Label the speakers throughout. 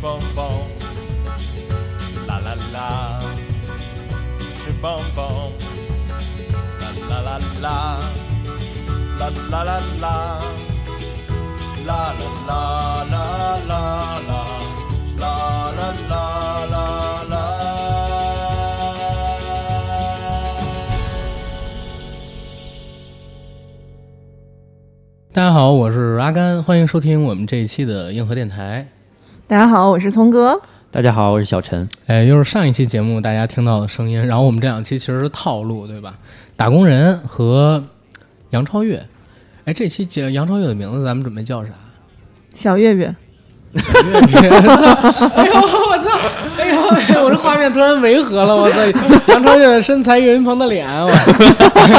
Speaker 1: bonbon. La la la, je bonbon. La la la la, la la la la, la la la la la la, la la la la la.
Speaker 2: 大家好，我是阿甘，欢迎收听我们这一期的硬核电台。
Speaker 3: 大家好，我是聪哥。
Speaker 4: 大家好，我是小陈。
Speaker 2: 哎，又是上一期节目大家听到的声音，然后我们这两期其实是套路，对吧？打工人和杨超越。哎，这期节杨超越的名字咱们准备叫啥？
Speaker 3: 小月月，
Speaker 2: 我操！哎呦，我操！哎呦，哎呦我这画面突然违和了，我操！杨超越的身材，岳云鹏的脸，我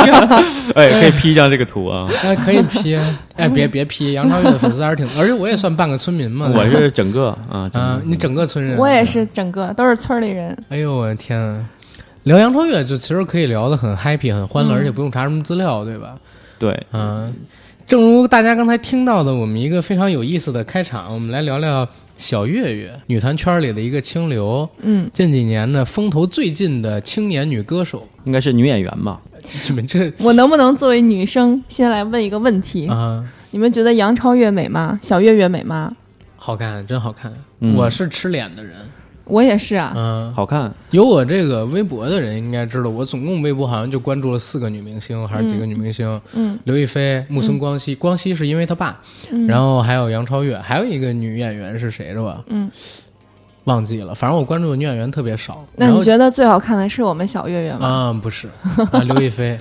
Speaker 4: 哎，可以 P 一张这个图 啊！
Speaker 2: 哎可以 P。哎，别别 P，杨超越的粉丝还是挺，而且我也算半个村民嘛。
Speaker 4: 我是整个啊，整 个
Speaker 2: 啊，你整个村人，
Speaker 3: 我也是整个都是村里人。
Speaker 2: 哎呦我的天啊！聊杨超越就其实可以聊得很 happy 很欢乐，而且不用查什么资料，对吧？
Speaker 4: 对，
Speaker 2: 嗯、正如大家刚才听到的，我们一个非常有意思的开场，我们来聊聊小岳岳，女团圈里的一个清流，
Speaker 3: 嗯，
Speaker 2: 近几年呢风头最近的青年女歌手。
Speaker 4: 应该是女演员吧？
Speaker 2: 你们这
Speaker 3: 我能不能作为女生先来问一个问题？
Speaker 2: 啊，
Speaker 3: 你们觉得杨超越美吗？小月月美吗？
Speaker 2: 好看，真好看！
Speaker 4: 嗯
Speaker 2: 我是吃脸的人，
Speaker 3: 我也是啊，
Speaker 2: 嗯、
Speaker 4: 好看，
Speaker 2: 有我这个微博的人应该知道，我总共微博好像就关注了四个女明星，还是几个女明星？
Speaker 3: 嗯，
Speaker 2: 刘亦菲、木村光希，光希是因为她爸，
Speaker 3: 嗯
Speaker 2: 然后还有杨超越，还有一个女演员是谁是吧？
Speaker 3: 嗯，
Speaker 2: 忘记了，反正我关注的女演员特别少。
Speaker 3: 那
Speaker 2: 然
Speaker 3: 你
Speaker 2: 后
Speaker 3: 觉得最好看的是我们小月月吗？
Speaker 2: 啊，不是啊，刘亦 菲。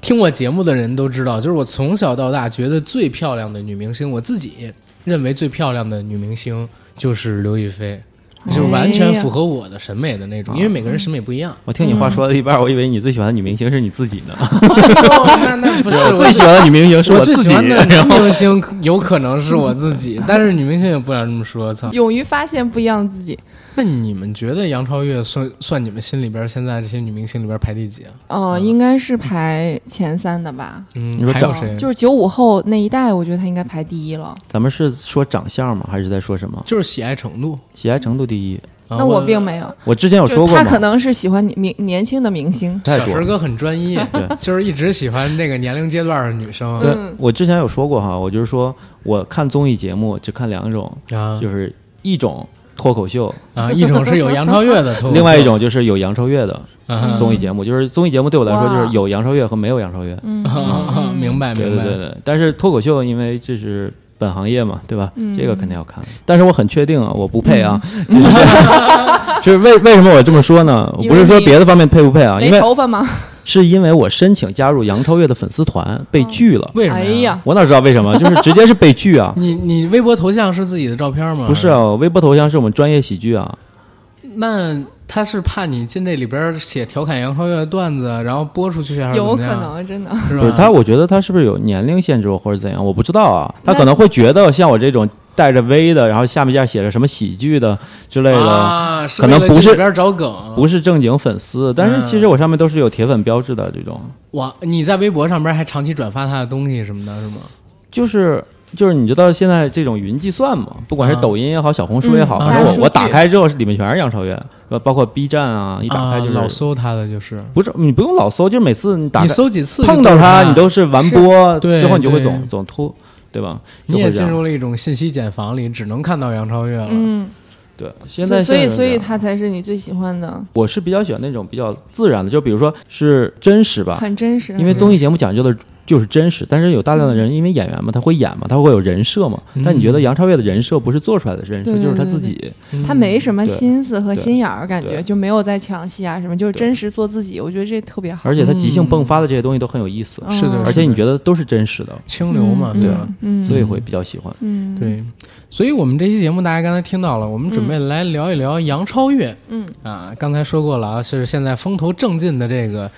Speaker 2: 听我节目的人都知道，就是我从小到大觉得最漂亮的女明星，我自己认为最漂亮的女明星就是刘亦菲，
Speaker 3: 哎
Speaker 2: 就完全符合我的审美的
Speaker 3: 啊
Speaker 2: 那种，因为每个人
Speaker 3: 嗯
Speaker 2: 审美不一样。
Speaker 4: 我听你
Speaker 2: 嗯
Speaker 4: 话说到一半，我以为你最喜欢的女明星是你自己呢。
Speaker 2: 哦那那不是
Speaker 4: 我最喜欢的女明星是
Speaker 2: 我最
Speaker 4: 自
Speaker 2: 喜
Speaker 4: 己。
Speaker 2: 欢的男明星有可能是我自己，但是女明星也不敢这么说。操！
Speaker 3: 勇于发现不一样的自己。
Speaker 2: 那你们觉得杨超越算算你们心里边现在这些女明星里边排第几啊？
Speaker 3: 哦、应该是排前三的吧。
Speaker 2: 嗯，
Speaker 4: 你说
Speaker 2: 还
Speaker 4: 找
Speaker 2: 有
Speaker 3: 嗯
Speaker 2: 谁？
Speaker 3: 就是九五后那一代，我觉得她应该排第一了。
Speaker 4: 咱们是说长相吗？还是在说什么？
Speaker 2: 就是喜爱程度。
Speaker 4: 喜爱程度第一。
Speaker 2: 啊
Speaker 3: 那我并没有，
Speaker 4: 我之前有
Speaker 3: 就
Speaker 4: 说
Speaker 3: 是
Speaker 4: 过
Speaker 3: 她
Speaker 4: 吗？
Speaker 3: 可能是喜欢年年轻的明星。
Speaker 4: 太
Speaker 2: 小
Speaker 4: 多
Speaker 2: 陈
Speaker 4: 了。
Speaker 2: 哥很专一，
Speaker 4: 对
Speaker 2: 就是一直喜欢那个年龄阶段的女生啊
Speaker 4: 对，
Speaker 3: 嗯
Speaker 4: 我之前有说过哈，我就是说我看综艺节目只看两种，
Speaker 2: 啊
Speaker 4: 就是一种脱口秀，
Speaker 2: 啊！一种是有杨超越的，脱口秀
Speaker 4: 另外一种就是有杨超越的
Speaker 2: 啊
Speaker 4: 综艺节目。就是综艺节目对我来说就
Speaker 3: 哇
Speaker 4: 是有杨超越和没有杨超越。
Speaker 3: 嗯，
Speaker 2: 啊 明白
Speaker 4: 对
Speaker 2: 明
Speaker 4: 对对
Speaker 2: 白。
Speaker 4: 对，但是脱口秀因为这是本行业嘛，对吧？
Speaker 3: 嗯
Speaker 4: 这个肯定要看。但是我很确定啊，我不配啊，就是 就是为为什么我这么说呢？我
Speaker 3: 因为
Speaker 4: 不是说
Speaker 3: 你
Speaker 4: 别的方面配不配啊，因
Speaker 3: 没
Speaker 4: 为
Speaker 3: 头发吗？
Speaker 4: 是因为我申请加入杨超越的粉丝团被拒了。
Speaker 2: 为什么？！
Speaker 3: 哎，呀，
Speaker 4: 我哪知道为什么？就是直接是被拒 啊
Speaker 3: 嗯
Speaker 2: 你你微博头像是自己的照片吗？
Speaker 4: 不是啊，我微博头像是我们专业喜剧啊，
Speaker 2: 那他是怕你进这里边儿写调侃杨超越的段子，然后播出去还是怎
Speaker 3: 有
Speaker 2: 么
Speaker 3: 可
Speaker 2: 样？啊
Speaker 3: 能真的。
Speaker 2: 是
Speaker 4: 不
Speaker 2: 吧
Speaker 4: 是？他，我觉得他是不是有年龄限制或者怎样？我不知道啊，他
Speaker 3: 那
Speaker 4: 可能会觉得像我这种带着 V 的，然后下面架写着什么喜剧的之类的，
Speaker 2: 啊，是
Speaker 4: 可能
Speaker 2: 为了
Speaker 4: 不
Speaker 2: 进
Speaker 4: 是
Speaker 2: 里边儿找梗，
Speaker 4: 不是正经粉丝，但
Speaker 2: 嗯
Speaker 4: 是其实我上面都是有铁粉标志的这种，
Speaker 2: 哇，你在微博上边还长期转发他的东西什么的，是吗？
Speaker 4: 就是就是你知道现在这种云计算嘛，不管是
Speaker 2: 啊
Speaker 4: 抖音也好，小红书也好，
Speaker 2: 嗯
Speaker 4: 反正
Speaker 2: 大数据
Speaker 4: 我我打开之后是里面全是杨超越，呃，包括 B 站啊，一打开就
Speaker 2: 啊
Speaker 4: 是、
Speaker 2: 老搜他的就是，
Speaker 4: 不是你不用老搜，就是每次你打
Speaker 2: 你
Speaker 4: 开
Speaker 2: 搜几次
Speaker 4: 碰
Speaker 2: 就
Speaker 4: 到
Speaker 2: 是他，
Speaker 4: 你都是完播，
Speaker 2: 啊对
Speaker 4: 之后你就会
Speaker 2: 对
Speaker 4: 总总突，对吧？
Speaker 2: 你
Speaker 4: 就
Speaker 2: 也
Speaker 4: 会这
Speaker 2: 进
Speaker 4: 样
Speaker 2: 入了一种信息茧房里，只能看到杨超越了。
Speaker 3: 嗯，
Speaker 4: 对，现在
Speaker 3: 所以
Speaker 4: 现在
Speaker 3: 所以
Speaker 4: 是这样啊
Speaker 3: 他才是你最喜欢的，
Speaker 4: 我是比较喜欢那种比较自然的，就比如说是真实吧，
Speaker 3: 很真 实。
Speaker 4: 因为综艺节目讲究的就是真实，但是有大量的
Speaker 3: 嗯
Speaker 4: 人因为演员嘛，他会演嘛，他会有人设嘛
Speaker 2: 嗯。
Speaker 4: 但你觉得杨超越的人设不是做出来的人设，
Speaker 3: 对
Speaker 4: 就是他自己。
Speaker 2: 嗯
Speaker 3: 他没什么
Speaker 4: 对
Speaker 3: 心思和
Speaker 4: 对
Speaker 3: 心眼儿，感觉
Speaker 4: 对
Speaker 3: 就没有在抢戏啊什么，就是
Speaker 4: 对
Speaker 3: 真实做自己。我觉得这特别好。
Speaker 4: 而且他即兴
Speaker 2: 嗯
Speaker 4: 迸发的这些东西都很有意思，
Speaker 3: 嗯
Speaker 2: 是的，
Speaker 3: 嗯
Speaker 4: 而且你觉得都是真实的，
Speaker 2: 清流嘛，
Speaker 3: 嗯
Speaker 2: 对吧？
Speaker 3: 嗯，
Speaker 4: 所以会比较喜欢。
Speaker 3: 嗯，
Speaker 2: 对，所以我们这期节目大家刚才听到了，我们准备来聊一聊杨超越。
Speaker 3: 嗯
Speaker 2: 啊，刚才说过了啊，是现在风头正劲的这个，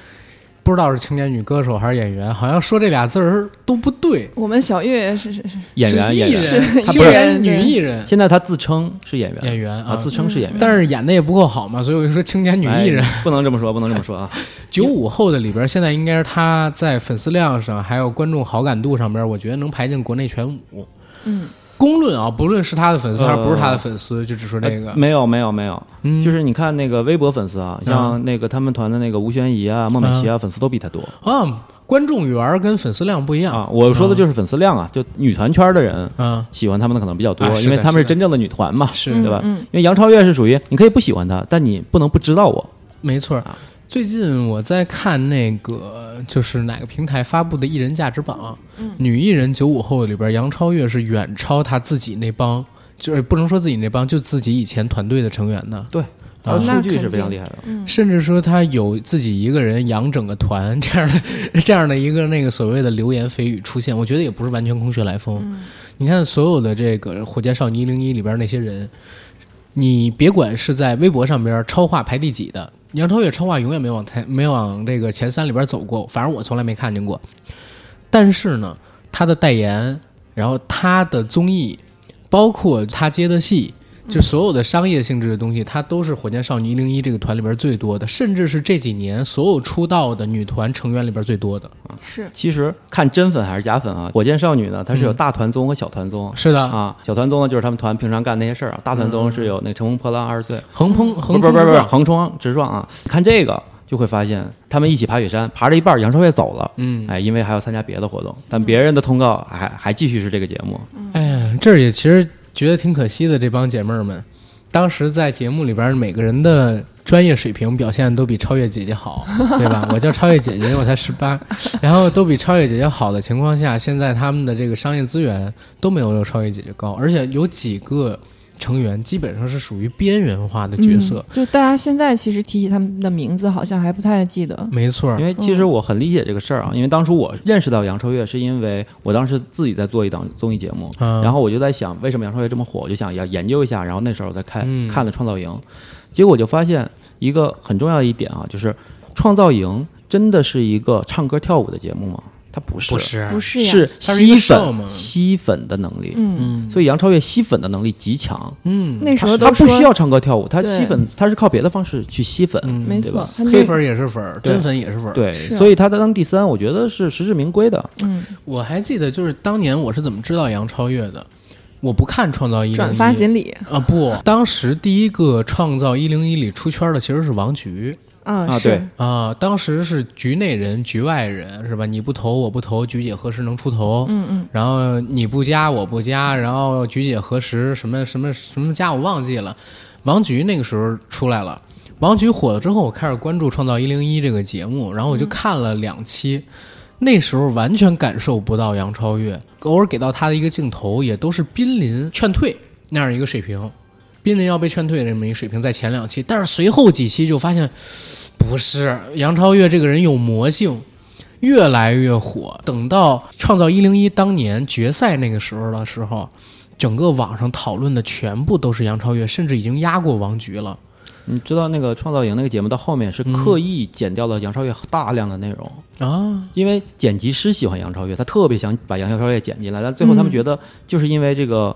Speaker 2: 不知道是青年女歌手还是演员，好像说这俩字儿都不对。
Speaker 3: 我们小月月 是是是，
Speaker 4: 演员，
Speaker 2: 是
Speaker 4: 演
Speaker 2: 艺
Speaker 4: 员，
Speaker 2: 人，
Speaker 4: 他
Speaker 2: 青
Speaker 4: 不是
Speaker 2: 年女艺人，
Speaker 4: 现在他自称是演员
Speaker 2: 演员
Speaker 4: 啊，自称是演员，
Speaker 2: 但是演的也不够好嘛，所以我就说青年女艺人。
Speaker 4: 哎不能这么说，不能这么说啊。
Speaker 2: 九五后的里边，现在应该是她在粉丝量上，还有观众好感度上边，我觉得能排进国内前五。
Speaker 3: 嗯，
Speaker 2: 公论啊，不论是他的粉丝还是不是他的粉丝，就只说 这个
Speaker 4: 呃，没有没有没有，
Speaker 2: 嗯
Speaker 4: 就是你看那个微博粉丝啊，像那个他们团的那个吴宣仪啊、孟美
Speaker 2: 嗯
Speaker 4: 岐啊，粉丝都比他多
Speaker 2: 啊，观众缘儿跟粉丝量不一样
Speaker 4: 啊。我说的就是粉丝量啊，就女团圈的人
Speaker 2: 啊，
Speaker 4: 喜欢他们的可能比较多
Speaker 2: 啊，是的
Speaker 4: 因为他们
Speaker 2: 是
Speaker 4: 是
Speaker 2: 的
Speaker 4: 真正的女团嘛，
Speaker 2: 是
Speaker 4: 对吧？
Speaker 3: 嗯
Speaker 4: 因为杨超越是属于你可以不喜欢她，但你不能不知道我。
Speaker 2: 没错儿
Speaker 4: 啊。
Speaker 2: 最近我在看那个，就是哪个平台发布的艺人价值榜，
Speaker 4: 嗯
Speaker 2: 女艺人九五后里边，杨超越是远超她自己那帮，就是不能说自己那帮，就自己以前团队的成员的，
Speaker 4: 对，她
Speaker 2: 啊
Speaker 4: 的
Speaker 3: 那
Speaker 4: 数据是
Speaker 3: 肯
Speaker 4: 非常
Speaker 3: 定
Speaker 4: 厉害的。
Speaker 2: 甚至说她有自己一个人养整个团这样的这样的一个那个所谓的流言蜚语出现，我觉得也不是完全空穴来风。
Speaker 3: 嗯
Speaker 2: 你看所有的这个《火箭少女一零一》里边那些人，你别管是在微博上边超话排第几的，杨超越超话永远没往前没往这个前三里边走过，反正我从来没看见过。但是呢，她的代言，然后她的综艺，包括她接的戏。就所有的商业性质的东西，她都是火箭少女一零一这个团里边最多的，甚至是这几年所有出道的女团成员里边最多的。
Speaker 3: 是
Speaker 4: 其实看真粉还是假粉啊，火箭少女呢，它是
Speaker 2: 嗯
Speaker 4: 有大团综和小团综。
Speaker 2: 是的，
Speaker 4: 啊，小团综呢，就是他们团平常干那些事儿啊。大团综是有那个乘风破浪二十岁，
Speaker 2: 横冲嗯横
Speaker 4: 不不
Speaker 2: 冲
Speaker 4: 不不
Speaker 2: 直
Speaker 4: 不
Speaker 2: 撞
Speaker 4: 横冲直撞啊！看这个就会发现，他们一起爬雪山，爬了一半，杨超越走了。
Speaker 2: 嗯，
Speaker 4: 哎，因为还要参加别的活动，但别人的通告还还继续是这个节目。
Speaker 3: 嗯
Speaker 2: 哎呀，这儿也其实觉得挺可惜的，这帮姐妹儿们，当时在节目里边儿每个人的专业水平表现都比超越姐姐 好，对吧？我叫超越姐姐，因为我才十八，然后都比超越姐姐好的情况下，现在他们的这个商业资源都没有超越姐姐高，而且有几个成员基本上是属于边缘化的角色，
Speaker 3: 嗯就大家现在其实提起他们的名字，好像还不太记
Speaker 4: 嗯
Speaker 3: 得。
Speaker 2: 没错儿
Speaker 4: 因，为其实我很理解这个
Speaker 2: 嗯
Speaker 4: 事儿啊，因为当初我认识到杨超越，是因为我当时自己在做一档综艺节目，
Speaker 2: 嗯
Speaker 4: 然后我就在想为什么杨超越这么火，我就想要研究一下，然后那时候我在看、
Speaker 2: 嗯
Speaker 4: 看的《创造营》，结果我就发现一个很重要的一点啊，就是《创造营》真的是一个唱歌跳舞的节目吗？它不是，
Speaker 2: 不是
Speaker 3: 不是呀，
Speaker 4: 是啊
Speaker 2: 它是一个
Speaker 4: 吸
Speaker 2: show 嘛
Speaker 4: 粉吸粉的能力，
Speaker 3: 嗯，
Speaker 2: 嗯
Speaker 4: 所以杨超越吸粉的能力极强。
Speaker 2: 嗯，
Speaker 3: 那时
Speaker 4: 他
Speaker 3: 候
Speaker 4: 他
Speaker 3: 都
Speaker 4: 不
Speaker 3: 说
Speaker 4: 需要唱歌跳舞，他
Speaker 3: 对
Speaker 4: 吸粉，他是靠别的方式去吸粉，
Speaker 2: 嗯
Speaker 3: 没
Speaker 4: 对
Speaker 3: 错
Speaker 4: 吧，
Speaker 3: 他那
Speaker 2: 黑粉儿也是粉儿，
Speaker 4: 对
Speaker 2: 真粉也是粉儿，
Speaker 4: 对，
Speaker 3: 是啊
Speaker 4: 所以他当第三，我觉得是实至名归的。
Speaker 3: 嗯
Speaker 2: 我还记得，就是当年我是怎么知道杨超越的。我不看《创造一零一》，
Speaker 3: 转发锦鲤
Speaker 2: 啊不，当时第一个《创造一零一》里出圈的其实是王菊
Speaker 3: 啊
Speaker 4: 啊
Speaker 3: 是
Speaker 4: 对
Speaker 2: 啊，当时是局内人、局外人是吧？你不投我不投，菊姐何时能出头？
Speaker 3: 嗯嗯
Speaker 2: 然后你不加我不加，然后菊姐何时什么什么什么加我忘记了。王菊那个时候出来了，王菊火了之后，我开始关注《创造一零一》这个节目，然后我就看了两期。那时候完全感受不到杨超越，偶尔给到她的一个镜头，也都是濒临劝退那样一个水平，濒临要被劝退的这么一个水平，在前两期，但是随后几期就发现，不是杨超越这个人有魔性，越来越火。等到《创造一零一》当年决赛那个时候的时候，整个网上讨论的全部都是杨超越，甚至已经压过王菊了。
Speaker 4: 你知道那个创造营那个节目到后面是刻意剪掉了杨超越大量的内容，
Speaker 2: 啊，
Speaker 4: 因为剪辑师喜欢杨超越，他特别想把杨超越剪进来，但最后
Speaker 2: 嗯
Speaker 4: 他们觉得就是因为这个。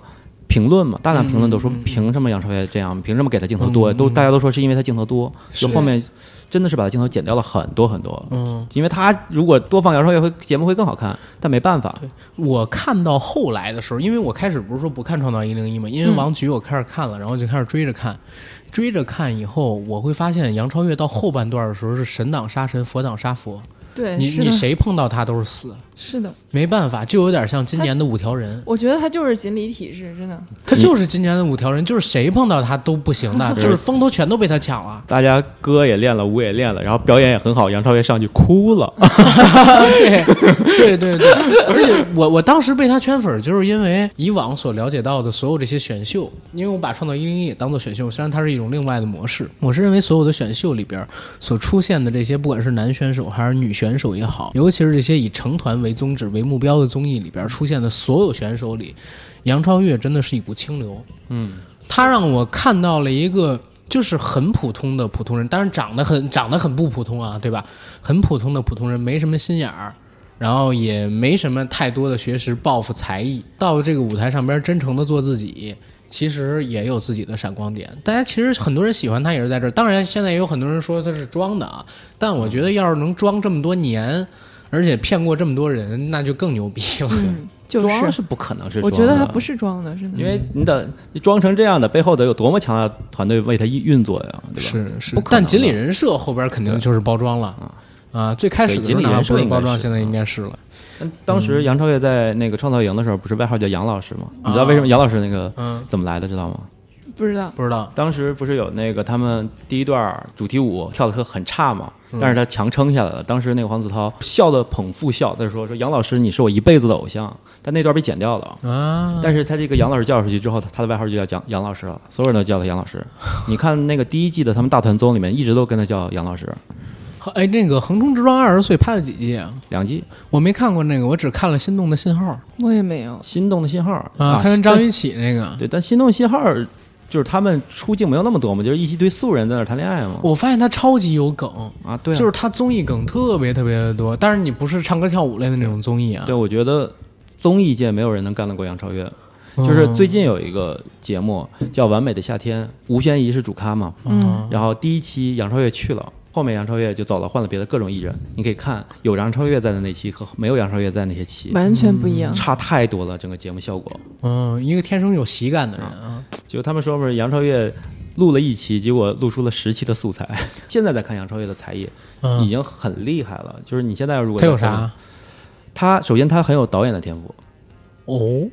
Speaker 4: 评论嘛，大量评论都说凭什么杨超越这样，凭什么给他镜头多？
Speaker 2: 嗯
Speaker 4: 都大家都说是因为他镜头多，
Speaker 2: 是
Speaker 4: 就后面真的是把他镜头剪掉了很多很多。
Speaker 2: 嗯，
Speaker 4: 因为他如果多放杨超越，会节目会更好看，但没办法，
Speaker 2: 我看到后来的时候，因为我开始不是说不看《创造一零一》嘛，因为
Speaker 3: 嗯
Speaker 2: 王菊我开始看了，然后就开始追着看，追着看以后，我会发现杨超越到后半段的时候是神挡杀神，佛挡杀佛，
Speaker 3: 对，
Speaker 2: 你
Speaker 3: 是
Speaker 2: 你
Speaker 3: 的，
Speaker 2: 谁碰到他都是死，
Speaker 3: 是的，
Speaker 2: 没办法，就有点像今年的五条人，
Speaker 3: 我觉得他就是锦鲤体质，真的。
Speaker 2: 他就是今年的五条人，就是谁碰到他都不行的，就是风头全都被他抢了。
Speaker 4: 大家歌也练了，舞也练了，然后表演也很好，杨超越上去哭了。
Speaker 2: 对，对对对，而且我我当时被他圈粉儿，就是因为以往所了解到的所有这些选秀，因为我把《创造一零一》也当做选秀，虽然它是一种另外的模式，我是认为所有的选秀里边儿所出现的这些，不管是男选手还是女选手也好，尤其是这些以成团为宗旨为目标的综艺里边儿出现的所有选手里，杨超越真的是一股清流。
Speaker 4: 嗯，
Speaker 2: 他让我看到了一个。就是很普通的普通人，当然长得很长得很不普通啊，对吧？很普通的普通人，没什么心眼儿，然后也没什么太多的学识、抱负、才艺，到这个舞台上边真诚的做自己，其实也有自己的闪光点。大家其实很多人喜欢他也是在这儿，当然现在也有很多人说他是装的啊，但我觉得要是能装这么多年，而且骗过这么多人，那就更牛逼了。
Speaker 3: 嗯，就是
Speaker 4: 装是不可能是
Speaker 3: 我
Speaker 4: 装的，啊
Speaker 3: 觉得他不是装的，是的
Speaker 4: 因为你得你装成这样的，背后得有多么强大的团队为它运运作呀，对吧？
Speaker 2: 是是
Speaker 4: 不可，能
Speaker 2: 但
Speaker 4: 的
Speaker 2: 锦鲤人设后边肯定就是包装了啊！最开始的时候
Speaker 4: 对锦鲤
Speaker 2: 哪怕
Speaker 4: 人设
Speaker 2: 不是
Speaker 4: 应该
Speaker 2: 包装，
Speaker 4: 是啊
Speaker 2: 现在应该是了。
Speaker 4: 但当时杨超越在那个创造营的时候，不是外号叫杨老师吗？你
Speaker 3: 啊
Speaker 4: 知道为什么杨老师那个
Speaker 2: 嗯，
Speaker 4: 怎么来的，知道吗？
Speaker 3: 不知道
Speaker 2: 不知道
Speaker 4: 当时不是有那个他们第一段主题舞跳的特很差嘛，但是他强撑下来了。当时那个黄子韬笑的捧腹笑，他说说杨老师你是我一辈子的偶像，但那段被剪掉了。
Speaker 2: 啊，
Speaker 4: 但是他这个杨老师叫出去之后，他他的外号就叫杨杨老师了，所有人都叫他杨老师。 你看那个第一季的他们大团综里面，一直都跟他叫杨老师，
Speaker 2: 哎，那个《横冲直撞二十岁》拍了几季啊？
Speaker 4: 两季。
Speaker 2: 我没看过那个，我只看了《心动的信
Speaker 4: 啊
Speaker 2: 号
Speaker 3: 我也没有。
Speaker 4: 心动的信号》
Speaker 2: 啊，他跟
Speaker 4: 但
Speaker 2: 张雨绮那个。
Speaker 4: 对，但心动信号就是他们出镜没有那么多嘛，就是一堆素人在那儿谈恋爱嘛。
Speaker 2: 我发现他超级有梗，
Speaker 4: 啊，对啊，
Speaker 2: 哦就是他综艺梗特别特别的多，但是你不是唱歌跳舞类的那种综艺啊
Speaker 4: 对，，我觉得综艺界没有人能干得过杨超越。
Speaker 2: 嗯
Speaker 4: 就是最近有一个节目叫《完美的夏天》，吴宣仪是主咖嘛，
Speaker 2: 嗯
Speaker 4: 然后第一期杨超越去了。后面杨超越就走了，换了别的各种艺人。你可以看有杨超越在的那期和没有杨超越在的那些期，
Speaker 3: 完全不一样，
Speaker 4: 差太多了。整个节目效果，
Speaker 2: 嗯，一个天生有喜感的人啊，
Speaker 4: 就他们说嘛，杨超越录了一期，结果录出了十期的素材。 现在再看杨超越的才艺，已
Speaker 2: 嗯，
Speaker 4: 经很厉害了。就是你现在如果
Speaker 2: 他有
Speaker 4: 再看
Speaker 2: 啥？
Speaker 4: 他首先他很有导演的天赋，
Speaker 2: 哦，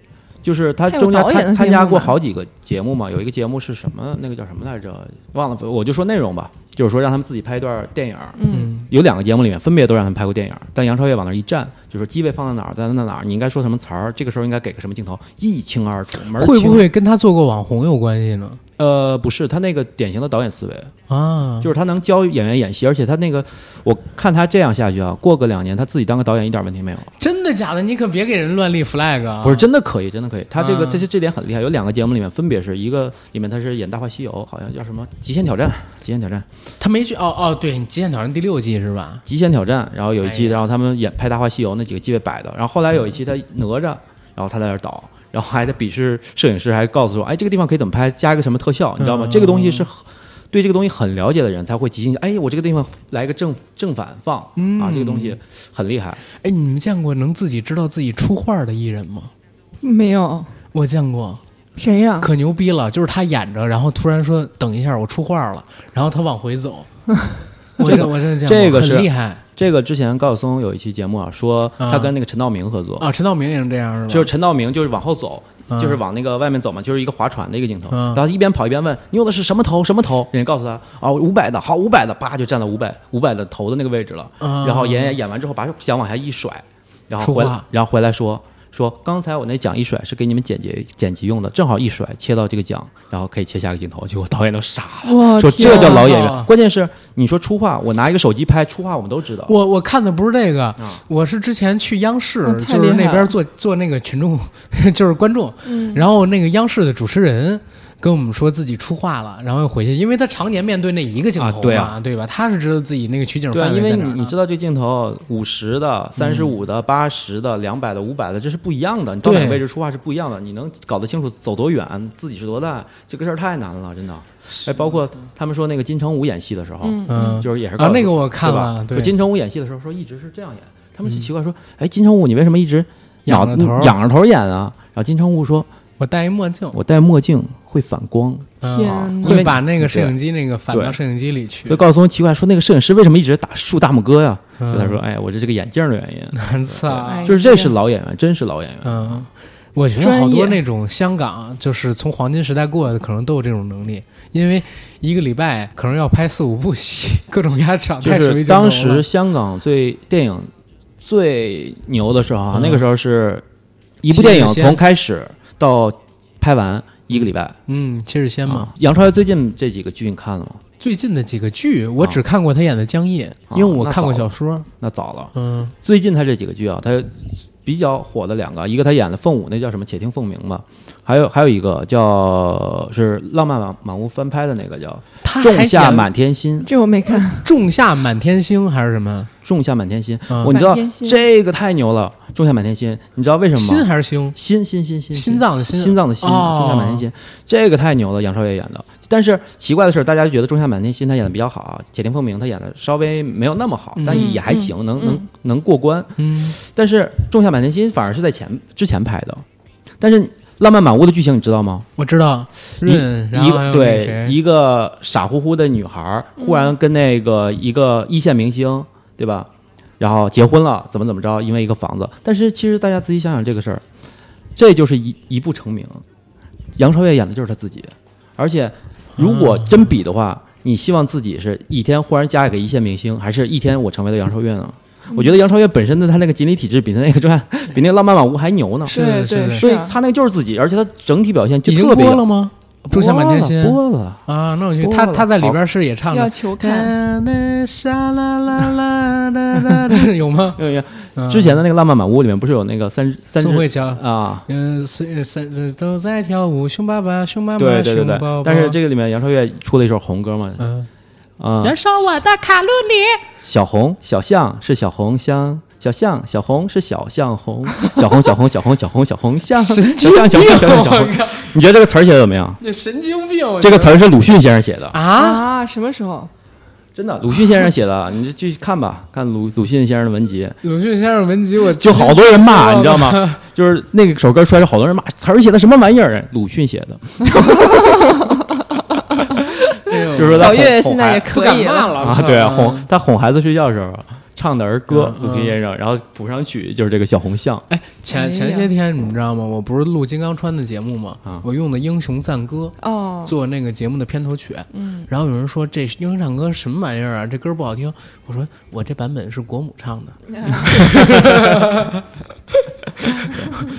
Speaker 4: 就是他
Speaker 3: 他有
Speaker 4: 中间
Speaker 3: 导演的天
Speaker 4: 参
Speaker 3: 赋
Speaker 4: 参加过
Speaker 3: 吗
Speaker 4: 好几个节目嘛，有一个节目是什么？那个叫什么来着？忘了，我就说内容吧，就是说让他们自己拍一段电影儿。
Speaker 3: 嗯，
Speaker 2: 嗯
Speaker 4: 有两个节目里面分别都让他们拍过电影儿，但杨超越往那儿一站，就说机位放在哪儿，在那哪儿，你应该说什么词儿，这个时候应该给个什么镜头，一清二楚。门儿
Speaker 2: 会不
Speaker 4: 清？
Speaker 2: 会跟他做过网红有关系呢？
Speaker 4: 呃，不是，他那个典型的导演思维，
Speaker 2: 啊，
Speaker 4: 就是他能教演员演戏，而且他那个，我看他这样下去啊，过个两年他自己当个导演一点问题没有。
Speaker 2: 真的假的？你可别给人乱立 flag 啊！
Speaker 4: 不是真的可以，真的可以。他这个
Speaker 2: 嗯
Speaker 4: 这些这点很厉害，有两个节目里面分别是一个里面他是演《大话西游》，好像叫什么《极限挑战》，《极限挑战》，《
Speaker 2: 他没去哦哦，对你《极限挑战》第六季是吧？
Speaker 4: 极限挑战》。然后有一期，
Speaker 2: 哎呀
Speaker 4: 然后他们演拍《大话西游》那几个机位摆的，然后后来有一期他哪吒，然后他在那儿导。然后还在鄙视摄影师，还告诉说：“哎，这个地方可以怎么拍？加一个什么特效，你知道吗？
Speaker 2: 嗯
Speaker 4: 这个东西是对这个东西很了解的人才会即兴。哎，我这个地方来个正正反放、
Speaker 2: 嗯
Speaker 4: 啊，这个东西很厉害。
Speaker 2: 哎，你们见过能自己知道自己出画的艺人吗？啊
Speaker 3: 没有
Speaker 2: 我见过，
Speaker 3: 谁呀、
Speaker 2: 可牛逼了！就是他演着，然后突然说：“等一下，我出画了。”然后他往回 走。我真我真的见过，
Speaker 4: 这个是
Speaker 2: 很厉害
Speaker 4: 这个之前高晓松有一期节目啊，说他跟那个陈道明合作，
Speaker 2: 啊！陈道明也是这样是吧？
Speaker 4: 就是陈道明就是往后走，
Speaker 2: 嗯
Speaker 4: 就是往那个外面走嘛，就是一个划船的一个镜头。
Speaker 2: 嗯
Speaker 4: 然后他一边跑一边问：“你用的是什么头？什么头？”人家告诉他：“啊，五百的，好，五百的。”叭就站到五百五百的头的那个位置了。
Speaker 2: 嗯
Speaker 4: 然后演演演完之后，把想往下一甩，然后
Speaker 2: 说
Speaker 4: 回
Speaker 2: 话
Speaker 4: 来，然后回来说。说刚才我那桨一甩是给你们剪辑剪辑用的，正好一甩切到这个桨，然后可以切下一个镜头，结果导演都傻了，
Speaker 3: 哇，
Speaker 4: 说
Speaker 3: 天
Speaker 4: 这
Speaker 3: 啊
Speaker 4: 叫老演
Speaker 2: 我操
Speaker 4: 员。关键是你说出话，我拿一个手机拍出话，我们都知道。
Speaker 2: 我我看的不是这个，
Speaker 4: 啊
Speaker 2: 我是之前去央视，
Speaker 3: 嗯太
Speaker 2: 就是
Speaker 3: 厉害
Speaker 2: 那边
Speaker 3: 了嗯
Speaker 2: 做做那个群众， 就是观众，然后那个央视的主持人。跟我们说自己出画了，然后又回去，因为他常年面对那一个镜头嘛，
Speaker 4: 啊对啊
Speaker 2: 吧？他是知道自己那个取景
Speaker 4: 对啊，
Speaker 2: 范围
Speaker 4: 因
Speaker 2: 在
Speaker 4: 为
Speaker 2: 哪儿
Speaker 4: 你
Speaker 2: 的
Speaker 4: 你知道这镜头五十的、三十五的、八十的、两百的、五百的，这是不一样的。你到哪个
Speaker 2: 对
Speaker 4: 位置出话是不一样的，你能搞得清楚走多远，自己是多大，这个事儿太难了，真的。哎，包括他们说那个金城武演戏的时候，
Speaker 2: 嗯，
Speaker 4: 就是也是
Speaker 2: 啊
Speaker 4: 告，诉
Speaker 2: 那个我看
Speaker 4: 对
Speaker 2: 了
Speaker 4: 吧，
Speaker 2: 对嗯
Speaker 4: 就，金城武演戏的时候说一直是这样演，他们就奇怪说，哎，金城武你为什么一直
Speaker 2: 仰
Speaker 4: 脑
Speaker 2: 着头儿
Speaker 4: 仰着头演啊？然后金城武说，
Speaker 2: 我戴一墨镜，
Speaker 4: 我戴墨镜会反光。
Speaker 2: 嗯
Speaker 3: 天哪
Speaker 2: 会把那个摄
Speaker 4: 对
Speaker 2: 影机那个反
Speaker 4: 对
Speaker 2: 到摄影机里
Speaker 4: 所以
Speaker 2: 去。
Speaker 4: 高晓松奇怪说，那个摄影师为什么一直打竖大拇哥呀？
Speaker 2: 嗯
Speaker 4: 就他说，哎，我这这个眼镜的原因。
Speaker 2: 操，
Speaker 3: 哎
Speaker 4: 就是这是老演员，真是老演员。
Speaker 2: 嗯，我觉得
Speaker 3: 专
Speaker 2: 好多
Speaker 3: 业
Speaker 2: 那种香港就是从黄金时代过来的，可能都有这种能力，因为一个礼拜可能要拍四五部戏， 各种压场，
Speaker 4: 就
Speaker 2: 太水
Speaker 4: 是
Speaker 2: 镜头
Speaker 4: 当
Speaker 2: 了
Speaker 4: 时香港最电影最牛的时候啊，
Speaker 2: 嗯
Speaker 4: 那个时候是一部电影从开始到拍完一个礼拜。
Speaker 2: 嗯，七日先嘛
Speaker 4: 啊。杨超越最近这几个剧你看了吗？
Speaker 2: 最近的几个剧，我
Speaker 4: 啊
Speaker 2: 只看过他演的江夜，因为我
Speaker 4: 那
Speaker 2: 看过
Speaker 4: 早
Speaker 2: 小说。
Speaker 4: 啊那早了。
Speaker 2: 嗯
Speaker 4: 最近他这几个剧啊，他比较火的两个，一个他演的凤舞，那叫什么？且听凤鸣吧。还有还有一个叫是《浪漫满满屋》翻拍的那个叫
Speaker 2: 他
Speaker 4: 《
Speaker 2: 还
Speaker 4: 仲夏
Speaker 2: 演
Speaker 4: 满天星》。
Speaker 3: 这我没看，
Speaker 2: 仲夏满天星还是什么？
Speaker 4: 仲夏满天星，
Speaker 2: 嗯
Speaker 4: 我你知道
Speaker 3: 满天星
Speaker 4: 这个太牛了！仲夏满天星，你知道为什么吗？
Speaker 2: 心还是星？
Speaker 4: 心心心心
Speaker 2: 心脏的心
Speaker 4: 心脏的心，
Speaker 2: 哦
Speaker 4: 仲夏满天心，这个太牛了，杨超越演的。但是奇怪的是，大家就觉得仲夏满天星他演的比较好，《且听风鸣》他演的稍微没有那么好，但也还行，能能能过关。
Speaker 2: 嗯，
Speaker 4: 但是《仲夏满天星》反而是在前之前拍的，但是《浪漫满屋》的剧情你知道吗？
Speaker 2: 我知道润，然
Speaker 4: 一
Speaker 2: 后还
Speaker 4: 个
Speaker 2: 有那
Speaker 4: 对
Speaker 2: 谁，嗯
Speaker 4: 一个傻乎乎的女孩儿，忽然跟那个一个一线明星，对吧？然后结婚了，怎么怎么着？因为一个房子。但是其实大家仔细想想这个事儿，这就是一一步成名。杨超越演的就是他自己，而且如果
Speaker 2: 啊
Speaker 4: 真比的话，你希望自己是一天忽然嫁给一线明星，还是一天我成为了杨超越呢？我觉
Speaker 2: 嗯
Speaker 4: 得杨超越本身的她那个锦鲤体质比她那个 专比那个浪漫满屋还牛呢，
Speaker 2: 是
Speaker 3: 对
Speaker 2: 是
Speaker 3: 对
Speaker 2: 的，
Speaker 4: 所以
Speaker 3: 啊
Speaker 4: 她那个就是自己，而且她整体表现就
Speaker 2: 已经
Speaker 4: 特别
Speaker 2: 播了吗？仲夏满天星
Speaker 4: 播了，
Speaker 2: 啊，那我去，
Speaker 4: 播
Speaker 2: 他
Speaker 4: 了
Speaker 2: 他在里边是也唱
Speaker 3: 要
Speaker 2: 的，嗯
Speaker 3: 求看，
Speaker 2: 那沙啦啦啦啦啦啦， 有吗？
Speaker 4: 因为
Speaker 2: 嗯
Speaker 4: 之前的那个《浪漫满屋》里面不是有那个三三
Speaker 2: 宋
Speaker 4: 只
Speaker 2: 慧乔，
Speaker 4: 啊？
Speaker 2: 嗯，三三都在跳舞，凶爸爸，凶妈妈，
Speaker 4: 对对对
Speaker 2: 熊宝
Speaker 4: 对
Speaker 2: 宝，
Speaker 4: 但是这个里面杨超越出了一首红歌嘛，
Speaker 2: 嗯，
Speaker 4: 啊，
Speaker 3: 燃烧我的卡路里，
Speaker 4: 小红小象是小红香，小象小红是小象红，小红小红小红小红小红象，小
Speaker 2: 神经
Speaker 4: 象小
Speaker 2: 病
Speaker 4: 红小红小
Speaker 2: 我
Speaker 4: 红，
Speaker 2: 靠，
Speaker 4: 你觉得这个词儿写的怎么样？
Speaker 2: 那神经病，啊我
Speaker 4: 这个
Speaker 2: 觉
Speaker 4: 词
Speaker 2: 得
Speaker 4: 儿是鲁迅先生写的，
Speaker 2: 啊，
Speaker 3: 啊，什么时候？
Speaker 4: 真的，鲁迅先生写的，你就去看吧，看鲁鲁迅先生的文集，
Speaker 2: 鲁迅先生文集我
Speaker 4: 就好多人骂，你知道？吗？就是那个首歌出来，好多人骂词儿写的什么玩意儿，鲁迅写的，
Speaker 2: 就
Speaker 4: 就是说他
Speaker 3: 小岳
Speaker 4: 哄
Speaker 3: 现在也
Speaker 4: 哄孩
Speaker 2: 不
Speaker 3: 可
Speaker 2: 敢
Speaker 3: 以
Speaker 2: 骂
Speaker 3: 了，
Speaker 2: 了
Speaker 4: 啊，对啊，哄他哄孩子睡觉的时候唱的儿歌，
Speaker 2: 嗯
Speaker 4: 鲁迅先生，然后谱上曲就是这个小 红象，
Speaker 2: 哎，前前些天你知道吗？我不是录《金刚川》的节目吗？
Speaker 4: 啊
Speaker 2: 我用的《英雄赞歌
Speaker 3: 哦》，
Speaker 2: 做那个节目的片头曲。
Speaker 3: 嗯，
Speaker 2: 然后有人说这是英雄唱歌什么玩意儿啊？这歌不好听。我说我这版本是国母唱的，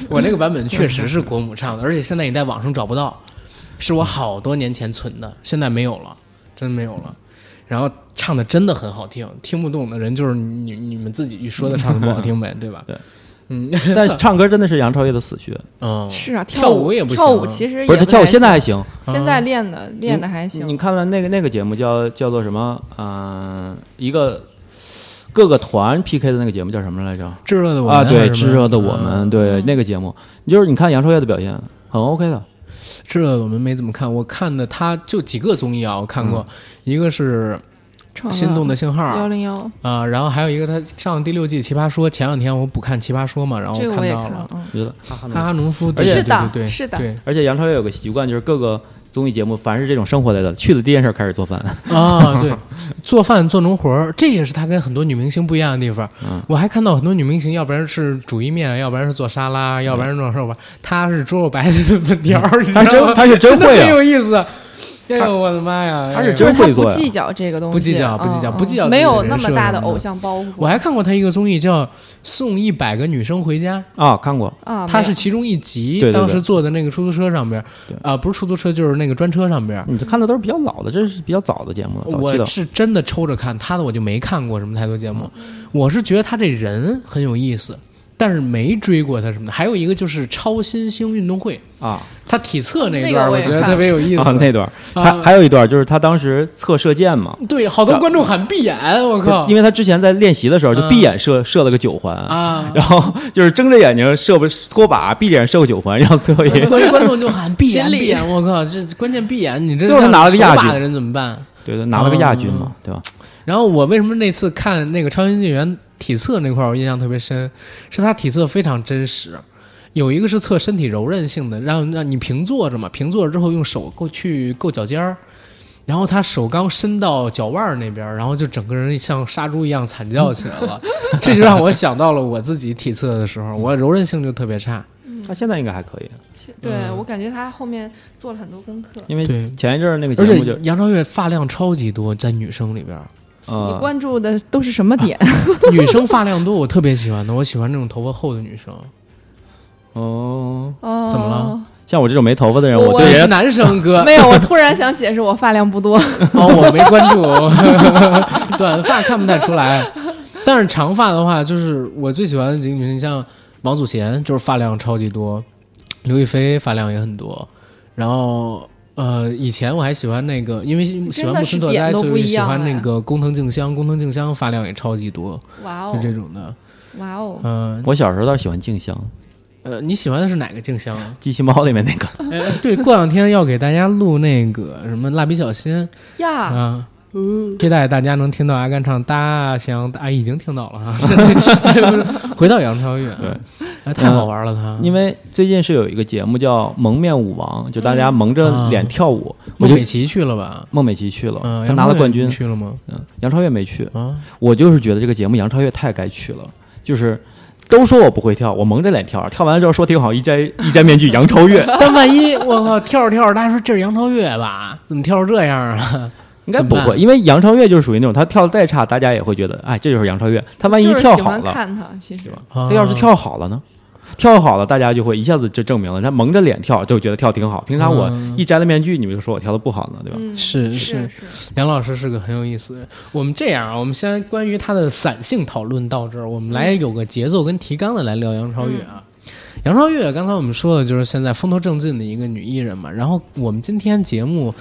Speaker 2: 我那个版本确实是国母唱的，而且现在你在网上找不到，是我好多年前存的，现在没有了，真没有了。然后唱的真的很好听，听不懂的人就是你你们自己说的唱的不好听呗，对吧？
Speaker 4: 对，
Speaker 2: 嗯，
Speaker 4: 但是唱歌真的是杨超越的死穴，
Speaker 2: 嗯，
Speaker 3: 是啊，
Speaker 2: 跳
Speaker 3: 舞
Speaker 2: 也不行
Speaker 3: 跳舞其实
Speaker 4: 不是他
Speaker 3: 也
Speaker 4: 跳舞
Speaker 3: 太
Speaker 4: 现在还嗯
Speaker 3: 行
Speaker 4: 行，
Speaker 3: 现在练的练的还
Speaker 4: 你
Speaker 3: 行，
Speaker 4: 看了那个那个节目叫叫做什么？嗯，一个各个团 PK 的那个节目叫什么来着？
Speaker 2: 炙热的我们
Speaker 4: 啊，对，
Speaker 2: 还是什
Speaker 4: 炙
Speaker 2: 么
Speaker 4: 热的我们，
Speaker 2: 嗯
Speaker 4: 对那个节目，你就是你看杨超越的表现很 OK 的，
Speaker 2: 炙热的我们没怎么看，我看的他就几个综艺啊，我看
Speaker 4: 嗯
Speaker 2: 过，一个是《心动的信号》
Speaker 3: 幺
Speaker 2: 啊、
Speaker 3: 零幺，
Speaker 2: 然后还有一个他上第六季《奇葩说》，前两天我补看《奇葩说》嘛，然后
Speaker 3: 这个我
Speaker 2: 看
Speaker 3: 也
Speaker 2: 到
Speaker 3: 看了
Speaker 2: 了，，
Speaker 3: 嗯，
Speaker 4: 我觉得。
Speaker 2: 哈哈农夫，对
Speaker 4: 而且
Speaker 2: 对
Speaker 3: 是的
Speaker 2: 对对
Speaker 3: 是的
Speaker 2: 对
Speaker 4: 而且杨超越有个习惯，就是各个综艺节目凡是这种生活类的，去的第一件事开始做饭。
Speaker 2: 啊， 对，做饭做农活儿，这也是他跟很多女明星不一样的地方。
Speaker 4: 嗯
Speaker 2: 我还看到很多女明星，要不然是煮意面，要不然是做沙拉，
Speaker 4: 嗯
Speaker 2: 要不然是弄肉吧，他是猪肉白菜炖粉条儿，你知道
Speaker 4: 他
Speaker 2: 吗
Speaker 4: 是真他是真
Speaker 2: 真的
Speaker 4: 会
Speaker 2: 很
Speaker 4: 啊，
Speaker 2: 有意思。哎呦我的妈呀！
Speaker 4: 他是
Speaker 2: 哎呦
Speaker 4: 真
Speaker 3: 就是他
Speaker 4: 会做
Speaker 3: 不
Speaker 4: 呀
Speaker 3: 计较这个东西，
Speaker 2: 不计较不计较
Speaker 3: 嗯
Speaker 2: 不计较
Speaker 3: 嗯
Speaker 2: 自己
Speaker 3: 没有
Speaker 2: 的
Speaker 3: 那
Speaker 2: 人
Speaker 3: 么
Speaker 2: 设
Speaker 3: 大
Speaker 2: 什
Speaker 3: 的
Speaker 2: 么
Speaker 3: 偶
Speaker 2: 的
Speaker 3: 像包袱。
Speaker 2: 我还看过他一个综艺叫《送一百个女生回家》，
Speaker 4: 啊，看过
Speaker 3: 啊，
Speaker 2: 他
Speaker 3: 没
Speaker 2: 是
Speaker 3: 有
Speaker 2: 其中一集，
Speaker 4: 对对对
Speaker 2: 当时坐的那个出租车上边儿
Speaker 4: 对，
Speaker 2: 啊、不是出租车就是那个专车上边儿。
Speaker 4: 你这看的都是比较老的，这是比较早的节目了，早期
Speaker 2: 我
Speaker 4: 的。
Speaker 2: 是真的抽着看他的，我就没看过什么太多节目。
Speaker 3: 嗯
Speaker 2: 我是觉得他这人很有意思，但是没追过他什么的。还有一个就是超新星运动会，
Speaker 4: 啊
Speaker 2: 他体测那
Speaker 3: 那
Speaker 2: 段儿，
Speaker 3: 个我
Speaker 2: 我
Speaker 3: 也
Speaker 2: 觉得
Speaker 3: 看
Speaker 2: 特别有意思。
Speaker 4: 啊那段儿，
Speaker 2: 啊
Speaker 4: 还还有一段儿就是他当时测射箭嘛，
Speaker 2: 对，好多观众喊闭眼，我靠！嗯
Speaker 4: 因为他之前在练习的时候就闭眼射射了个九环，
Speaker 2: 啊，
Speaker 4: 然后就是睁着眼睛射不脱靶，闭着眼射个九环，然后最 后也
Speaker 2: 观啊观众就喊闭眼
Speaker 3: 心里
Speaker 2: 闭眼，我靠！这关键闭眼，你这
Speaker 4: 最后他拿了个亚
Speaker 2: 手把
Speaker 4: 军
Speaker 2: 的人怎么办？
Speaker 4: 对对拿了个亚军
Speaker 2: 嗯
Speaker 4: 嘛，对吧？
Speaker 2: 然后我为什么那次看那个超新星员体测那块儿，我印象特别深，是他体测非常真实。有一个是测身体柔韧性的，让让你平坐着嘛，平坐着之后用手够去够脚尖儿，然后他手刚伸到脚腕儿那边儿，然后就整个人像杀猪一样惨叫起来 了。这就让我想到了我自己体测的时候，我柔韧性就特别差。
Speaker 3: 嗯
Speaker 4: 他现在应该还可以，
Speaker 3: 对
Speaker 2: 嗯
Speaker 3: 我感觉他后面做了很多功课。
Speaker 4: 因为
Speaker 2: 对
Speaker 4: 前一阵儿那个节
Speaker 2: 而且
Speaker 4: 目就
Speaker 2: 杨超越发量超级多，在女生里边儿，
Speaker 3: 你
Speaker 2: 啊
Speaker 4: 呃
Speaker 3: 关注的都是什么点？
Speaker 2: 女生发量多我特别喜欢的，我喜欢那种头发厚的女生。
Speaker 4: 哦，
Speaker 3: 哦，
Speaker 2: 怎么了？
Speaker 4: 像我这种没头发的人，
Speaker 3: 我
Speaker 4: 我
Speaker 3: 我
Speaker 4: 对
Speaker 2: 也
Speaker 3: 也
Speaker 2: 是
Speaker 4: 人
Speaker 2: 男生哥，
Speaker 3: 没有，我突然想解释，我发量 不多。
Speaker 2: 哦， 我没关注，短发看不太出来，但是长发的话，就是我最喜欢的几个女生，像王祖贤，就是发量超级多，刘亦菲发量也很多，然后。呃，以前我还喜欢那个，因为喜欢木村拓哉，
Speaker 3: 真的是点都
Speaker 2: 就
Speaker 3: 不
Speaker 2: 是
Speaker 3: 一
Speaker 2: 喜
Speaker 3: 样
Speaker 2: 欢那
Speaker 3: 哎
Speaker 2: 个工藤静香，工藤静香发量也超级多，
Speaker 3: 哇
Speaker 2: 就
Speaker 3: 哦，
Speaker 2: 这种的。
Speaker 3: 哇哦，
Speaker 2: 嗯、
Speaker 4: 我小时候倒是喜欢静香，
Speaker 2: 呃，你喜欢的是哪个静香啊？
Speaker 4: 机器猫里面那个，
Speaker 2: 哎，对，过两天要给大家录那个什么蜡笔小新
Speaker 3: 呀，
Speaker 2: 啊，
Speaker 3: 嗯，
Speaker 2: 期待大家能听到阿甘唱《大象大》，哎，已经听到了 哈、哎不是回到杨超越，
Speaker 4: 对，嗯
Speaker 2: 哎，太好玩了他，
Speaker 4: 因为最近是有一个节目叫《蒙面舞王》，就大家
Speaker 2: 嗯
Speaker 4: 蒙
Speaker 2: 啊
Speaker 4: 着脸跳舞。我
Speaker 2: 孟
Speaker 4: 就
Speaker 2: 美岐去了吧？
Speaker 4: 孟美岐去了，
Speaker 2: 嗯、
Speaker 4: 她拿了冠
Speaker 2: 杨
Speaker 4: 军
Speaker 2: 超。越去了吗？
Speaker 4: 嗯，杨超越没去。
Speaker 2: 啊，
Speaker 4: 我就是觉得这个节目杨超越太该去了，就是都说我不会跳，我蒙着脸跳，跳完了之后说挺好，一摘一摘面具，杨 超越
Speaker 2: 但万一我靠跳着跳着，大家说这是杨超越吧？怎么跳成这样啊？
Speaker 4: 应该不
Speaker 2: 怎么
Speaker 4: 会，
Speaker 2: 办
Speaker 4: 因为杨超越就是属于那种他跳的再差，大家也会觉得哎，这就是杨超越。他万一
Speaker 3: 就是
Speaker 4: 跳
Speaker 3: 喜
Speaker 4: 好
Speaker 3: 欢
Speaker 4: 了，
Speaker 3: 看他，其实
Speaker 2: 啊
Speaker 4: 他要是跳好了呢？跳好了，大家就会一下子就证明了，他蒙着脸跳就觉得跳挺好。平常我
Speaker 2: 嗯
Speaker 4: 一摘了面具，你们就说我跳的不好呢，对吧？
Speaker 3: 嗯
Speaker 2: 是
Speaker 3: 是
Speaker 2: 是，梁老师是个很有意思的人。我们这样啊，我们先关于他的散性讨论到这儿，我们来有个节奏跟提纲的来聊杨超越啊。杨超越，刚才我们说的就是现在风头正劲的一个女艺人嘛。然后我们今天节目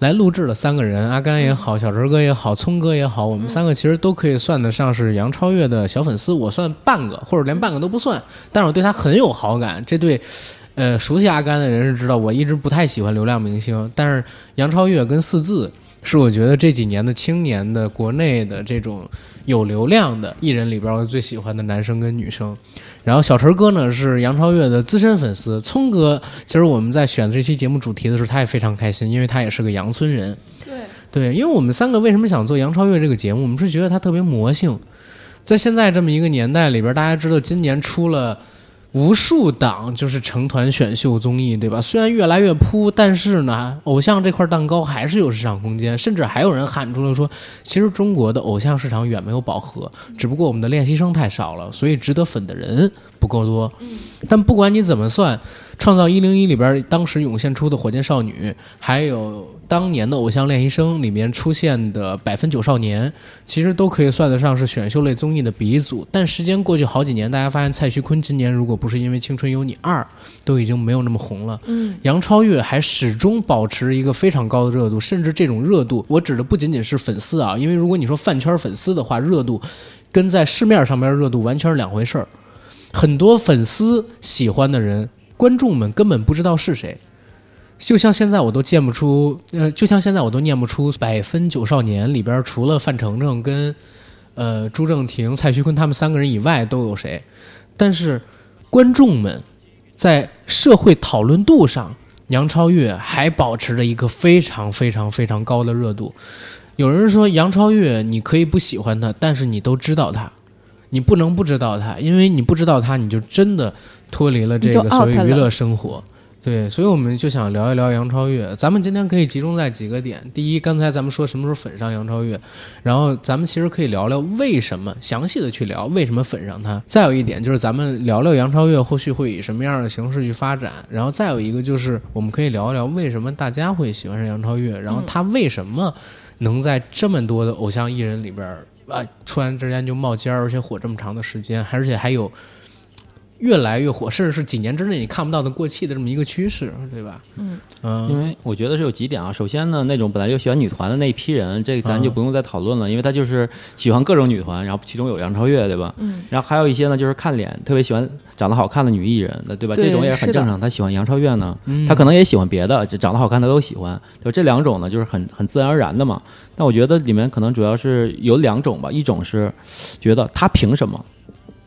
Speaker 2: 来录制了三个人，阿甘也好，小陈哥也好，聪哥也好，我们三个其实都可以算得上是杨超越的小粉丝。我算半个，或者连半个都不算，但是我对她很有好感。这对，呃，熟悉阿甘的人是知道，我一直不太喜欢流量明星，但是杨超越跟四字是我觉得这几年的青年的国内的这种有流量的艺人里边，我最喜欢的男生跟女生。然后小陈哥呢是杨超越的资深粉丝，聪哥其实我们在选这期节目主题的时候，他也非常开心，因为他也是个阳村人。
Speaker 3: 对，
Speaker 2: 对，因为我们三个为什么想做杨超越这个节目，我们是觉得她特别魔性，在现在这么一个年代里边，大家知道今年出了无数档就是成团选秀综艺，对吧？虽然越来越扑，但是呢，偶像这块蛋糕还是有市场空间，甚至还有人喊出了说，其实中国的偶像市场远没有饱和，只不过我们的练习生太少了，所以值得粉的人不够多。但不管你怎么算，《创造一零一》里边当时涌现出的火箭少女，还有当年的《偶像练习生》里面出现的百分九少年，其实都可以算得上是选秀类综艺的鼻祖。但时间过去好几年，大家发现蔡徐坤今年如果不是因为《青春有你二》，都已经没有那么红了。
Speaker 3: 嗯，
Speaker 2: 杨超越还始终保持一个非常高的热度，甚至这种热度，我指的不仅仅是粉丝啊，因为如果你说饭圈粉丝的话，热度跟在市面上面热度完全是两回事儿。很多粉丝喜欢的人，观众们根本不知道是谁。就像现在我都见不出，呃，就像现在我都念不出《百分九少年》里边除了范丞丞跟呃朱正廷、蔡徐坤他们三个人以外都有谁，但是观众们在社会讨论度上，杨超越还保持着一个非常非常非常高的热度。有人说杨超越，你可以不喜欢她，但是你都知道她，你不能不知道她，因为你不知道她，你就真的脱离了这
Speaker 3: 你
Speaker 2: 个
Speaker 3: 就
Speaker 2: 所
Speaker 3: out
Speaker 2: 谓
Speaker 3: 了
Speaker 2: 娱乐生活。对，所以我们就想聊一聊杨超越。咱们今天可以集中在几个点：第一，刚才咱们说什么时候粉上杨超越，然后咱们其实可以聊聊为什么，详细的去聊为什么粉上他。再有一点就是咱们聊聊杨超越后续会以什么样的形式去发展，然后再有一个就是我们可以聊聊为什么大家会喜欢上杨超越，
Speaker 3: 嗯
Speaker 2: 然后他为什么能在这么多的偶像艺人里边儿啊，突然之间就冒尖儿，而且火这么长的时间，而且还有。越来越火，甚至是几年之内你看不到的过气的这么一个趋势，对吧？
Speaker 3: 嗯
Speaker 2: 嗯
Speaker 4: 因为我觉得是有几点啊。首先呢，那种本来就喜欢女团的那一批人，这咱
Speaker 2: 嗯
Speaker 4: 就不用再讨论了，因为他就是喜欢各种女团，然后其中有杨超越，对吧？
Speaker 3: 嗯。
Speaker 4: 然后还有一些呢，就是看脸，特别喜欢长得好看的女艺人，那对吧？
Speaker 3: 对
Speaker 4: 这种也很
Speaker 3: 是的
Speaker 4: 正常。他喜欢杨超越呢，
Speaker 2: 嗯
Speaker 4: 他可能也喜欢别的，这长得好看他都喜欢，对吧？这两种呢，就是很很自然而然的嘛。但我觉得里面可能主要是有两种吧，一种是觉得他凭什么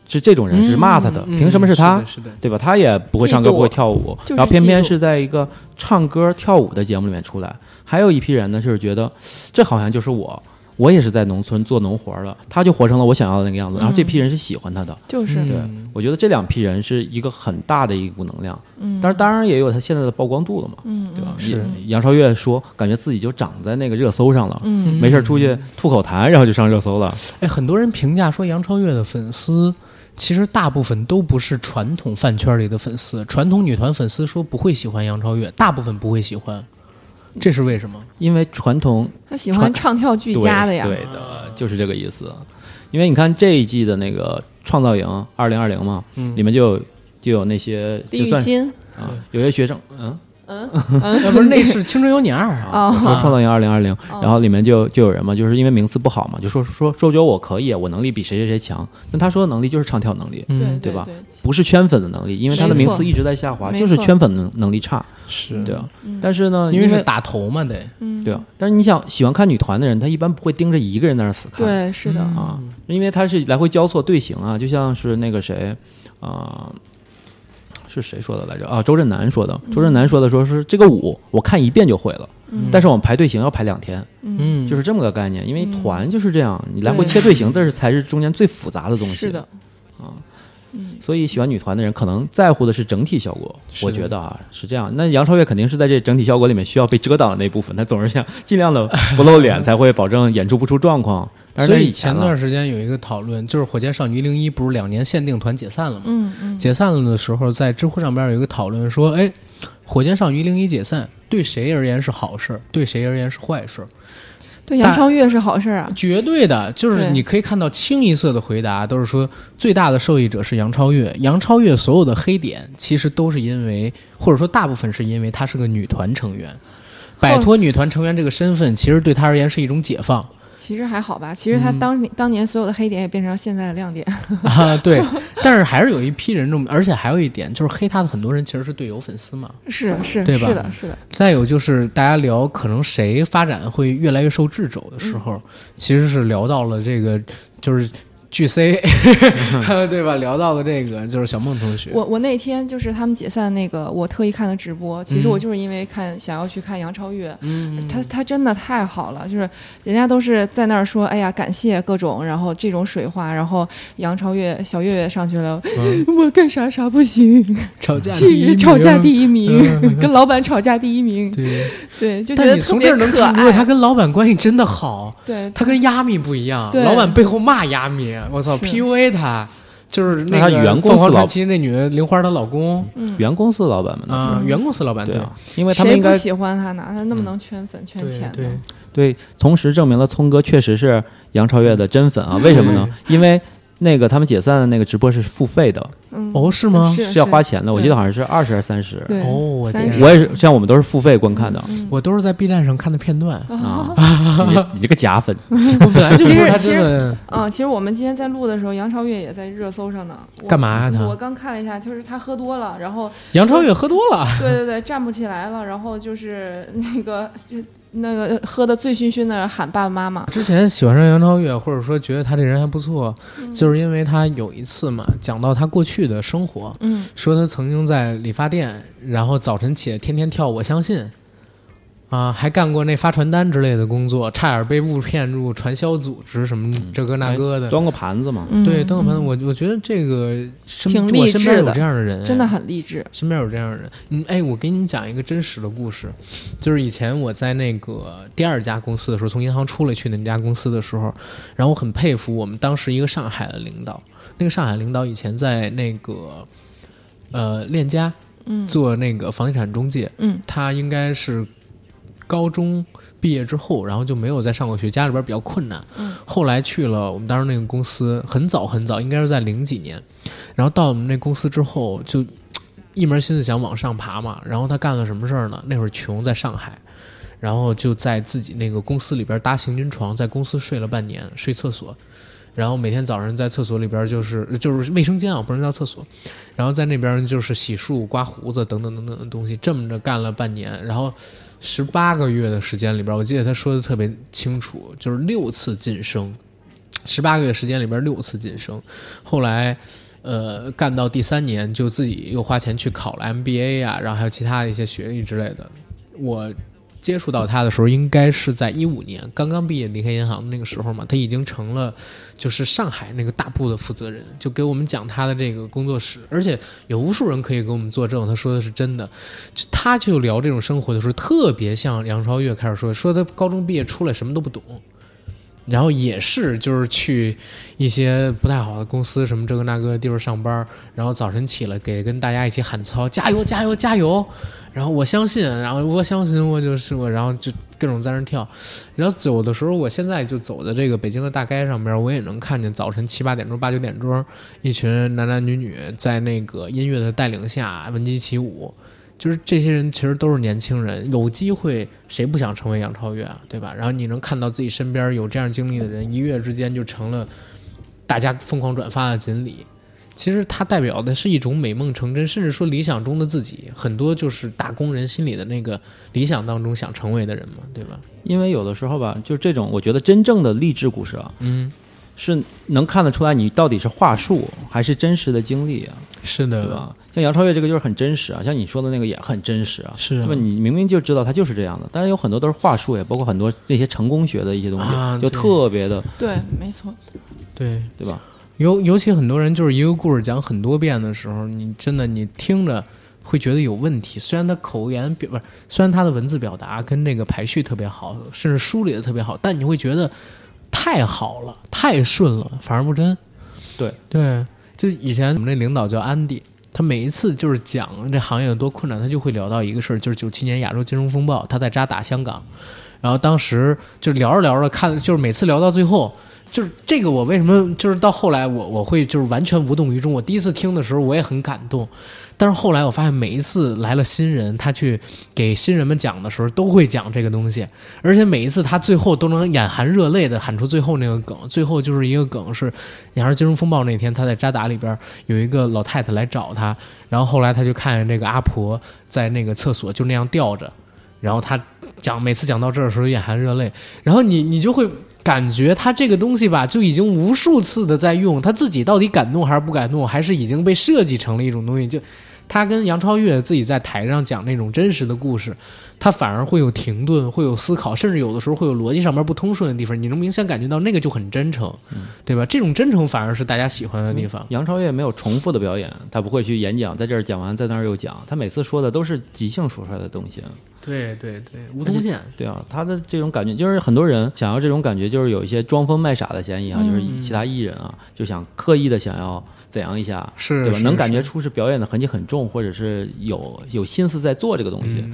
Speaker 4: 是这种人是骂他的，
Speaker 2: 嗯嗯
Speaker 4: 凭什么
Speaker 2: 是
Speaker 4: 他？
Speaker 2: 的是的，
Speaker 4: 对吧？他也不会唱歌，
Speaker 3: 嫉妒
Speaker 4: 不会跳舞，
Speaker 3: 就是
Speaker 4: 然后偏偏
Speaker 3: 嫉妒
Speaker 4: 是在一个唱歌跳舞的节目里面出来。还有一批人呢，就是觉得这好像就是我，我也是在农村做农活儿的，他就活成了我想要的那个样子。然后这批人是喜欢他的，
Speaker 3: 就是
Speaker 4: 对
Speaker 2: 嗯
Speaker 4: 我觉得这两批人是一个很大的一股能量。
Speaker 3: 嗯
Speaker 4: 但是当然也有他现在的曝光度了嘛，
Speaker 3: 嗯，
Speaker 4: 对吧？
Speaker 2: 是
Speaker 4: 也杨超越说，感觉自己就长在那个热搜上了。
Speaker 3: 嗯，
Speaker 4: 没事儿出去吐口痰，然后就上热搜了。
Speaker 2: 哎，很多人评价说杨超越的粉丝，其实大部分都不是传统饭圈里的粉丝。传统女团粉丝说不会喜欢杨超越，大部分不会喜欢，这是为什 么？
Speaker 4: 因为传统
Speaker 3: 他喜欢唱跳俱
Speaker 4: 对
Speaker 3: 佳的呀，
Speaker 4: 对的，就是这个意思。因为你看这一季的那个创造营二零二零嘛，
Speaker 2: 嗯
Speaker 4: 里面就有就有那些
Speaker 3: 李
Speaker 4: 就
Speaker 3: 雨
Speaker 4: 算 是
Speaker 3: 欣，
Speaker 4: 啊，有些学生，嗯，
Speaker 3: 嗯，
Speaker 2: 那不是那是《青春有你二》啊？
Speaker 3: 哦，
Speaker 4: 说创造营二零二零，
Speaker 3: 哦
Speaker 4: 然后里面就就有人嘛，就是因为名次不好嘛，就说说说觉得我可以，啊我能力比谁谁谁强。那他说的能力就是唱跳能力，
Speaker 3: 对
Speaker 2: 嗯，
Speaker 4: 对吧
Speaker 3: 对，
Speaker 4: 不是圈粉的能力，因为他的
Speaker 3: 没
Speaker 4: 名
Speaker 3: 错
Speaker 4: 次一直在下滑，
Speaker 3: 没
Speaker 4: 就是
Speaker 3: 错
Speaker 4: 圈粉能能力差，
Speaker 2: 是
Speaker 4: 对啊。
Speaker 3: 嗯
Speaker 4: 但是呢，
Speaker 2: 因
Speaker 4: 因
Speaker 2: 为是打头嘛，得
Speaker 3: 嗯，
Speaker 4: 对啊，但是你想喜欢看女团的人，他一般不会盯着一个人在那儿死看，
Speaker 3: 对，是
Speaker 2: 嗯
Speaker 3: 的，
Speaker 4: 啊，因为它是来回交错队形啊，就像是那个谁，啊、是谁说的来着？啊，周震南说的。周震南说的说是这个舞我看一遍就会了，
Speaker 3: 嗯
Speaker 4: 但是我们排队形要排两天，
Speaker 3: 嗯，
Speaker 2: 嗯，
Speaker 4: 就是这么个概念。因为
Speaker 3: 嗯
Speaker 4: 团就是这样，你来回
Speaker 3: 对
Speaker 4: 切队形，这是才是中间最复杂的东西。
Speaker 3: 是的，
Speaker 4: 所以喜欢女团的人可能在乎的是整体效果，
Speaker 2: 是
Speaker 4: 我觉得啊是这样。那杨超越肯定是在这整体效果里面需要被遮挡的那部分，他总是想尽量的不 露脸，才会保证演出不出状况。但是
Speaker 2: 所
Speaker 4: 那
Speaker 2: 以
Speaker 4: 前
Speaker 2: 前
Speaker 4: 了
Speaker 2: 段时间有一个讨论，就是火箭少女一零一不是两年限定团解散了吗？
Speaker 3: 嗯嗯，
Speaker 2: 解散了的时候，在知乎上边有一个讨论说，哎，火箭少女一零一解散对谁而言是好事儿，对谁而言是坏事儿？但
Speaker 3: 对，杨超越是好事儿啊，
Speaker 2: 绝对的，就是
Speaker 3: 对
Speaker 2: 你可以看到清一色的回答都是说最大的受益者是杨超越。杨超越所有的黑点，其实都是因为，或者说大部分是因为她是个女团成员，摆脱女团成员这个身份，其实对她而言是一种解放
Speaker 3: 其实还好吧，其实他当年、当年所有的黑点也变成了现在的亮点，
Speaker 2: 啊。对，但是还是有一批人这么，而且还有一点就是黑她的很多人其实是队友粉丝嘛。
Speaker 3: 是是
Speaker 2: 对吧
Speaker 3: 是的，是的，
Speaker 2: 再有就是大家聊可能谁发展会越来越受制肘的时
Speaker 3: 嗯
Speaker 2: 候，其实是聊到了这个就是。巨 C，对吧？聊到了这个就是小梦同学，
Speaker 3: 我我那天就是他们解散那个，我特意看的直播，其实
Speaker 2: 嗯
Speaker 3: 我就是因为看想要去看杨超越，
Speaker 2: 嗯，
Speaker 3: 他他真的太好了，就是人家都是在那儿说，哎呀，感谢各种，然后这种水话，然后杨超越、小岳岳上去了，
Speaker 2: 嗯
Speaker 3: 我干啥啥不行，
Speaker 2: 吵架第一名嗯
Speaker 3: 去吵架第一名，跟老板吵架第一名，
Speaker 2: 对，
Speaker 3: 对，就觉
Speaker 2: 但
Speaker 3: 得
Speaker 2: 你
Speaker 3: 特
Speaker 2: 从这
Speaker 3: 别
Speaker 2: 儿能
Speaker 3: 可
Speaker 2: 看出来，他
Speaker 3: 爱。
Speaker 2: 跟老板关系真的好，
Speaker 3: 对，
Speaker 2: 他跟亚米不一样，
Speaker 3: 对
Speaker 2: 老板背后骂亚米，我操
Speaker 3: 是
Speaker 2: ，PUA 他，就是
Speaker 4: 那他
Speaker 2: 个
Speaker 4: 原公司
Speaker 2: 凤凰
Speaker 4: 老
Speaker 2: 传奇那女的玲花她老公
Speaker 3: 嗯
Speaker 4: 原公司老板们那是。
Speaker 2: 啊，原公司老板
Speaker 4: 对
Speaker 2: 对
Speaker 4: 啊，因为他们
Speaker 3: 谁
Speaker 4: 应
Speaker 3: 不
Speaker 4: 该
Speaker 3: 喜欢他呢？他那么能圈粉、圈
Speaker 2: 嗯对
Speaker 3: 钱
Speaker 2: 对
Speaker 3: 呢？，
Speaker 4: 对，同时证明了聪哥确实是杨超越的真粉啊？为什么呢？因为那个他们解散的那个直播是付费的，
Speaker 3: 嗯，
Speaker 2: 哦是吗？
Speaker 3: 是
Speaker 4: 是要花钱的。我记
Speaker 3: 对
Speaker 4: 得好像是二十还是三十。
Speaker 3: 对
Speaker 2: 哦，我
Speaker 3: 三
Speaker 2: 天
Speaker 3: 十，嗯
Speaker 4: 我也是，像我们都是付费观看的
Speaker 2: 我都是在 B 站上看的片段，
Speaker 4: 啊。你你这个假粉，
Speaker 2: 我本来就
Speaker 3: 其实
Speaker 2: 不是他
Speaker 3: 其
Speaker 2: 真
Speaker 3: 实
Speaker 2: 的
Speaker 3: 啊，其实我们今天在录的时候，杨超越也在热搜上呢。我嗯
Speaker 2: 干
Speaker 4: 啊
Speaker 2: 嘛呀他
Speaker 3: 我刚看了一下，就是他喝多了，然后
Speaker 2: 杨超越喝多了，
Speaker 3: 对对对，站不起来了，然后就是 那个就那个喝的醉醺醺的喊爸爸妈妈。
Speaker 2: 之前喜欢上杨超越，或者说觉得他这人还不错，
Speaker 3: 嗯
Speaker 2: 就是因为他有一次嘛，讲到他过去的生活，
Speaker 3: 嗯，
Speaker 2: 说他曾经在理发店，然后早晨起来天天跳《我相信》，啊，还干过那发传单之类的工作，差点被误骗入传销组织什么这个那个的。
Speaker 4: 端个盘子嘛。
Speaker 3: 嗯
Speaker 2: 对，邓小平，我我觉得这个身
Speaker 3: 挺
Speaker 2: 我
Speaker 3: 励
Speaker 2: 身
Speaker 3: 志
Speaker 2: 边有
Speaker 3: 的
Speaker 2: 这样的人，
Speaker 3: 真的很励志。
Speaker 2: 身边有这样的人。嗯，哎，我给你们讲一个真实的故事，就是以前我在那个第二家公司的时候，从银行出来去那家公司的时候，然后我很佩服我们当时一个上海的领导，那个上海领导以前在那个呃链家，
Speaker 3: 嗯
Speaker 2: 做那个房地产中介，
Speaker 3: 嗯，
Speaker 2: 他应该是高中毕业之后，然后就没有再上过学，家里边比较困难，
Speaker 3: 嗯，
Speaker 2: 后来去了我们当时那个公司，很早很早，应该是在零几年，然后到我们那公司之后，就一门心思想往上爬嘛，然后他干了什么事儿呢？那会儿穷，在上海。然后就在自己那个公司里边搭行军床，在公司睡了半年，睡厕所，然后每天早上在厕所里边就是就是卫生间啊，不能叫厕所，然后在那边就是洗漱、刮胡子等等等等的东西，这么着干了半年，然后十八个月的时间里边，我记得他说的特别清楚，就是六次晋升，十八个月时间里边六次晋升，后来。呃，干到第三年就自己又花钱去考了 MBA 啊，然后还有其他的一些学历之类的。我接触到他的时候，应该是在一五年，刚刚毕业离开银行的那个时候嘛，他已经成了就是上海那个大部的负责人，就给我们讲他的这个工作室，而且有无数人可以给我们作证，他说的是真的。就他就聊这种生活的时候，特别像杨超越开始说，说他高中毕业出来什么都不懂，然后也是就是去一些不太好的公司什么这个那个的地方上班，然后早晨起来给跟大家一起喊操，加油加油加油，然后我相信，然后我相信我就是我，然后就各种在那儿跳。然后走的时候，我现在就走的这个北京的大街上边，我也能看见早晨七八点钟、八九点钟，一群男男女女在那个音乐的带领下闻鸡起舞，就是这些人其实都是年轻人，有机会谁不想成为杨超越啊，对吧？然后你能看到自己身边有这样经历的人，一跃之间就成了大家疯狂转发的锦鲤。其实它代表的是一种美梦成真，甚至说理想中的自己，很多就是打工人心里的那个理想当中想成为的人嘛，对吧？
Speaker 4: 因为有的时候吧，就这种我觉得真正的励志故事啊，
Speaker 2: 嗯，
Speaker 4: 是能看得出来你到底是话术还是真实的经历啊，
Speaker 2: 是
Speaker 4: 对
Speaker 2: 的，
Speaker 4: 吧？像杨超越这个就是很真实啊，像你说的那个也很真实啊，
Speaker 2: 是啊
Speaker 4: 对吧？你明明就知道他就是这样的，但是有很多都是话术，也包括很多那些成功学的一些东西，
Speaker 2: 啊
Speaker 4: 就
Speaker 2: 对
Speaker 4: 特别的，
Speaker 3: 对，没错，
Speaker 2: 对。
Speaker 4: 对吧？
Speaker 2: 尤尤其很多人就是一个故事讲很多遍的时候，你真的你听着会觉得有问题。虽然他口言表不是，虽然他的文字表达跟那个排序特别好，甚至梳理的特别好，但你会觉得太好了，太顺了，反而不真。
Speaker 4: 对
Speaker 2: 对，就以前我们那领导叫安迪。他每一次就是讲这行业有多困难，他就会聊到一个事儿，就是九七年亚洲金融风暴，他在渣打香港，然后当时就聊着聊着看，就是每次聊到最后，就是这个我为什么就是到后来我我会就是完全无动于衷。我第一次听的时候我也很感动，但是后来我发现每一次来了新人，他去给新人们讲的时候都会讲这个东西，而且每一次他最后都能眼含热泪的喊出最后那个梗。最后就是一个梗是亚洲金融风暴那天他在渣打里边有一个老太太来找他，然后后来他就看见这个阿婆在那个厕所就那样吊着，然后他讲每次讲到这儿的时候眼含热泪，然后你你就会感觉他这个东西吧，就已经无数次的在用，他自己到底感动还是不感动，还是已经被设计成了一种东西。就他跟杨超越自己在台上讲那种真实的故事，他反而会有停顿，会有思考，甚至有的时候会有逻辑上面不通顺的地方，你能明显感觉到那个就很真诚，对吧？这种真诚反而是大家喜欢的地方。
Speaker 4: 杨超越没有重复的表演，他不会去演讲，在这儿讲完，在那儿又讲，他每次说的都是即兴说出来的东西。
Speaker 2: 对对对，无痛线，
Speaker 4: 对啊，他的这种感觉就是很多人想要这种感觉，就是有一些装疯卖傻的嫌疑啊，
Speaker 3: 嗯
Speaker 4: 就是其他艺人啊，就想刻意的想要怎样一下，
Speaker 2: 是
Speaker 4: 对吧？
Speaker 2: 是
Speaker 4: 能感
Speaker 2: 是
Speaker 4: 觉出是表演的痕迹很重，或者是有有心思在做这个东
Speaker 2: 嗯
Speaker 4: 西，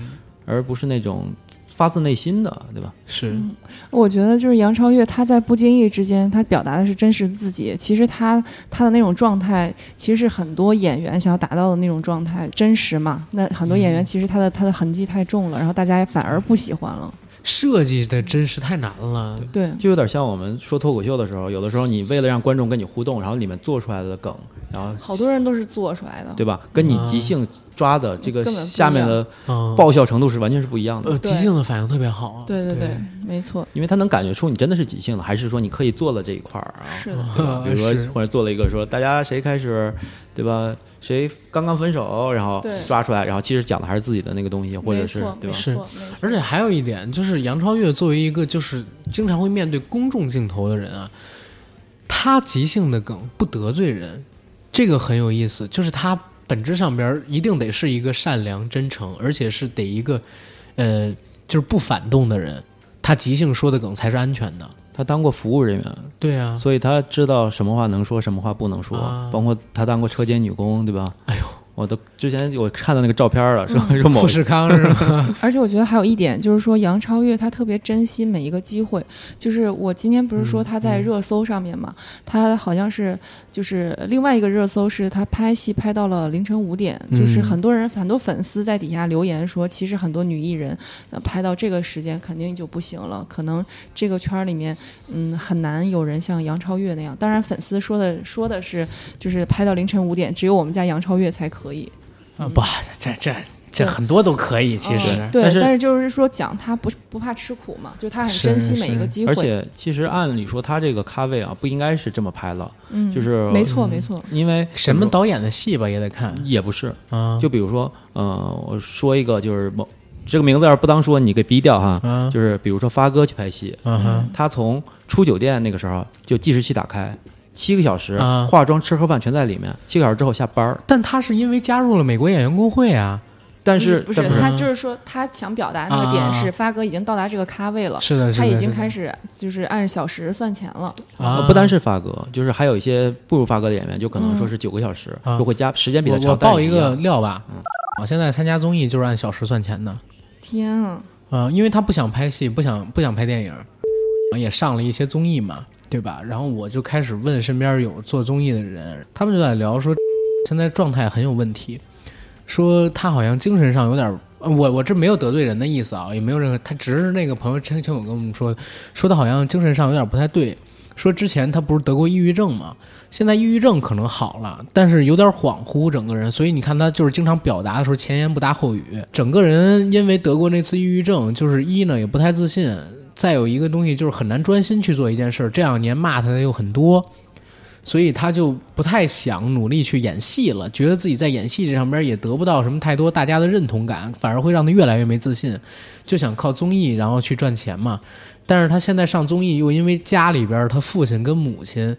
Speaker 4: 而不是那种发自内心的，对吧？
Speaker 2: 是
Speaker 3: 嗯我觉得就是杨超越，她在不经意之间，她表达的是真实的自己。其实她她的那种状态，其实是很多演员想要达到的那种状态，真实嘛。那很多演员其实她的她的痕迹太重了，然后大家反而不喜欢了。
Speaker 4: 嗯
Speaker 2: 设计的真实太难了。
Speaker 3: 对，
Speaker 4: 就有点像我们说脱口秀的时候，有的时候你为了让观众跟你互动，然后里面做出来的梗，然后
Speaker 3: 好多人都是做出来的。
Speaker 4: 对吧？跟你
Speaker 2: 啊
Speaker 4: 即兴抓的这个
Speaker 3: 根本不一
Speaker 4: 下面的
Speaker 2: 嗯，
Speaker 4: 爆笑程度是完全是不一样的。
Speaker 2: 呃，
Speaker 3: 对
Speaker 2: 即兴的反应特别好啊。
Speaker 3: 对对
Speaker 2: 对
Speaker 3: 对，
Speaker 4: 嗯
Speaker 3: 没错，
Speaker 4: 因为他能感觉出你真的是即兴的，还是说你刻意做了这一块儿啊？
Speaker 3: 是的。
Speaker 4: 对 吧比如说
Speaker 2: 是
Speaker 4: 或者做了一个说大家谁开始，对吧？谁刚刚分手，然后
Speaker 3: 对
Speaker 4: 抓出来，然后其实讲的还是自己的那个东西，或者是
Speaker 3: 没错
Speaker 4: 对吧？
Speaker 2: 是
Speaker 3: 没错没错
Speaker 2: 而且还有一点，就是杨超越作为一个就是经常会面对公众镜头的人啊，他即兴的梗不得罪人，这个很有意思。就是他本质上边儿一定得是一个善良、真诚，而且是得一个呃，就是不反动的人，他即兴说的梗才是安全的。
Speaker 4: 他当过服务人员，
Speaker 2: 对啊，
Speaker 4: 所以他知道什么话能说，什么话不能说，
Speaker 2: 啊
Speaker 4: 包括他当过车间女工，对吧？
Speaker 2: 哎呦，
Speaker 4: 我都之前我看到那个照片了，说、 说某
Speaker 2: 富士康是吧？
Speaker 3: 而且我觉得还有一点就是说，杨超越她特别珍惜每一个机会。就是我今天不是说她在热搜上面嘛，她好像是就是另外一个热搜是她拍戏拍到了凌晨五点，就是
Speaker 2: 嗯
Speaker 3: 很多人很多粉丝在底下留言说，其实很多女艺人、呃、拍到这个时间肯定就不行了，可能这个圈儿里面嗯很难有人像杨超越那样。当然，粉丝说的说的是就是拍到凌晨五点，只有我们家杨超越才可以。
Speaker 2: 啊不，这这这很多都可以，其实。
Speaker 3: 嗯对，
Speaker 4: 但是
Speaker 3: 就是说讲他不不怕吃苦嘛，就他很
Speaker 2: 是
Speaker 3: 珍惜每一个机会，
Speaker 4: 而且其实按理说他这个咖位啊，不应该是这么拍了，
Speaker 3: 嗯，
Speaker 4: 就是
Speaker 3: 没错没错，
Speaker 4: 因为
Speaker 2: 什么导演的戏吧也得看
Speaker 4: 也不是，
Speaker 2: 啊，
Speaker 4: 就比如说，呃，我说一个就是某这个名字要是不当说，你给逼掉哈。
Speaker 2: 啊
Speaker 4: 就是比如说发哥去拍戏，
Speaker 2: 嗯哼
Speaker 4: 他从出酒店那个时候就计时器打开，七个小时，
Speaker 2: 啊
Speaker 4: 化妆、吃、喝、饭全在里面。七个小时之后下班儿，
Speaker 2: 但他是因为加入了美国演员工会啊，
Speaker 4: 但
Speaker 3: 不
Speaker 4: 是
Speaker 3: 不
Speaker 4: 但
Speaker 3: 是
Speaker 2: 不是嗯
Speaker 3: 他就是说他想表达那个点
Speaker 2: 啊
Speaker 3: 是发哥已经到达这个咖位了，
Speaker 2: 是的，是的，
Speaker 3: 啊他已经
Speaker 2: 是的
Speaker 3: 开始就是按小时算钱了，
Speaker 2: 啊，
Speaker 4: 呃不单是发哥，就是还有一些不如发哥的演员，就可能说是九个小时，
Speaker 2: 啊
Speaker 4: 就会加时间比他
Speaker 2: 我
Speaker 4: 长。
Speaker 2: 我爆
Speaker 4: 但是
Speaker 2: 一
Speaker 4: 样
Speaker 2: 个料吧，我现在参加综艺就是按小时算钱的，
Speaker 3: 天啊，
Speaker 2: 呃，因为他不想拍戏，不想不想拍电影，也上了一些综艺嘛，对吧？然后我就开始问身边有做综艺的人，他们就在聊说，现在状态很有问题。说他好像精神上有点儿，呃我我这没有得罪人的意思啊，也没有任何，他只是那个朋友之前请我跟我们说，说他好像精神上有点不太对，说之前他不是得过抑郁症嘛，现在抑郁症可能好了，但是有点恍惚整个人，所以你看他就是经常表达的时候前言不搭后语，整个人因为得过那次抑郁症，就是一呢也不太自信，再有一个东西就是很难专心去做一件事儿，这两年骂他的又很多。所以他就不太想努力去演戏了，觉得自己在演戏这上边也得不到什么太多大家的认同感，反而会让他越来越没自信，就想靠综艺然后去赚钱嘛。但是他现在上综艺又因为家里边他父亲跟母亲，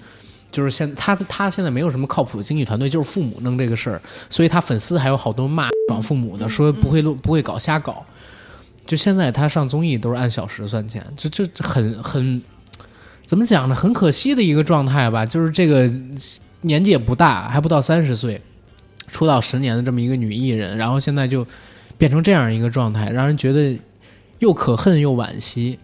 Speaker 2: 就是现他他现在没有什么靠谱的经纪团队，就是父母弄这个事儿，所以他粉丝还有好多骂爽父母的，说不会录不会搞瞎搞。就现在他上综艺都是按小时算钱，就就很很怎么讲呢？很可惜的一个状态吧，就是这个年纪也不大，还不到三十岁，出道十年的这么一个女艺人，然后现在就变成这样一个状态，让人觉得又可恨又惋惜。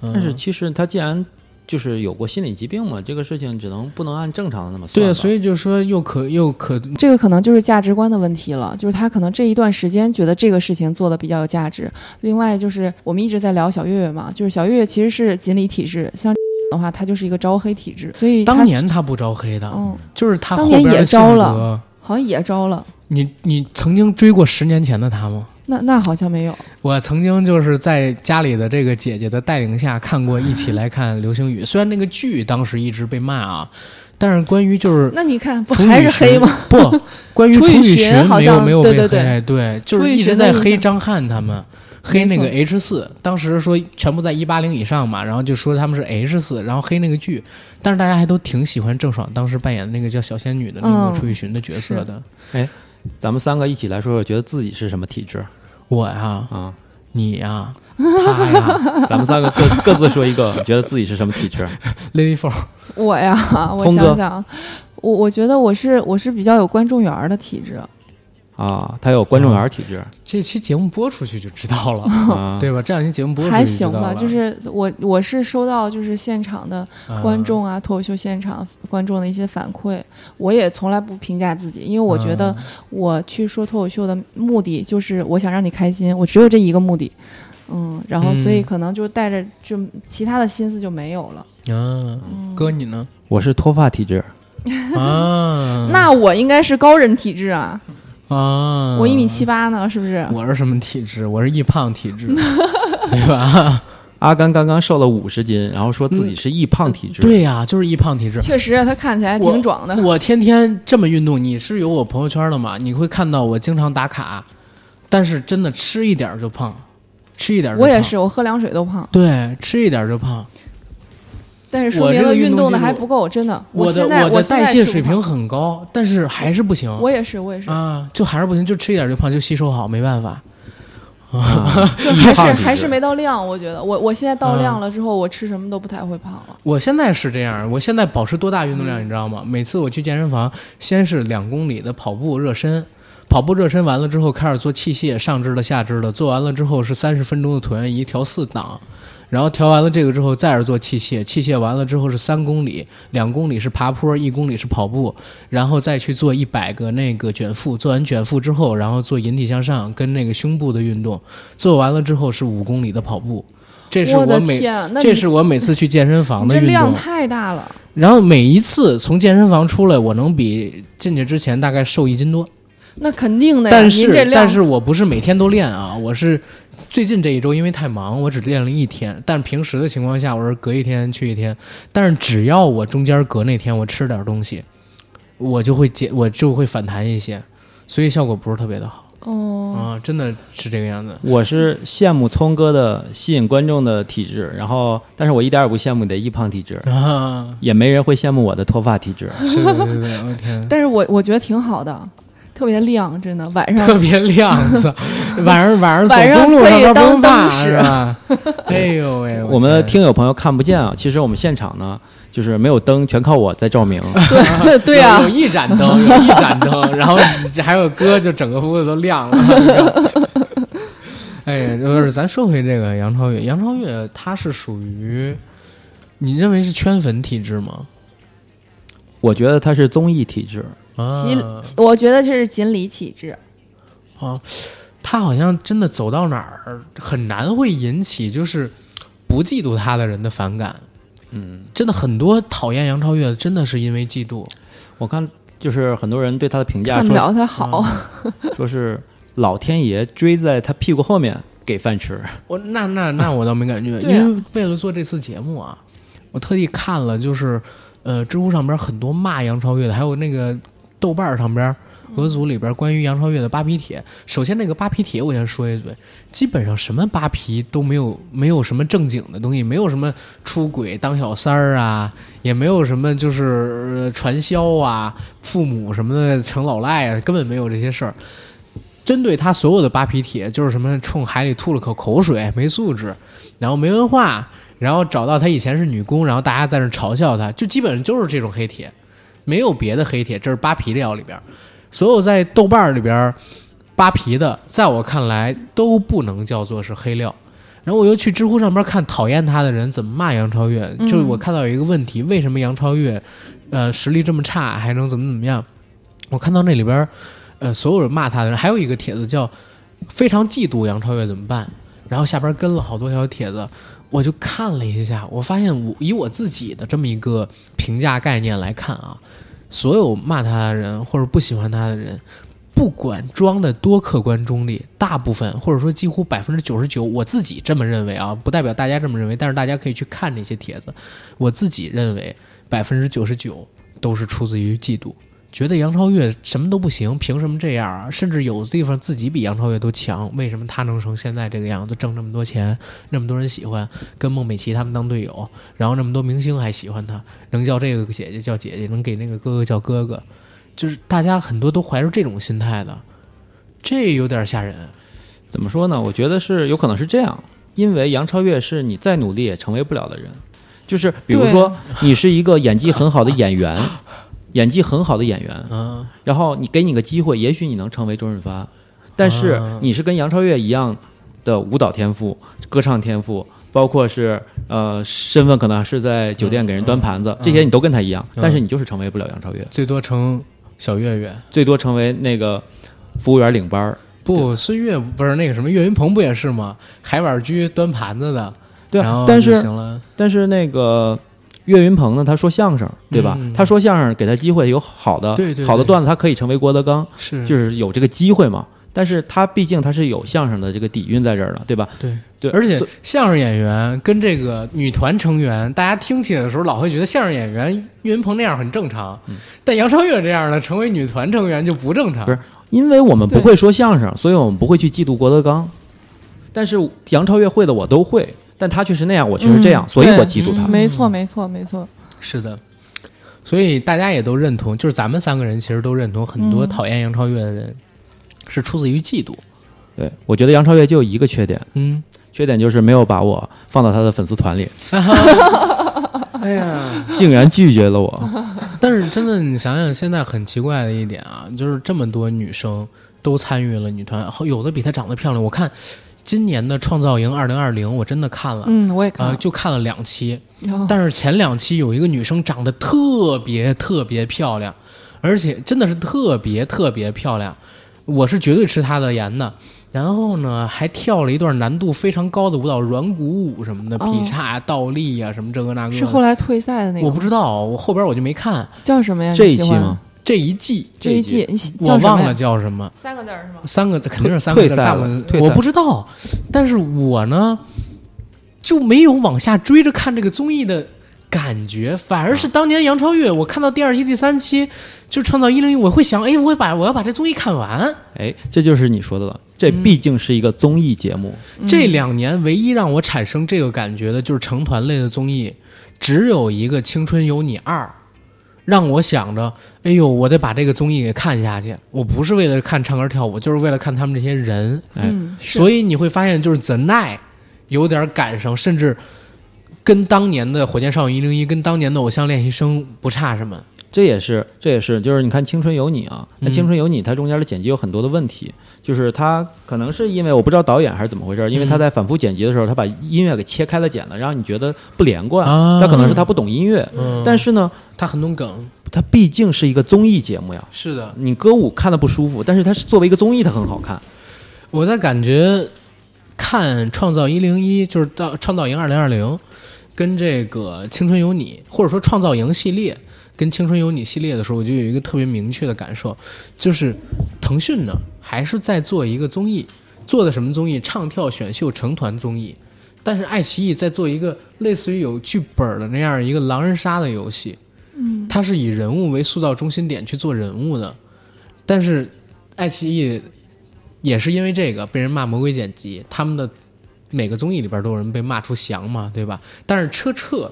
Speaker 2: 嗯、
Speaker 4: 但是其实他既然就是有过心理疾病嘛，这个事情只能不能按正常的那么算吧。
Speaker 2: 对，所以就说又可又可
Speaker 3: 这个可能就是价值观的问题了，就是他可能这一段时间觉得这个事情做的比较有价值。另外就是我们一直在聊小岳岳嘛，就是小岳岳其实是锦鲤体质，像 的话他就是一个招黑体质，所以他
Speaker 2: 当年他不招黑的，
Speaker 3: 嗯
Speaker 2: 就是他后
Speaker 3: 当
Speaker 2: 边
Speaker 3: 年
Speaker 2: 的
Speaker 3: 也招
Speaker 2: 性
Speaker 3: 了
Speaker 2: 格
Speaker 3: 好像也招了，
Speaker 2: 你你曾经追过十年前的他吗？
Speaker 3: 那那好像没有，
Speaker 2: 我曾经就是在家里的这个姐姐的带领下看过《一起来看流星雨》，虽然那个剧当时一直被骂啊，但是关于就是
Speaker 3: 那你看不
Speaker 2: 楚雨
Speaker 3: 还是黑吗？
Speaker 2: 荨？ 不，关于
Speaker 3: 楚雨
Speaker 2: 雨
Speaker 3: 荨
Speaker 2: 荨
Speaker 3: 好
Speaker 2: 没有
Speaker 3: 像
Speaker 2: 没有被黑，
Speaker 3: 对对对
Speaker 2: 就是
Speaker 3: 楚雨
Speaker 2: 一直
Speaker 3: 荨
Speaker 2: 在
Speaker 3: 的印
Speaker 2: 黑
Speaker 3: 象
Speaker 2: 张翰他们，黑那个
Speaker 3: 没
Speaker 2: H 四，当时说全部在一八零以上嘛，然后就说他们是 H 四，然后黑那个剧，但是大家还都挺喜欢郑爽当时扮演的那个叫小仙女的那
Speaker 3: 嗯
Speaker 2: 个楚雨荨的角色的。
Speaker 4: 咱们三个一起来说说，觉得自己是什么体质
Speaker 2: 我呀、
Speaker 4: 啊？
Speaker 2: 你呀、他 呀
Speaker 4: 咱们三个各各自说一个，觉得自己是什么体质？
Speaker 2: ，Lady f o r
Speaker 3: 我呀，我
Speaker 4: 聪哥
Speaker 3: 想想，我我觉得我是我是比较有观众缘儿的体质，
Speaker 4: 啊，他有观众缘体质
Speaker 2: 这期节目播出去就知道了，
Speaker 4: 啊，
Speaker 2: 对吧？这两期节目播出去
Speaker 3: 嗯还
Speaker 2: 就知
Speaker 3: 行
Speaker 2: 道
Speaker 3: 吧，
Speaker 2: 了
Speaker 3: 就是我我是收到就是现场的观、
Speaker 2: 嗯
Speaker 3: 众啊，脱口秀现场观众的一些反馈，我也从来不评价自己，因为我觉得
Speaker 2: 嗯
Speaker 3: 我去说脱口秀的目的就是我想让你开心，我只有这一个目的，嗯，然后所以
Speaker 2: 嗯
Speaker 3: 可能就带着就其他的心思就没有了。
Speaker 2: 嗯，哥你 呢？
Speaker 4: 我是脱发体质，
Speaker 2: 啊，
Speaker 3: 那我应该是高人体质啊，
Speaker 2: 啊，
Speaker 3: 我一米七八呢，是不是？
Speaker 2: 我是什么体质？我是易胖体质，对吧？
Speaker 4: 阿甘刚刚瘦了五十斤，然后说自己是易胖体质。
Speaker 2: 对呀、就是易胖体质。
Speaker 3: 确实，啊他看起来挺壮的。
Speaker 2: 我天天这么运动，你是有我朋友圈的嘛？你会看到我经常打卡，但是真的吃一点儿就胖，吃一点儿就
Speaker 3: 我
Speaker 2: 胖
Speaker 3: 也，是，我喝凉水都胖，
Speaker 2: 对，吃一点儿就胖。
Speaker 3: 但是说
Speaker 2: 我
Speaker 3: 明
Speaker 2: 这
Speaker 3: 了
Speaker 2: 个运
Speaker 3: 运
Speaker 2: 动
Speaker 3: 动的
Speaker 2: 记录
Speaker 3: 还不够，真的。
Speaker 2: 的
Speaker 3: 现在
Speaker 2: 的
Speaker 3: 现在
Speaker 2: 代谢
Speaker 3: 是
Speaker 2: 水
Speaker 3: 不胖
Speaker 2: 平，很高，但是还是不行。
Speaker 3: 我也是，我也是，
Speaker 2: 啊，就还是不行，就吃一点儿就胖，就吸收好，没办法。
Speaker 3: 就
Speaker 4: 啊易
Speaker 3: 还是
Speaker 4: 胖体质
Speaker 3: 还是没到量。我觉得，我我现在
Speaker 2: 啊
Speaker 3: 到量了之后，我吃什么都不太会胖了。
Speaker 2: 我现在是这样，我现在保持多大运动
Speaker 3: 嗯
Speaker 2: 量，你知道吗？每次我去健身房，先是两公里的跑步热身，跑步热身完了之后开始做器械，上肢的、下肢的，做完了之后是三十分钟的椭圆仪，调四档，然后调完了这个之后再是做器械，器械完了之后是三公里，两公里是爬坡，一公里是跑步，然后再去做一百个那个卷腹，做完卷腹之后，然后做引体向上跟那个胸部的运动，做完了之后是五公里的跑步。这是
Speaker 3: 我的
Speaker 2: 每
Speaker 3: 天，那
Speaker 2: 这
Speaker 3: 你
Speaker 2: 是我每次去健身房
Speaker 3: 你
Speaker 2: 的
Speaker 3: 这
Speaker 2: 运
Speaker 3: 量
Speaker 2: 动，
Speaker 3: 太大了。
Speaker 2: 然后每一次从健身房出来，我能比进去之前大概瘦一斤多。
Speaker 3: 那肯定的呀，
Speaker 2: 但
Speaker 3: 啊您这
Speaker 2: 是，
Speaker 3: 量
Speaker 2: 但是我不是每天都练啊，我是最近这一周因为太忙，我只练了一天。但平时的情况下，我是隔一天去一天。但是只要我中间隔那天我吃点东西，我就会减，我就会反弹一些，所以效果不是特别的好
Speaker 3: 哦，
Speaker 2: 啊，真的是这个样子。
Speaker 4: 我是羡慕聪哥的吸引观众的体质，然后，但是我一点也不羡慕你的易胖体质，
Speaker 2: 啊，
Speaker 4: 也没人会羡慕我的脱发体质。
Speaker 3: 哎
Speaker 2: 是的，是的，我天，
Speaker 3: 但是我我觉得挺好的，特别亮，真的晚上
Speaker 2: 特别亮，操！ 晚上晚上
Speaker 3: 晚
Speaker 2: 走
Speaker 3: 上
Speaker 2: 公路
Speaker 3: 可
Speaker 2: 上
Speaker 3: 以
Speaker 2: 边不
Speaker 3: 当
Speaker 2: 用怕
Speaker 3: 灯使
Speaker 2: 是吧？ 哎呦喂，
Speaker 4: 我们的
Speaker 2: 天
Speaker 4: 听友朋友看不见啊，其实我们现场呢，就是没有灯，全靠我在 照明。
Speaker 3: 对对
Speaker 2: 有
Speaker 3: 啊
Speaker 2: 有，一盏灯，有一盏灯， 然后还有歌，就整个屋子都亮了。 哎，就是咱说回这个杨超越，杨超越她是属于，你认为是圈粉体质吗？
Speaker 4: 我觉得他是综艺体质，
Speaker 2: 啊，
Speaker 3: 锦，我觉得这是锦鲤体质，
Speaker 2: 啊，他好像真的走到哪儿很难会引起就是不嫉妒他的人的反感。
Speaker 4: 嗯，
Speaker 2: 真的很多讨厌杨超越的，真的是因为嫉妒。
Speaker 4: 我看就是很多人对他的评价
Speaker 3: 看不
Speaker 4: 说
Speaker 3: 了他好，
Speaker 4: 说是老天爷追在他屁股后面给饭吃，
Speaker 2: 我那那 那我倒没感觉，因
Speaker 3: 对啊
Speaker 2: 为为了做这次节目啊，我特地看了，就是呃，知乎上边很多骂杨超越的，还有那个豆瓣上边
Speaker 3: 嗯
Speaker 2: 俄组里边关于杨超越的扒皮帖。首先，那个扒皮帖我先说一嘴，基本上什么扒皮都没有，没有什么正经的东西，没有什么出轨当小三儿啊，也没有什么就是、呃传销啊、父母什么的成老赖啊，根本没有这些事儿。针对他所有的扒皮帖，就是什么冲海里吐了口口水，没素质，然后没文化，然后找到他以前是女工，然后大家在那嘲笑他，就基本上就是这种黑帖，没有别的黑帖，这是扒皮料里边儿，所有在豆瓣儿里边儿扒皮的，在我看来都不能叫做是黑料。然后我又去知乎上边看讨厌他的人怎么骂杨超越，
Speaker 3: 嗯
Speaker 2: 就是我看到有一个问题，为什么杨超越，呃，实力这么差还能怎么怎么样？我看到那里边儿，呃，所有人骂他的人，还有一个帖子叫“非常嫉妒杨超越怎么办”，然后下边跟了好多条帖子，我就看了一下，我发现我以我自己的这么一个评价概念来看啊，所有骂他的人或者不喜欢他的人，不管装的多客观中立，大部分或者说几乎百分之九十九，我自己这么认为啊，不代表大家这么认为，但是大家可以去看那些帖子，我自己认为百分之九十九都是出自于嫉妒。觉得杨超越什么都不行，凭什么这样啊？甚至有的地方自己比杨超越都强，为什么他能成现在这个样子，挣那么多钱，那么多人喜欢，跟孟美岐他们当队友，然后那么多明星还喜欢他，能叫这个姐姐叫姐姐，能给那个哥哥叫哥哥，就是大家很多都怀着这种心态的，这有点吓人。
Speaker 4: 怎么说呢？我觉得是有可能是这样，因为杨超越是你再努力也成为不了的人。就是比如说，你是一个演技很好的演员， 演技很好的演员，
Speaker 2: 嗯，
Speaker 4: 然后你给你个机会，也许你能成为周润发，但是
Speaker 2: 啊
Speaker 4: 你是跟杨超越一样的舞蹈天赋、歌唱天赋，包括是呃身份可能是在酒店给人端盘
Speaker 2: 嗯
Speaker 4: 子，这些你都跟他一样，但是你就是成为不了杨超越，
Speaker 2: 最多成小岳岳，
Speaker 4: 最多成为那个服务员领班儿。
Speaker 2: 不，孙悦不是那个什么岳云鹏不也是吗？海碗居端盘子的，
Speaker 4: 对
Speaker 2: 然
Speaker 4: 啊
Speaker 2: 后，
Speaker 4: 但
Speaker 2: 就是行了，
Speaker 4: 但是那个岳云鹏呢，他说相声，对吧？
Speaker 2: 嗯
Speaker 4: 他说相声给他机会有好的
Speaker 2: 对对
Speaker 4: 好的
Speaker 2: 对
Speaker 4: 段子，他可以成为郭德纲，
Speaker 2: 是
Speaker 4: 就是有这个机会嘛。但是他毕竟他是有相声的这个底蕴在这儿的，对吧？
Speaker 2: 对。
Speaker 4: 对，
Speaker 2: 而且
Speaker 4: 所
Speaker 2: 相声演员跟这个女团成员，大家听起来的时候老会觉得相声演员岳云鹏那样很正常，
Speaker 4: 嗯
Speaker 2: 但杨超越这样的成为女团成员就不正常。
Speaker 4: 不是因为我们不
Speaker 3: 对
Speaker 4: 会说相声，所以我们不会去嫉妒郭德纲。但是杨超越会的我都会，但他确实那样，我确实这样，
Speaker 3: 嗯
Speaker 4: 所以
Speaker 3: 对
Speaker 4: 我嫉妒他。
Speaker 3: 没错，没错，没错。
Speaker 2: 是的，所以大家也都认同，就是咱们三个人其实都认同，很多讨厌杨超越的人是出自于嫉妒。
Speaker 4: 对，我觉得杨超越就有一个缺点，
Speaker 2: 嗯，
Speaker 4: 缺点就是没有把我放到他的粉丝团里，
Speaker 2: 哎呀，
Speaker 4: 竟然拒 绝了我。
Speaker 2: 但是真的，你想想，现在很奇怪的一点啊，就是这么多女生都参与了女团，有的比她长得漂亮。我看今年的《创造营2020》，我真的看了。
Speaker 3: 嗯，我哦也看
Speaker 2: 呃，
Speaker 3: 了。
Speaker 2: 就看了两期，
Speaker 3: 然后
Speaker 2: 但是前两期有一个女生长得特别特别漂亮，而且真的是特别特别漂亮，我是绝对吃她的颜的。然后呢，还跳了一段难度非常高的舞蹈，软骨舞什么的，
Speaker 3: 哦
Speaker 2: 劈叉、倒立啊，什么这个那个的。
Speaker 3: 是后来退赛的那个吗，
Speaker 2: 我不知道，我后边我就没看
Speaker 3: 叫什么呀？
Speaker 4: 这
Speaker 3: 你
Speaker 4: 一
Speaker 3: 喜
Speaker 4: 期
Speaker 3: 欢
Speaker 4: 吗？？
Speaker 2: 这一季，
Speaker 3: 这一季
Speaker 4: 这
Speaker 3: 你喜
Speaker 2: 我
Speaker 3: 叫什么
Speaker 2: 忘
Speaker 3: 呀
Speaker 2: 了叫什么。
Speaker 3: 三个字儿是吗？
Speaker 2: 三个字肯定是三个
Speaker 4: 退
Speaker 2: 字，
Speaker 4: 赛
Speaker 2: 大
Speaker 4: 了
Speaker 2: 部分
Speaker 4: 退赛
Speaker 2: 我不知道，但是我呢就没有往下追着看这个综艺的感觉，反而是当年杨超越，我看到第二期、第三期就创造一零一，我会想，哎，我会把我要把这综艺看完。
Speaker 4: 哎，这就是你说的了，这毕竟是一个综艺节目，
Speaker 2: 这两年唯一让我产生这个感觉的就是成团类的综艺，只有一个《青春有你二》。让我想着，哎呦，我得把这个综艺给看下去。我不是为了看唱歌跳舞，就是为了看他们这些人。
Speaker 4: 哎
Speaker 3: 嗯，是
Speaker 2: 所以你会发现，就是 The Night 有点赶上，甚至跟当年的《火箭少女一零一》跟当年的《偶像练习生》不差什么。
Speaker 4: 这也是，这也是，就是你看《青春有你》啊，那
Speaker 2: 嗯
Speaker 4: 《青春有你》它中间的剪辑有很多的问题，就是它可能是因为我不知道导演还是怎么回事，因为他在反复剪辑的时候，他把音乐给切开了剪了，让你觉得不连贯
Speaker 2: 啊。
Speaker 4: 他可能是他不懂音乐，
Speaker 2: 嗯，
Speaker 4: 但是呢，
Speaker 2: 他很懂梗，
Speaker 4: 它毕竟是一个综艺节目呀。
Speaker 2: 是的，
Speaker 4: 你歌舞看的不舒服，但是它是作为一个综艺，它很好看。
Speaker 2: 我在感觉看《创造一零一》，就是到《创造营二零二零》，跟这个《青春有你》，或者说《创造营》系列跟《青春有你》系列的时候，我就有一个特别明确的感受，就是腾讯呢还是在做一个综艺，做的什么综艺？唱跳选秀成团综艺。但是爱奇艺在做一个类似于有剧本的那样一个狼人杀的游戏，嗯，它是以人物为塑造中心点去做人物的，但是爱奇艺也是因为这个被人骂魔鬼剪辑，他们的每个综艺里边都有人被骂出翔嘛，对吧？但是车澈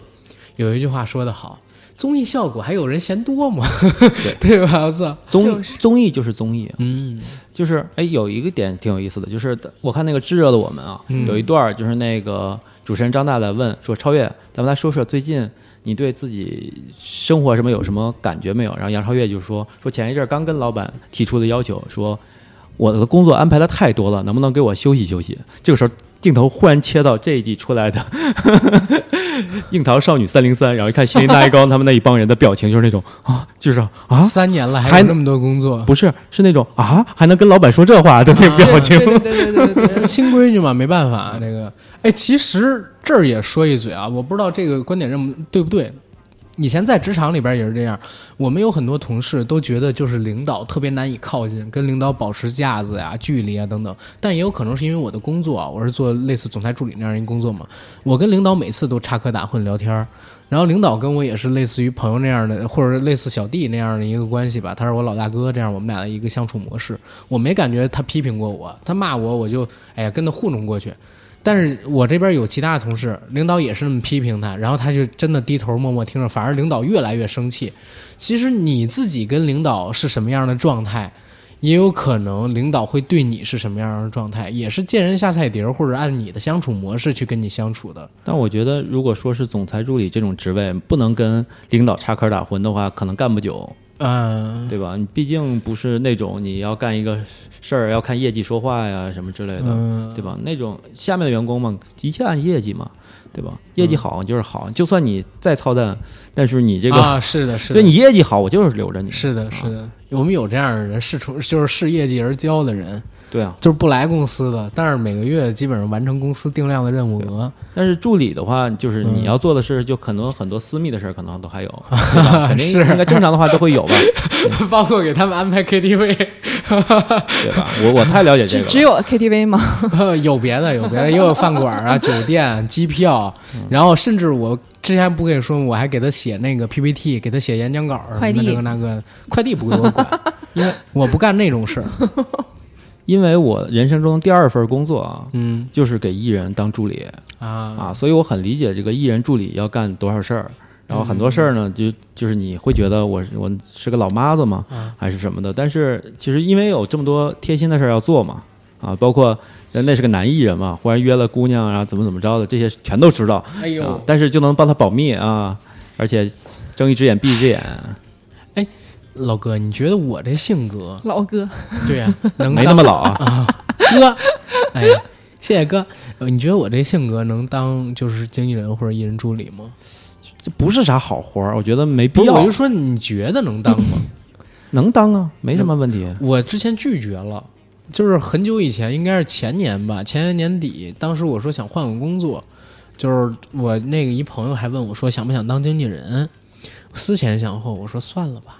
Speaker 2: 有一句话说得好，综艺效果还有人嫌多吗？ 对吧？我操，
Speaker 4: 综艺、
Speaker 3: 就是
Speaker 4: 综艺就是综艺，啊
Speaker 2: 嗯
Speaker 4: 就是哎，有一个点挺有意思的，就是我看那个《炙热的我们》啊，
Speaker 2: 嗯
Speaker 4: 有一段儿就是那个主持人张大大问说：“超越，咱们来说说最近你对自己生活什么有什么感觉没有？”然后杨超越就说：“说前一阵儿刚跟老板提出的要求，说我的工作安排的太多了，能不能给我休息休息？”这个时候镜头忽然切到这一季出来的 樱桃少女三零三，然后一看新林大一高 他们那一帮人的表情，就是那种啊，就是啊。
Speaker 2: 三年了还
Speaker 4: 还
Speaker 2: 有那么多工作，
Speaker 4: 不是，是那种啊，还能跟老板说这话的那个
Speaker 2: 啊
Speaker 4: 表情，
Speaker 3: 对对对对对对，
Speaker 2: 新规矩嘛，没办法。这个，哎，其实这儿也说一嘴啊，我不知道这个观点认不对不对。以前在职场里边也是这样，我们有很多同事都觉得就是领导特别难以靠近，跟领导保持架子呀、距离啊等等。但也有可能是因为我的工作啊，我是做类似总裁助理那样一个工作嘛，我跟领导每次都插科打诨聊天儿，然后领导跟我也是类似于朋友那样的，或者类似小弟那样的一个关系吧，他是我老大哥，这样我们俩的一个相处模式。我没感觉他批评过我，他骂我我就哎呀跟他糊弄过去。但是我这边有其他的同事，领导也是那么批评他，然后他就真的低头默默听着，反而领导越来越生气。其实你自己跟领导是什么样的状态，也有可能领导会对你是什么样的状态，也是见人下菜碟儿，或者按你的相处模式去跟你相处的。
Speaker 4: 但我觉得，如果说是总裁助理这种职位，不能跟领导插科打诨的话，可能干不久，
Speaker 2: 嗯、
Speaker 4: 对吧？你毕竟不是那种你要干一个事儿要看业绩说话呀什么之类的，
Speaker 2: 嗯
Speaker 4: 对吧？那种下面的员工嘛，一切按业绩嘛，对吧？业绩好就是好，就算你再操蛋，但是你这个、
Speaker 2: 啊，是的，是的，
Speaker 4: 对你业绩好，我就是留着你。
Speaker 2: 是的，是的，我们有这样的人，是出就是视业绩而教的人。
Speaker 4: 对啊，
Speaker 2: 就是不来公司的，但是每个月基本上完成公司定量的任务额。
Speaker 4: 但是助理的话，就是你
Speaker 2: 嗯
Speaker 4: 要做的事，就可能很多私密的事儿，可能都还有， 对吧肯定
Speaker 2: 是
Speaker 4: 应该正常的话都会有 吧，
Speaker 2: 包括给他们安排 KTV，
Speaker 4: 对吧？我我太了 解
Speaker 3: 只
Speaker 4: 这个了
Speaker 3: 只。有 KTV 吗？
Speaker 2: 呃有别的有别的，也有饭馆 啊、酒店、机票，然后甚至我之前不跟你说吗，我还给他写那个 PPT，给他写演讲稿什么的，
Speaker 3: 快递
Speaker 2: 这个那个，快递不归我管， 因为我不干那种事儿。
Speaker 4: 因为我人生中第二份工作啊，
Speaker 2: 嗯
Speaker 4: 就是给艺人当助理
Speaker 2: 啊，
Speaker 4: 啊，所以我很理解这个艺人助理要干多少事儿。然后很多事儿
Speaker 2: 嗯
Speaker 4: 呢，就就是你会觉得我我是个老妈子嘛
Speaker 2: 嗯，
Speaker 4: 还是什么的。但是其实因为有这么多贴心的事儿要做嘛，啊，包括呃那是个男艺人嘛，忽然约了姑娘啊，怎么怎么着的，这些全都知道
Speaker 2: 哎
Speaker 4: 啊
Speaker 2: 呦，，
Speaker 4: 但是就能帮他保密啊，而且睁一只眼闭一只眼，
Speaker 2: 老哥，你觉得我这性格，
Speaker 3: 老哥，
Speaker 2: 对呀、能
Speaker 4: 没那
Speaker 2: 当
Speaker 4: 么老 啊，
Speaker 2: 哥，哎，谢谢哥，呃你觉得我这性格能当就是经纪人或者艺人助理吗？
Speaker 4: 这不是啥好活儿，我觉得没必
Speaker 2: 不是，我
Speaker 4: 要
Speaker 2: 就，说你觉得能当吗？
Speaker 4: 能当啊，没什么问题。
Speaker 2: 我之前拒绝了，就是很久以前，应该是前年吧，前年年底，当时我说想换个工作，就是我那个一朋友还问我说想不想当经纪人，思前想后，我说算了吧。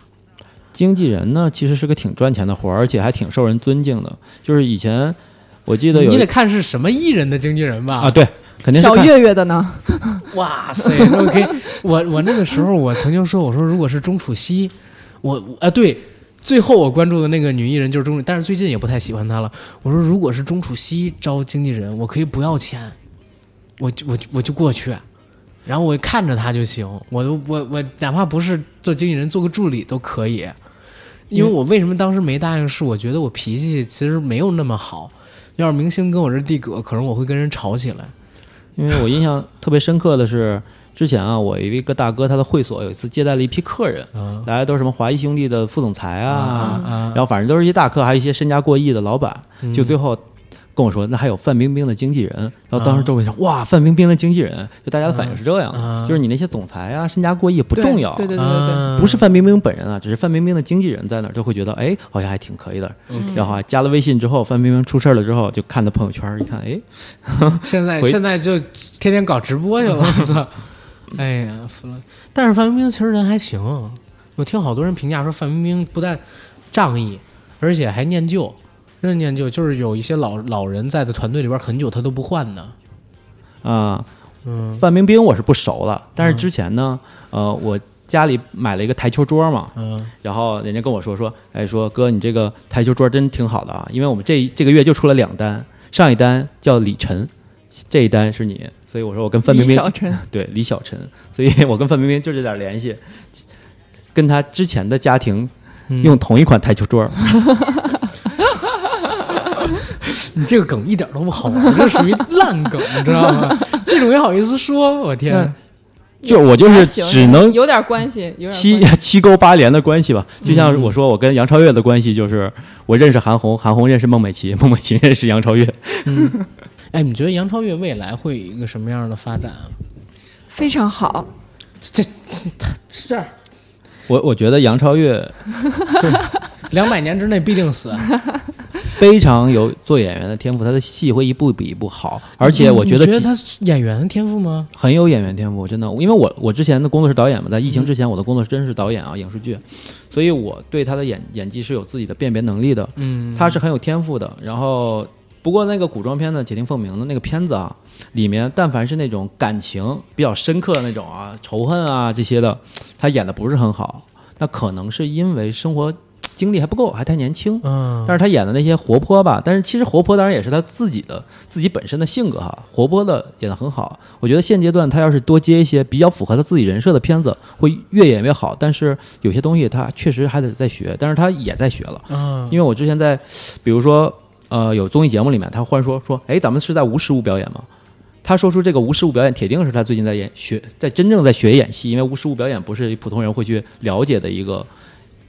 Speaker 4: 经纪人呢，其实是个挺赚钱的活儿，而且还挺受人尊敬的。就是以前我记得有
Speaker 2: 你
Speaker 4: 一
Speaker 2: 得看是什么艺人的经纪人吧？
Speaker 4: 啊，对，肯定是
Speaker 3: 小
Speaker 4: 看
Speaker 3: 岳岳的呢？
Speaker 2: 哇塞，那我可以，我我那个时候我曾经说，我说如果是钟楚曦，我啊、对，最后我关注的那个女艺人就是钟楚，但是最近也不太喜欢她了。我说如果是钟楚曦招经纪人，我可以不要钱，我就我就我就过去，然后我看着她就行，我都我我哪怕不是做经纪人，做个助理都可以。因为我为什么当时没答应，是我觉得我脾气其实没有那么好，要是明星跟我这地葛，可能我会跟人吵起来。
Speaker 4: 因为我印象特别深刻的是，之前啊，我有一个大哥，他的会所有一次接待了一批客人，
Speaker 2: 啊
Speaker 4: 来的都是什么华谊兄弟的副总裁啊，
Speaker 2: 啊
Speaker 3: 嗯
Speaker 4: 然后反正都是一些大客，还有一些身家过亿的老板。
Speaker 2: 嗯
Speaker 4: 就最后跟我说，那还有范冰冰的经纪人。
Speaker 3: 嗯
Speaker 4: 然后当时
Speaker 2: 啊
Speaker 4: 周围说，哇，范冰冰的经纪人，就大家的反应是这样的，
Speaker 2: 啊
Speaker 4: 就是你那些总裁啊，身家过亿不
Speaker 3: 对
Speaker 4: 重要，
Speaker 3: 嗯对对对对对，
Speaker 2: 啊
Speaker 4: 不是范冰冰本人啊，只是范冰冰的经纪人在那儿，就会觉得哎，好像还挺可以的。
Speaker 3: 嗯
Speaker 2: OK
Speaker 4: 然后啊，加了微信之后，范冰冰出事儿了之后，就看她朋友圈，一看，哎，
Speaker 2: 现在
Speaker 4: 回
Speaker 2: 现在就天天搞直播去了，我操！哎呀，服了。但是范冰冰其实人还行，我听好多人评价说范冰冰不但仗义，而且还念旧，真的念旧，就是有一些老老人在的团队里边很久他都不换的。
Speaker 4: 啊、
Speaker 2: 嗯
Speaker 4: 范冰冰我是不熟了，但
Speaker 3: 嗯
Speaker 4: 是之前呢，呃，我家里买了一个台球桌嘛，
Speaker 2: 嗯
Speaker 4: 然后人家跟我说说，哎，说哥，你这个台球桌真挺好的啊，因为我们这这个月就出了两单，上一单叫李晨，这一单是你，所以我说我跟范冰
Speaker 3: 李
Speaker 4: 冰
Speaker 3: 小晨，
Speaker 4: 对李小晨，所以我跟范冰冰就这点联系，跟她之前的家庭
Speaker 2: 嗯，
Speaker 4: 用同一款台球 桌，
Speaker 2: 你这个梗一点都不好玩，这属于烂梗，你知道吗？这种也好意思说，我天
Speaker 4: 嗯！就我就是
Speaker 3: 还行
Speaker 4: 只能
Speaker 3: 有点关系，有点
Speaker 4: 七
Speaker 3: 关系
Speaker 4: 七勾八连的关系吧。就像
Speaker 2: 嗯
Speaker 4: 我说，我跟杨超越的关系就是我认识韩红，韩红认识孟美岐，孟美岐认识杨超越。
Speaker 2: 哎，你觉得杨超越未来会有一个什么样的发展啊？
Speaker 3: 非常好。
Speaker 2: 是这样，
Speaker 4: 我我觉得杨超越
Speaker 2: 两百年之内必定死。
Speaker 4: 非常有做演员的天赋，她的戏会一步比一步好，而且我觉
Speaker 2: 你嗯
Speaker 4: 得
Speaker 2: 你觉得
Speaker 4: 其
Speaker 2: 他是演员的天赋吗？
Speaker 4: 很有演员天赋，真的。因为我我之前的工作是导演嘛，在疫情之前我的工作真是导演啊，影视剧，所以我对她的演演技是有自己的辨别能力的。
Speaker 2: 嗯，
Speaker 4: 他是很有天赋的。然后，不过那个古装片的《且听凤鸣》的那个片子啊，里面但凡是那种感情比较深刻的那种啊，仇恨啊这些的，他演的不是很好。那可能是因为生活经历还不够，还太年轻。
Speaker 2: 嗯，
Speaker 4: 但是他演的那些活泼吧，但是其实活泼当然也是他自己的自己本身的性格哈，活泼的演得很好。我觉得现阶段他要是多接一些比较符合他自己人设的片子，会越演越好。但是有些东西他确实还得再学，但是他也在学了。
Speaker 2: 嗯，
Speaker 4: 因为我之前在，比如说，呃，有综艺节目里面，他忽然说说，哎，咱们是在无实物表演吗？他说出这个无实物表演，铁定是他最近在演学， 在真正在学演戏，因为无实物表演不是普通人会去了解的一个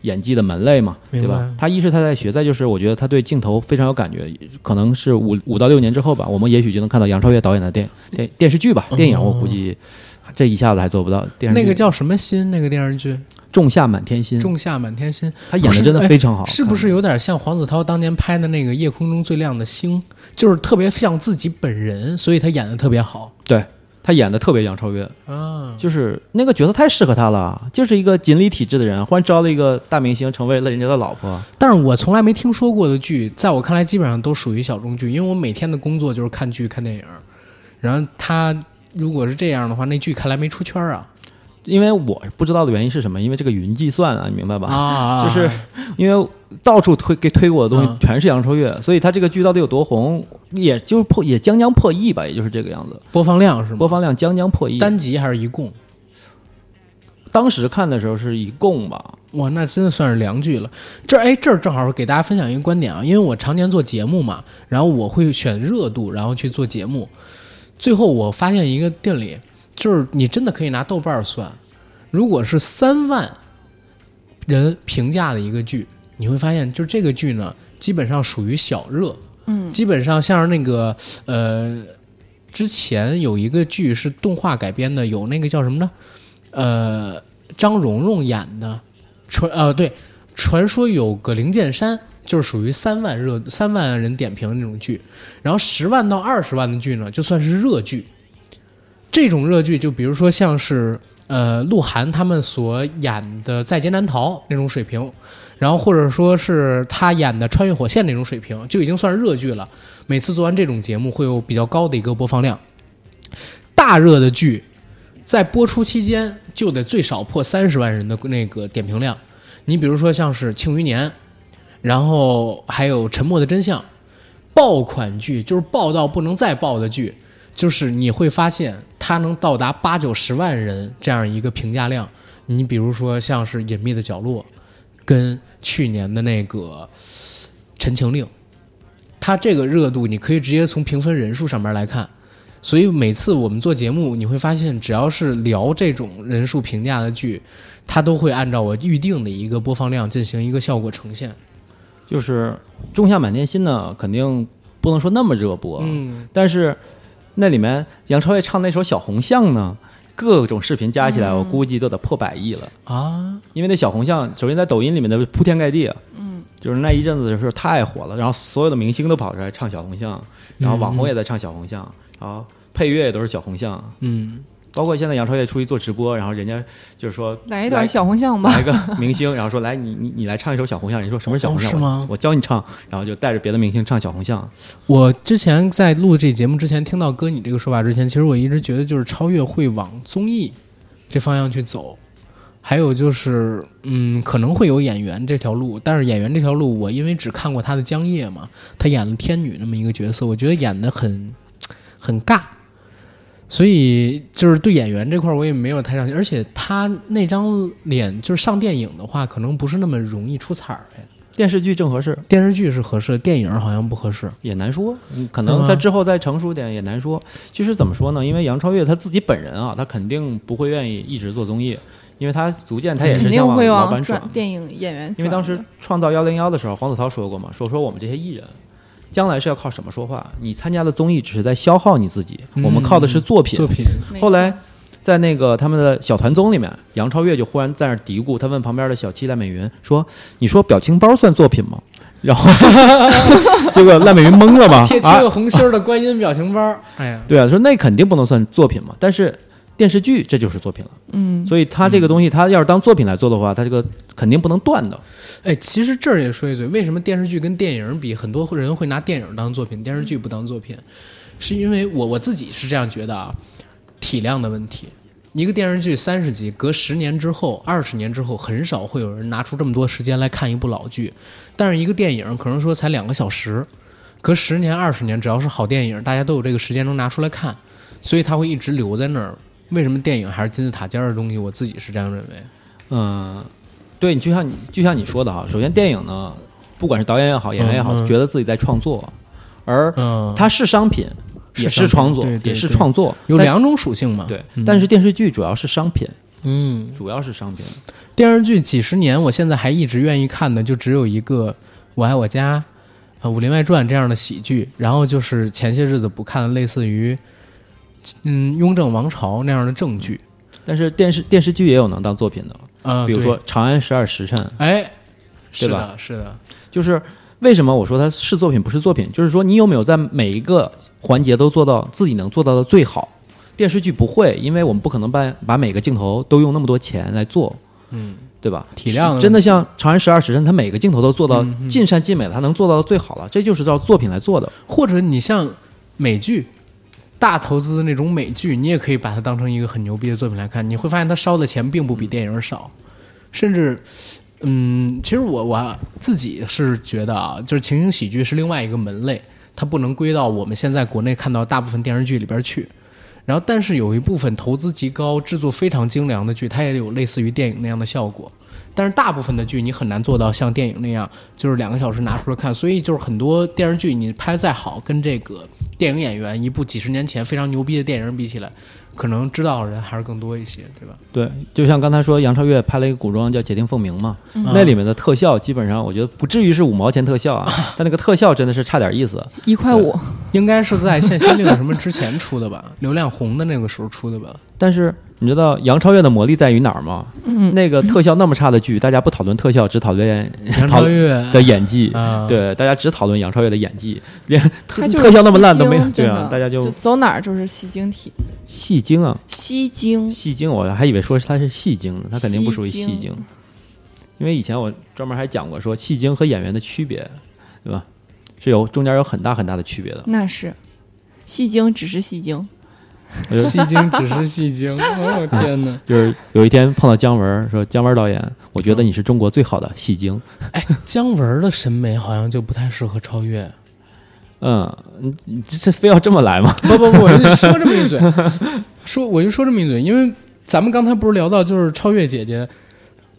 Speaker 4: 演技的门类嘛，
Speaker 2: 明
Speaker 4: 对
Speaker 2: 白
Speaker 4: 吧？他一是他在学，再就是我觉得他对镜头非常有感觉，可能是五五到六年之后吧，我们也许就能看到杨超越导演的电电电视剧吧，电影我估计这一下子还做不到。电
Speaker 2: 嗯
Speaker 4: 视剧
Speaker 2: 哦那个叫什么心？那个电视剧
Speaker 4: 《仲夏满天星》，
Speaker 2: 《仲夏满天星》
Speaker 4: 他演的真的非常好，
Speaker 2: 是不是有点像黄子韬当年拍的那个《夜空中最亮的星》？就是特别像自己本人，所以他演的特别好
Speaker 4: 对他演的特别杨超越？
Speaker 2: 啊。
Speaker 4: 就是那个角色太适合他了，就是一个锦鲤体质的人，忽然招了一个大明星，成为了人家的老婆。
Speaker 2: 但是我从来没听说过的剧，在我看来基本上都属于小众剧，因为我每天的工作就是看剧、看电影。然后他如果是这样的话，那剧看来没出圈啊
Speaker 4: 因为我不知道的原因是什么，因为这个云计算啊，你明白吧？
Speaker 2: 啊！
Speaker 4: 就是因为到处推给推我的东
Speaker 2: 嗯
Speaker 4: 西全是杨超越，所以他这个剧到底有多红，也就是破也将将破亿吧，也就是这个样子，
Speaker 2: 播放量是吗
Speaker 4: 播？放量将将破亿。
Speaker 2: 单集还是一共？
Speaker 4: 当时看的时候是一共吧，
Speaker 2: 哇，那真的算是良剧了。这儿哎，这儿正好给大家分享一个观点啊，因为我常年做节目嘛，然后我会选热度，然后去做节目。最后我发现一个定理，就是你真的可以拿豆瓣儿算，如果是三万人评价的一个剧，你会发现，就这个剧呢，基本上属于小热，
Speaker 3: 嗯，
Speaker 2: 基本上像是那个呃，之前有一个剧是动画改编的，有那个叫什么呢？呃，张蓉蓉演的，传呃对，传说有个灵剑山，就是属于三万热三万人点评的那种剧，然后十万到二十万的剧呢，就算是热剧。这种热剧，就比如说像是呃鹿晗他们所演的《在劫难逃》那种水平，然后或者说是他演的《穿越火线》那种水平，就已经算是热剧了。每次做完这种节目，会有比较高的一个播放量。大热的剧，在播出期间就得最少破三十万人的那个点评量。你比如说像是《庆余年》，然后还有《沉默的真相》，爆款剧就是爆到不能再爆的剧，就是你会发现它能到达八九十万人这样一个评价量。你比如说像是《隐秘的角落》，跟去年的那个《陈情令》，它这个热度你可以直接从评分人数上面来看。所以每次我们做节目，你会发现，只要是聊这种人数评价的剧，它都会按照我预定的一个播放量进行一个效果呈现。
Speaker 4: 就是《仲夏满天星》呢，肯定不能说那么热播，啊
Speaker 2: 嗯，
Speaker 4: 但是那里面杨超越唱那首《小红象》呢，各种视频加起来，
Speaker 3: 嗯
Speaker 4: 我估计都得破百亿了。
Speaker 2: 啊，
Speaker 4: 因为那小红象，首先在抖音里面的铺天盖地，嗯，就是那一阵子的时候太火了，然后所有的明星都跑出来唱小红象，然后网红也在唱小红象，然后配乐也都是小红象，
Speaker 2: 嗯，
Speaker 4: 包括现在杨超越出去做直播，然后人家就是说
Speaker 3: 来一段小红象吧。
Speaker 4: 来个明星，然后说来你你你来唱一首小红象，人家说什么是小红
Speaker 2: 哦
Speaker 4: 象？
Speaker 2: 是吗
Speaker 4: 我我教你唱，然后就带着别的明星唱小红象，
Speaker 2: 我之前在录这节目之前，听到哥你这个说法之前，其实我一直觉得就是超越会往综艺这方向去走，还有就是嗯，可能会有演员这条路，但是演员这条路，我因为只看过他的江夜嘛，他演了天女那么一个角色，我觉得演的很很尬。所以就是对演员这块儿我也没有太上心，而且他那张脸就是上电影的话，可能不是那么容易出彩儿。哎
Speaker 4: 电视剧正合适
Speaker 2: 电视剧是合适，电影好像不合适。
Speaker 4: 也难说，嗯可
Speaker 2: 是
Speaker 4: 能
Speaker 2: 吗
Speaker 4: 他之后再成熟点也难说。其实怎么说呢？因为杨超越他自己本人啊，他肯定不会愿意一直做综艺，因为他逐渐他也
Speaker 3: 肯
Speaker 4: 是
Speaker 3: 定
Speaker 4: 向往
Speaker 3: 会
Speaker 4: 老
Speaker 3: 往
Speaker 4: 板
Speaker 3: 转
Speaker 4: 转。
Speaker 3: 电影演员转的，
Speaker 4: 因为当时创造幺零幺的时候，黄子韬说过嘛，说说我们这些艺人。将来是要靠什么说话？你参加的综艺只是在消耗你自己，
Speaker 2: 嗯
Speaker 4: 我们靠的是作品。
Speaker 2: 作品
Speaker 3: 没
Speaker 4: 后来
Speaker 3: 错
Speaker 4: 在那个他们的小团综里面，杨超越就忽然在那儿嘀咕，他问旁边的小七赖美云说：“你说表情包算作品吗？” 然后结果赖美云懵了嘛
Speaker 2: 贴，贴
Speaker 4: 啊，
Speaker 2: 个红心儿的观音表情包儿，哎呀，
Speaker 4: 对啊，说那肯定不能算作品嘛，但是电视剧这就是作品了，
Speaker 3: 嗯，
Speaker 4: 所以他这个东西，他要是当作品来做的话，他这个肯定不能断的。
Speaker 2: 哎，其实这儿也说一嘴，为什么电视剧跟电影比，很多人会拿电影当作品，电视剧不当作品，是因为我我自己是这样觉得啊，体量的问题。一个电视剧三十集，隔十年之后、二十年之后，很少会有人拿出这么多时间来看一部老剧。但是一个电影可能说才两个小时，隔十年、二十年，只要是好电影，大家都有这个时间能拿出来看，所以它会一直留在那儿。为什么电影还是金字塔尖儿的东西？我自己是这样认为。
Speaker 4: 嗯，对你就像你就像你说的哈，首先电影呢，不管是导演也好，演员也好，
Speaker 2: 嗯嗯
Speaker 4: 觉得自己在创作，而
Speaker 2: 嗯，
Speaker 4: 它是商品，
Speaker 2: 是
Speaker 4: 也
Speaker 2: 商品
Speaker 4: 是创作
Speaker 2: 对，对
Speaker 4: 也是
Speaker 2: 对
Speaker 4: 创作，
Speaker 2: 有
Speaker 4: 但
Speaker 2: 两种属性嘛。
Speaker 4: 对
Speaker 2: 嗯，
Speaker 4: 但是电视剧主要是商品，
Speaker 2: 嗯，
Speaker 4: 主要是商品。
Speaker 2: 电视剧几十年，我现在还一直愿意看的就只有一个《我爱我家》呃《武林外传》这样的喜剧，然后就是前些日子补看的类似于嗯《雍正王朝》那样的正剧，
Speaker 4: 但是电视电视剧也有能当作品的，
Speaker 2: 啊，
Speaker 4: 比如
Speaker 2: 对
Speaker 4: 说《长安十二时辰》，
Speaker 2: 哎，是
Speaker 4: 对
Speaker 2: 的，
Speaker 4: 吧
Speaker 2: 是的，
Speaker 4: 就是为什么我说它是作品不是作品，就是说你有没有在每一个环节都做到自己能做到的最好。电视剧不会，因为我们不可能把把每个镜头都用那么多钱来做，
Speaker 2: 嗯，
Speaker 4: 对吧？
Speaker 2: 体量
Speaker 4: 真的像《长安十二时辰》，它每个镜头都做到
Speaker 2: 嗯嗯
Speaker 4: 尽善尽美了，它能做到最好了，这就是照作品来做的。
Speaker 2: 或者你像美剧。大投资那种美剧，你也可以把它当成一个很牛逼的作品来看，你会发现它烧的钱并不比电影少，甚至，嗯，其实我我自己是觉得啊，就是情景喜剧是另外一个门类，它不能归到我们现在国内看到大部分电视剧里边去。然后，但是有一部分投资极高、制作非常精良的剧，它也有类似于电影那样的效果。但是大部分的剧你很难做到像电影那样，就是两个小时拿出来看。所以就是很多电视剧你拍再好，跟这个电影演员一部几十年前非常牛逼的电影比起来，可能知道的人还是更多一些，对吧？
Speaker 4: 对，就像刚才说，杨超越拍了一个古装叫《且听凤鸣》嘛，
Speaker 3: 嗯
Speaker 4: 那里面的特效基本上我觉得不至于是五毛钱 特效啊，但那个特效真的是差点意思。
Speaker 3: 一块五，
Speaker 2: 应该是在《限薪令》什么之前出的吧，流量红的那个时候出的吧。
Speaker 4: 但是你知道杨超越的魔力在于哪儿吗？
Speaker 3: 嗯，
Speaker 4: 那个特效那么差的剧，大家不讨论特效，只讨论
Speaker 2: 杨超越
Speaker 3: 哎
Speaker 4: 的演技。
Speaker 2: 啊，，
Speaker 4: 对，大家只讨论杨超越的演技，连特
Speaker 3: 它就是
Speaker 4: 特效那么烂都没有
Speaker 3: 戏，精
Speaker 4: 对
Speaker 3: 真
Speaker 4: 啊，
Speaker 3: 的
Speaker 4: 大家就
Speaker 3: 就走哪儿就是戏精体，
Speaker 4: 戏精啊，
Speaker 3: 戏精，
Speaker 4: 戏精，我还以为说他是戏精呢，他肯定不属于戏
Speaker 3: 戏
Speaker 4: 精
Speaker 3: 精，
Speaker 4: 因为以前我专门还讲过说戏精和演员的区别，对吧？是有中间有很大很大的区别的。
Speaker 3: 那是戏精，只是戏精，
Speaker 4: 我就
Speaker 2: 戏精只是戏精，哦天哪！
Speaker 4: 就是有一天碰到姜文儿，说姜文儿导演，我觉得你是中国最好的戏精。
Speaker 2: 姜文儿的审美好像就不太适合超越。
Speaker 4: 嗯，你你这这非要这么来吗？
Speaker 2: 不不不，我就说这么一嘴，说我就说这么一嘴，因为咱们刚才不是聊到就是超越姐姐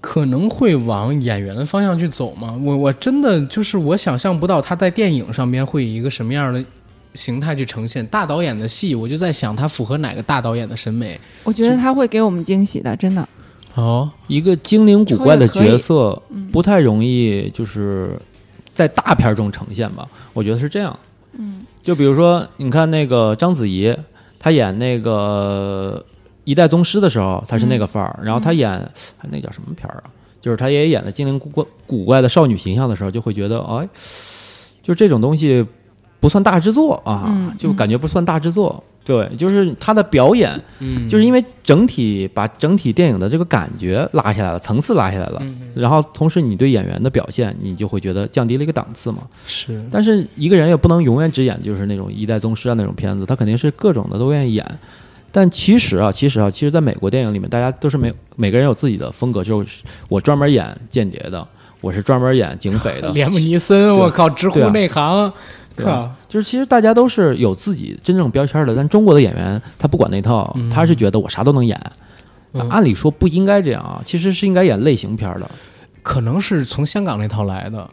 Speaker 2: 可能会往演员的方向去走吗？我我真的就是我想象不到她在电影上面会以一个什么样的形态去呈现大导演的戏，我就在想她符合哪个大导演的审美。
Speaker 3: 我觉得他会给我们惊喜的，真的。
Speaker 2: 哦，
Speaker 4: 一个精灵古怪的角色
Speaker 3: 嗯
Speaker 4: 不太容易，就是在大片中呈现吧。我觉得是这样，
Speaker 3: 嗯
Speaker 4: 就比如说，你看那个章子怡，她演那个《一代宗师》的时候，她是那
Speaker 3: 嗯
Speaker 4: 个范儿。然后她演那叫什么片儿啊？就是她也演的精灵古怪古怪的少女形象的时候，就会觉得，哎，就这种东西不算大制作啊，
Speaker 3: 嗯
Speaker 4: 就感觉不算大制作。对，就是她的表演，
Speaker 2: 嗯，
Speaker 4: 就是因
Speaker 2: 为
Speaker 4: 为整体把整体电影的这个感觉拉下来了，层次拉下来了。然后同时你对演员的表现，你就会觉得降低了一个档次嘛。
Speaker 2: 是
Speaker 4: 但是一个人也不能永远只演就是那种一代宗师啊那种片子，他肯定是各种的都愿意演。但其实啊，其实啊，其实在美国电影里面，大家都是每每个人有自己的风格，就是我专门演间谍的，我是专门演警匪的，
Speaker 2: 连姆尼森，我靠，直呼
Speaker 4: 对啊
Speaker 2: 内行，
Speaker 4: 对啊
Speaker 2: 靠
Speaker 4: 吧，就是其实大家都是有自己真正标签的。但中国的演员他不管那套，
Speaker 2: 嗯
Speaker 4: 他是觉得我啥都能演。
Speaker 2: 嗯
Speaker 4: 按理说不应该这样啊，其实是应该演类型片的。
Speaker 2: 可能是从香港那套来的，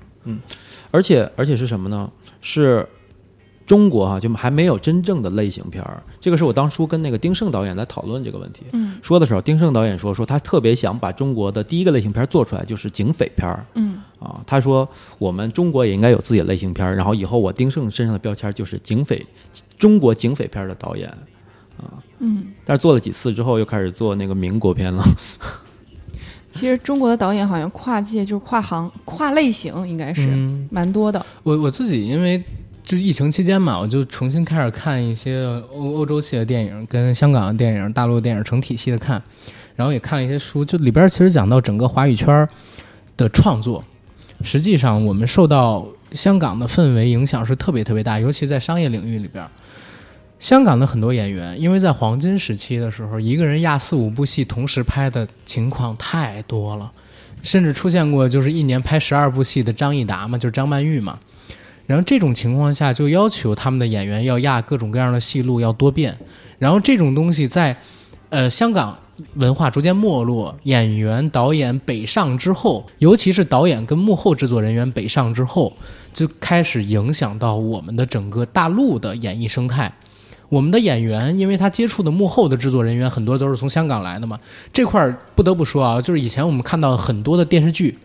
Speaker 4: 而且而且是什么呢？是中国哈、就还没有真正的类型片儿。这个是我当初跟那个丁晟导演在讨论这个问题
Speaker 3: 嗯
Speaker 4: 说的时候，丁晟导演说说他特别想把中国的第一个类型片儿做出来，就是警匪片儿
Speaker 3: 嗯
Speaker 4: 啊。他说我们中国也应该有自己的类型片儿，然后以后我丁晟身上的标签儿就是警匪，中国警匪片儿的导演。啊
Speaker 3: 嗯，
Speaker 4: 但是做了几次之后，又开始做那个民国片了。
Speaker 3: 其实中国的导演好像跨界就是跨行、跨类型，应该是、
Speaker 2: 嗯，
Speaker 3: 蛮多的。
Speaker 2: 我我自己因为就疫情期间嘛，我就重新开始看一些欧欧洲系的电影，跟香港的电影、大陆的电影成体系的看，然后也看了一些书，就里边其实讲到整个华语圈的创作，实际上我们受到香港的氛围影响是特别特别大，尤其在商业领域里边。香港的很多演员，因为在黄金时期的时候，一个人压四五部戏同时拍的情况太多了，甚至出现过就是一年拍十二部戏的张艺达嘛，就是张曼玉嘛。然后这种情况下，就要求他们的演员要压各种各样的戏路，要多变。然后这种东西在，呃，香港文化逐渐没落，演员、导演北上之后，尤其是导演跟幕后制作人员北上之后，就开始影响到我们的整个大陆的演艺生态。我们的演员，因为他接触的幕后的制作人员很多都是从香港来的嘛，这块儿不得不说啊，就是以前我们看到很多的电视剧，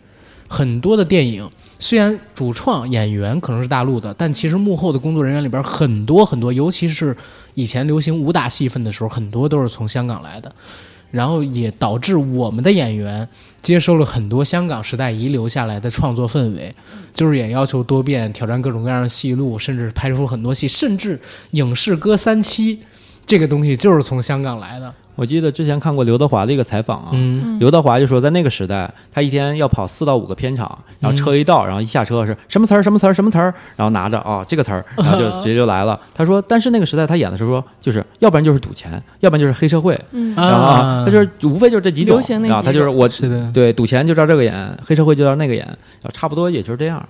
Speaker 2: 很多的电影，虽然主创演员可能是大陆的，但其实幕后的工作人员里边很多很多，尤其是以前流行武打戏份的时候，很多都是从香港来的，然后也导致我们的演员接收了很多香港时代遗留下来的创作氛围，就是也要求多变，挑战各种各样的戏路，甚至拍出很多戏，甚至影视歌三栖这个东西就是从香港来的。
Speaker 4: 我记得之前看过刘德华的一个采访啊，
Speaker 2: 嗯，
Speaker 4: 刘德华就说，在那个时代，他一天要跑四到五个片场，然后车一到，然后一下车是什么词儿什么词儿什么词儿，然后拿着啊、这个词儿，然后就直接就来了。他说，但是那个时代他演的时候说，就是要不然就是赌钱，要不然就是黑社会，
Speaker 3: 嗯
Speaker 4: 然后啊，他就是无非就是这几种
Speaker 3: 流行，那
Speaker 4: 然后他
Speaker 3: 几
Speaker 4: 就是
Speaker 3: 种
Speaker 4: 我
Speaker 2: 是的。
Speaker 4: 对赌钱就照这个演，黑社会就照那个演，然后差不多也就是这样。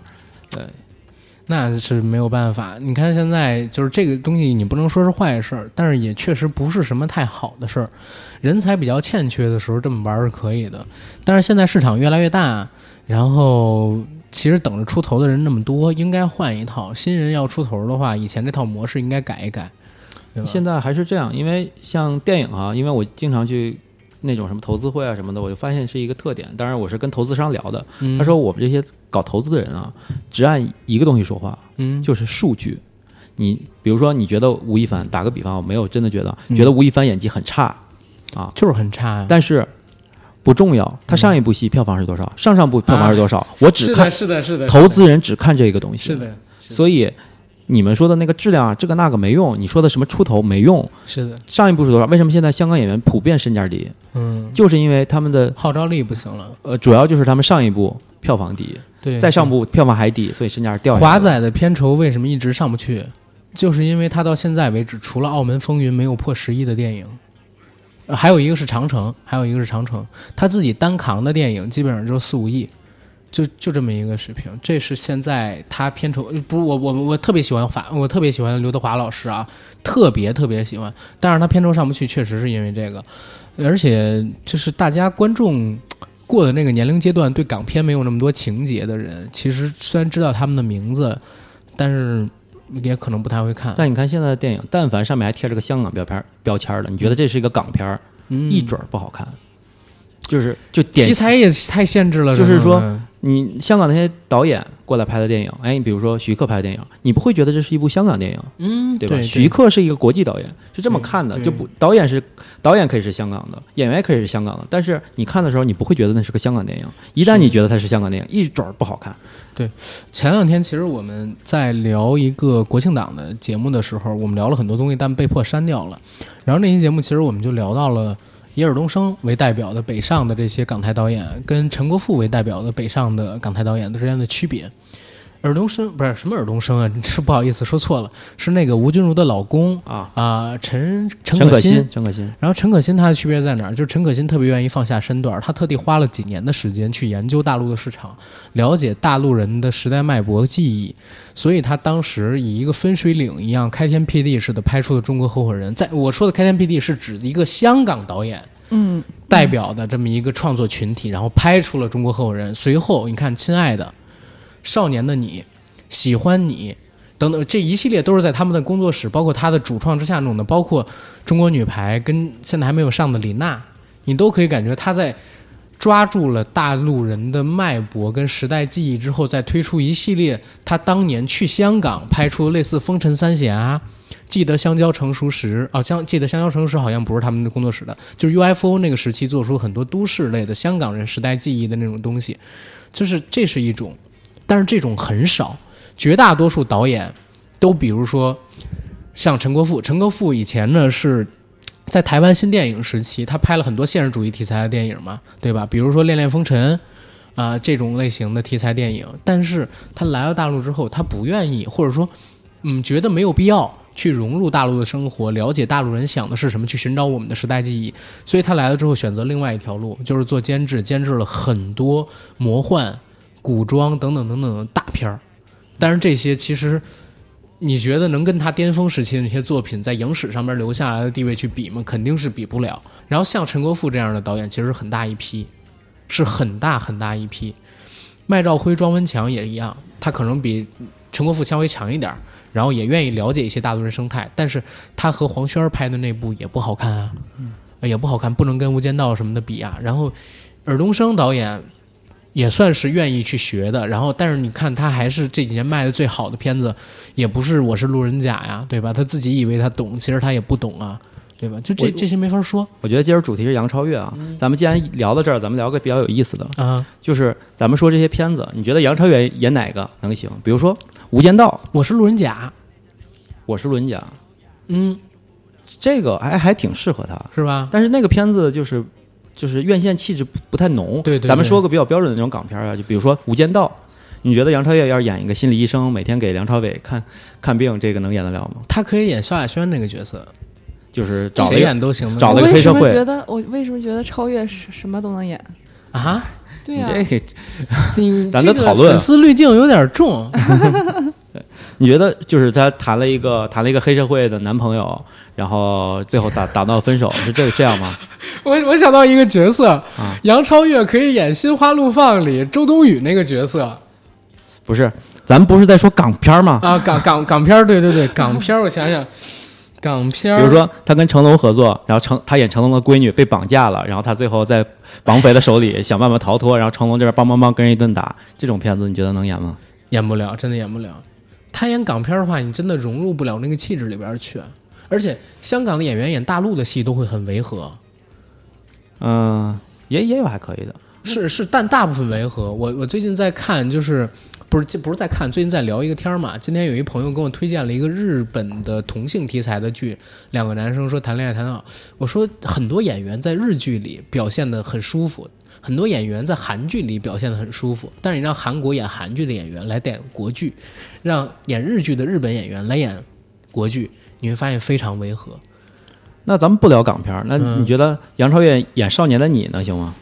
Speaker 2: 那是没有办法。你看现在就是这个东西，你不能说是坏事儿，但是也确实不是什么太好的事儿。人才比较欠缺的时候，这么玩儿是可以的。但是现在市场越来越大，然后其实等着出头的人那么多，应该换一套。新人要出头的话，以前这套模式应该改一改，对 吧？
Speaker 4: 现在还是这样，因为像电影啊，因为我经常去那种什么投资会啊什么的，我就发现是一个特点。当然，我是跟投资商聊的，
Speaker 2: 嗯
Speaker 4: 他说我们这些搞投资的人啊，只按一个东西说话，
Speaker 2: 嗯，
Speaker 4: 就是数据。你比如说，你觉得吴亦凡，打个比方，我没有真的觉得，
Speaker 2: 嗯
Speaker 4: 觉得吴亦凡演技很差，
Speaker 2: 就是很差。
Speaker 4: 但是不重要。他上一部戏票房是多少？上上部票房是多少？我只
Speaker 2: 是嗯
Speaker 4: 看
Speaker 2: 的，是的，是的，
Speaker 4: 投资人只看这个东西。
Speaker 2: 是的，是的
Speaker 4: 所以你们说的那个质量啊，这个那个没用，你说的什么出头没用。
Speaker 2: 是的，
Speaker 4: 上一部是多少？为什么现在香港演员普遍身价低？
Speaker 2: 嗯，
Speaker 4: 就是因为他们的
Speaker 2: 号召力不行了。
Speaker 4: 呃，主要就是他们上一部票房低，
Speaker 2: 对，
Speaker 4: 再上部票房还低，所以身价掉下来了。
Speaker 2: 华仔的片酬为什么一直上不去？就是因为他到现在为止，除了《澳门风云》没有破十亿的电影，呃还有一个是《长城》，还有一个是《长城》，他自己单扛的电影基本上就四五亿，就就这么一个水平。这是现在他片酬，呃不是我我我特别喜欢法，我特别喜欢刘德华老师啊，特别特别喜欢，但是他片酬上不去，确实是因为这个，而且就是大家观众过的那个年龄阶段，对港片没有那么多情节的人，其实虽然知道他们的名字，但是也可能不太会看。
Speaker 4: 但你看现在的电影，但凡上面还贴着个香港标签儿标签儿的，你觉得这是一个港片儿，
Speaker 2: 嗯
Speaker 4: 一准儿不好看。就是就典
Speaker 2: 题材也太限制了，
Speaker 4: 就是
Speaker 2: 这种
Speaker 4: 说
Speaker 2: 的，
Speaker 4: 你香港那些导演过来拍的电影，哎，你比如说徐克拍的电影，你不会觉得这是一部香港电影，
Speaker 2: 嗯，
Speaker 4: 对
Speaker 2: 对
Speaker 4: 嗯吧？
Speaker 2: 对
Speaker 4: 徐克是一个国际导演，是这么看的，
Speaker 2: 对
Speaker 4: 就不导演是导演可以是香港的，演员也可以是香港的，但是你看的时候，你不会觉得那是个香港电影，一旦
Speaker 2: 是
Speaker 4: 你觉得它是香港电影，一准儿不好看。
Speaker 2: 前两天其实我们在聊一个国庆档的节目的时候，我们聊了很多东西，但被迫删掉了。然后那期节目其实我们就聊到了以尔东升为代表的北上的这些港台导演，跟陈国富为代表的北上的呃港台导演的之间的区别。尔东升不是什么尔东升啊，是不好意思说错了，是那个吴君如的老公
Speaker 4: 啊，
Speaker 2: 啊、陈陈
Speaker 4: 陈
Speaker 2: 可
Speaker 4: 可
Speaker 2: 辛
Speaker 4: 辛，陈可辛，
Speaker 2: 然后陈可辛他的区别在哪儿？就是陈可辛特别愿意放下身段儿，他特地花了几年的时间去研究大陆的市场，了解大陆人的时代脉搏记忆，所以他当时以一个分水岭一样开天辟地似的拍出了《中国合伙人》。在我说的开天辟地是指一个香港导演
Speaker 3: 嗯，
Speaker 2: 代表的这么一个创作群体，然后拍出了《中国合伙人》。随后你看，《亲爱的少年的你》，《喜欢你》等等，这一系列都是在他们的工作室，包括他的主创之下弄的，包括中国女排跟现在还没有上的李娜，你都可以感觉他在抓住了大陆人的脉搏跟时代记忆之后，再推出一系列他当年去香港拍出类似《风尘三侠》啊。记得香蕉成熟时啊，香记得香蕉成熟时好像不是他们的工作室的，就是 UFO 那个时期做出很多都市类的香港人时代记忆的那种东西，就是这是一种，但是这种很少，绝大多数导演都比如说像陈国富，陈国富以前呢是。在台湾新电影时期，他拍了很多现实主义题材的电影嘛，对吧？比如说《恋恋风尘》啊、这种类型的题材电影。但是他来到大陆之后，他不愿意，或者说，嗯，觉得没有必要去融入大陆的生活，了解大陆人想的是什么，去寻找我们的时代记忆。所以他来了之后，选择另外一条路，就是做监制，监制了很多魔幻、古装等等等等的大片儿。但是这些其实，你觉得能跟他巅峰时期的那些作品在影史上面留下来的地位去比吗？肯定是比不了。然后像陈国富这样的导演，其实很大一批，是很大很大一批。麦兆辉、庄文强也一样，他可能比陈国富稍微强一点儿，然后也愿意了解一些大陆人生态，但是他和黄轩儿拍的那部也不好看啊，呃也不好看，不能跟《无间道》什么的比啊。然后尔冬升导演也算是愿意去学的，然后但是你看他还是这几年卖的最好的片子，也不是《我是路人甲》呀，对吧？他自己以为他懂，其实他也不懂啊，对吧？就这
Speaker 4: 我
Speaker 2: 这些没法说
Speaker 4: 我觉得今儿主题是杨超越啊，咱们既然聊到这儿，咱们聊个比较有意思的，
Speaker 2: 啊。
Speaker 4: 就是咱们说这些片子，你觉得杨超越演哪个能行？比如说《无间道》，
Speaker 2: 我是路人甲，
Speaker 4: 我是轮甲，
Speaker 2: 嗯，
Speaker 4: 这个还还挺适合他。
Speaker 2: 是吧？
Speaker 4: 但是那个片子就是就是院线气质不不太浓。
Speaker 2: 对对
Speaker 4: 咱们
Speaker 2: 对
Speaker 4: 说个比较标准的那种港片啊，就比如说《无间道》，你觉得杨超越要是演一个心理医生，每天给梁朝伟看看病，这个能演得了吗？
Speaker 2: 他可以演萧亚轩那个角色，
Speaker 4: 就是找了
Speaker 2: 谁
Speaker 4: 一个
Speaker 2: 演都行的。
Speaker 4: 找
Speaker 3: 我
Speaker 4: 了个
Speaker 3: 为
Speaker 4: 黑
Speaker 3: 什
Speaker 4: 社
Speaker 3: 么
Speaker 4: 会
Speaker 3: 觉得我为什么觉得超越什什么都能演？
Speaker 2: 啊，
Speaker 3: 对
Speaker 4: 你
Speaker 3: 呀、
Speaker 4: 这个，
Speaker 2: 你
Speaker 4: 咱
Speaker 2: 这
Speaker 4: 的
Speaker 2: 个
Speaker 4: 讨论啊
Speaker 2: 粉丝滤镜有点重，
Speaker 4: 你觉得就是他谈了一个谈了一个黑社会的男朋友，然后最后打打闹分手，是这这样吗？
Speaker 2: 我我想到一个角色，
Speaker 4: 啊
Speaker 2: 杨超越可以演《心花怒放》里周冬雨那个角色
Speaker 4: 不是，咱们不是在说港片吗？
Speaker 2: 啊，港港港片儿，对对对，港片儿，我想想，港片儿，
Speaker 4: 比如说他跟成龙合作，然后成他演成龙的闺女被绑架了，然后他最后在绑匪的手 里想办法逃脱，然后成龙这边梆梆梆跟人一顿打，这种片子你觉得能演吗？
Speaker 2: 演不了，真的演不了。他演港片儿的话，你真的融入不了那个气质里边儿去，而且香港的演员演大陆的戏都会很违和，
Speaker 4: 嗯、也也有还可以的，
Speaker 2: 是是，但大部分违和。我我最近在看，就是不是这不是在看，最近在聊一个天儿嘛。今天有一朋友跟我推荐了一个日本的同性题材的剧，两个男生说谈恋爱谈到，我说很多演员在日剧里表现的很舒服，很多演员在韩剧里表现的很舒服，但是你让韩国演韩剧的演员来演国剧，让演日剧的日本演员来演国剧，你会发现非常违和。
Speaker 4: 那咱们不聊港片儿，那
Speaker 2: 嗯
Speaker 4: 你觉得杨超越演《少年的你》能行吗？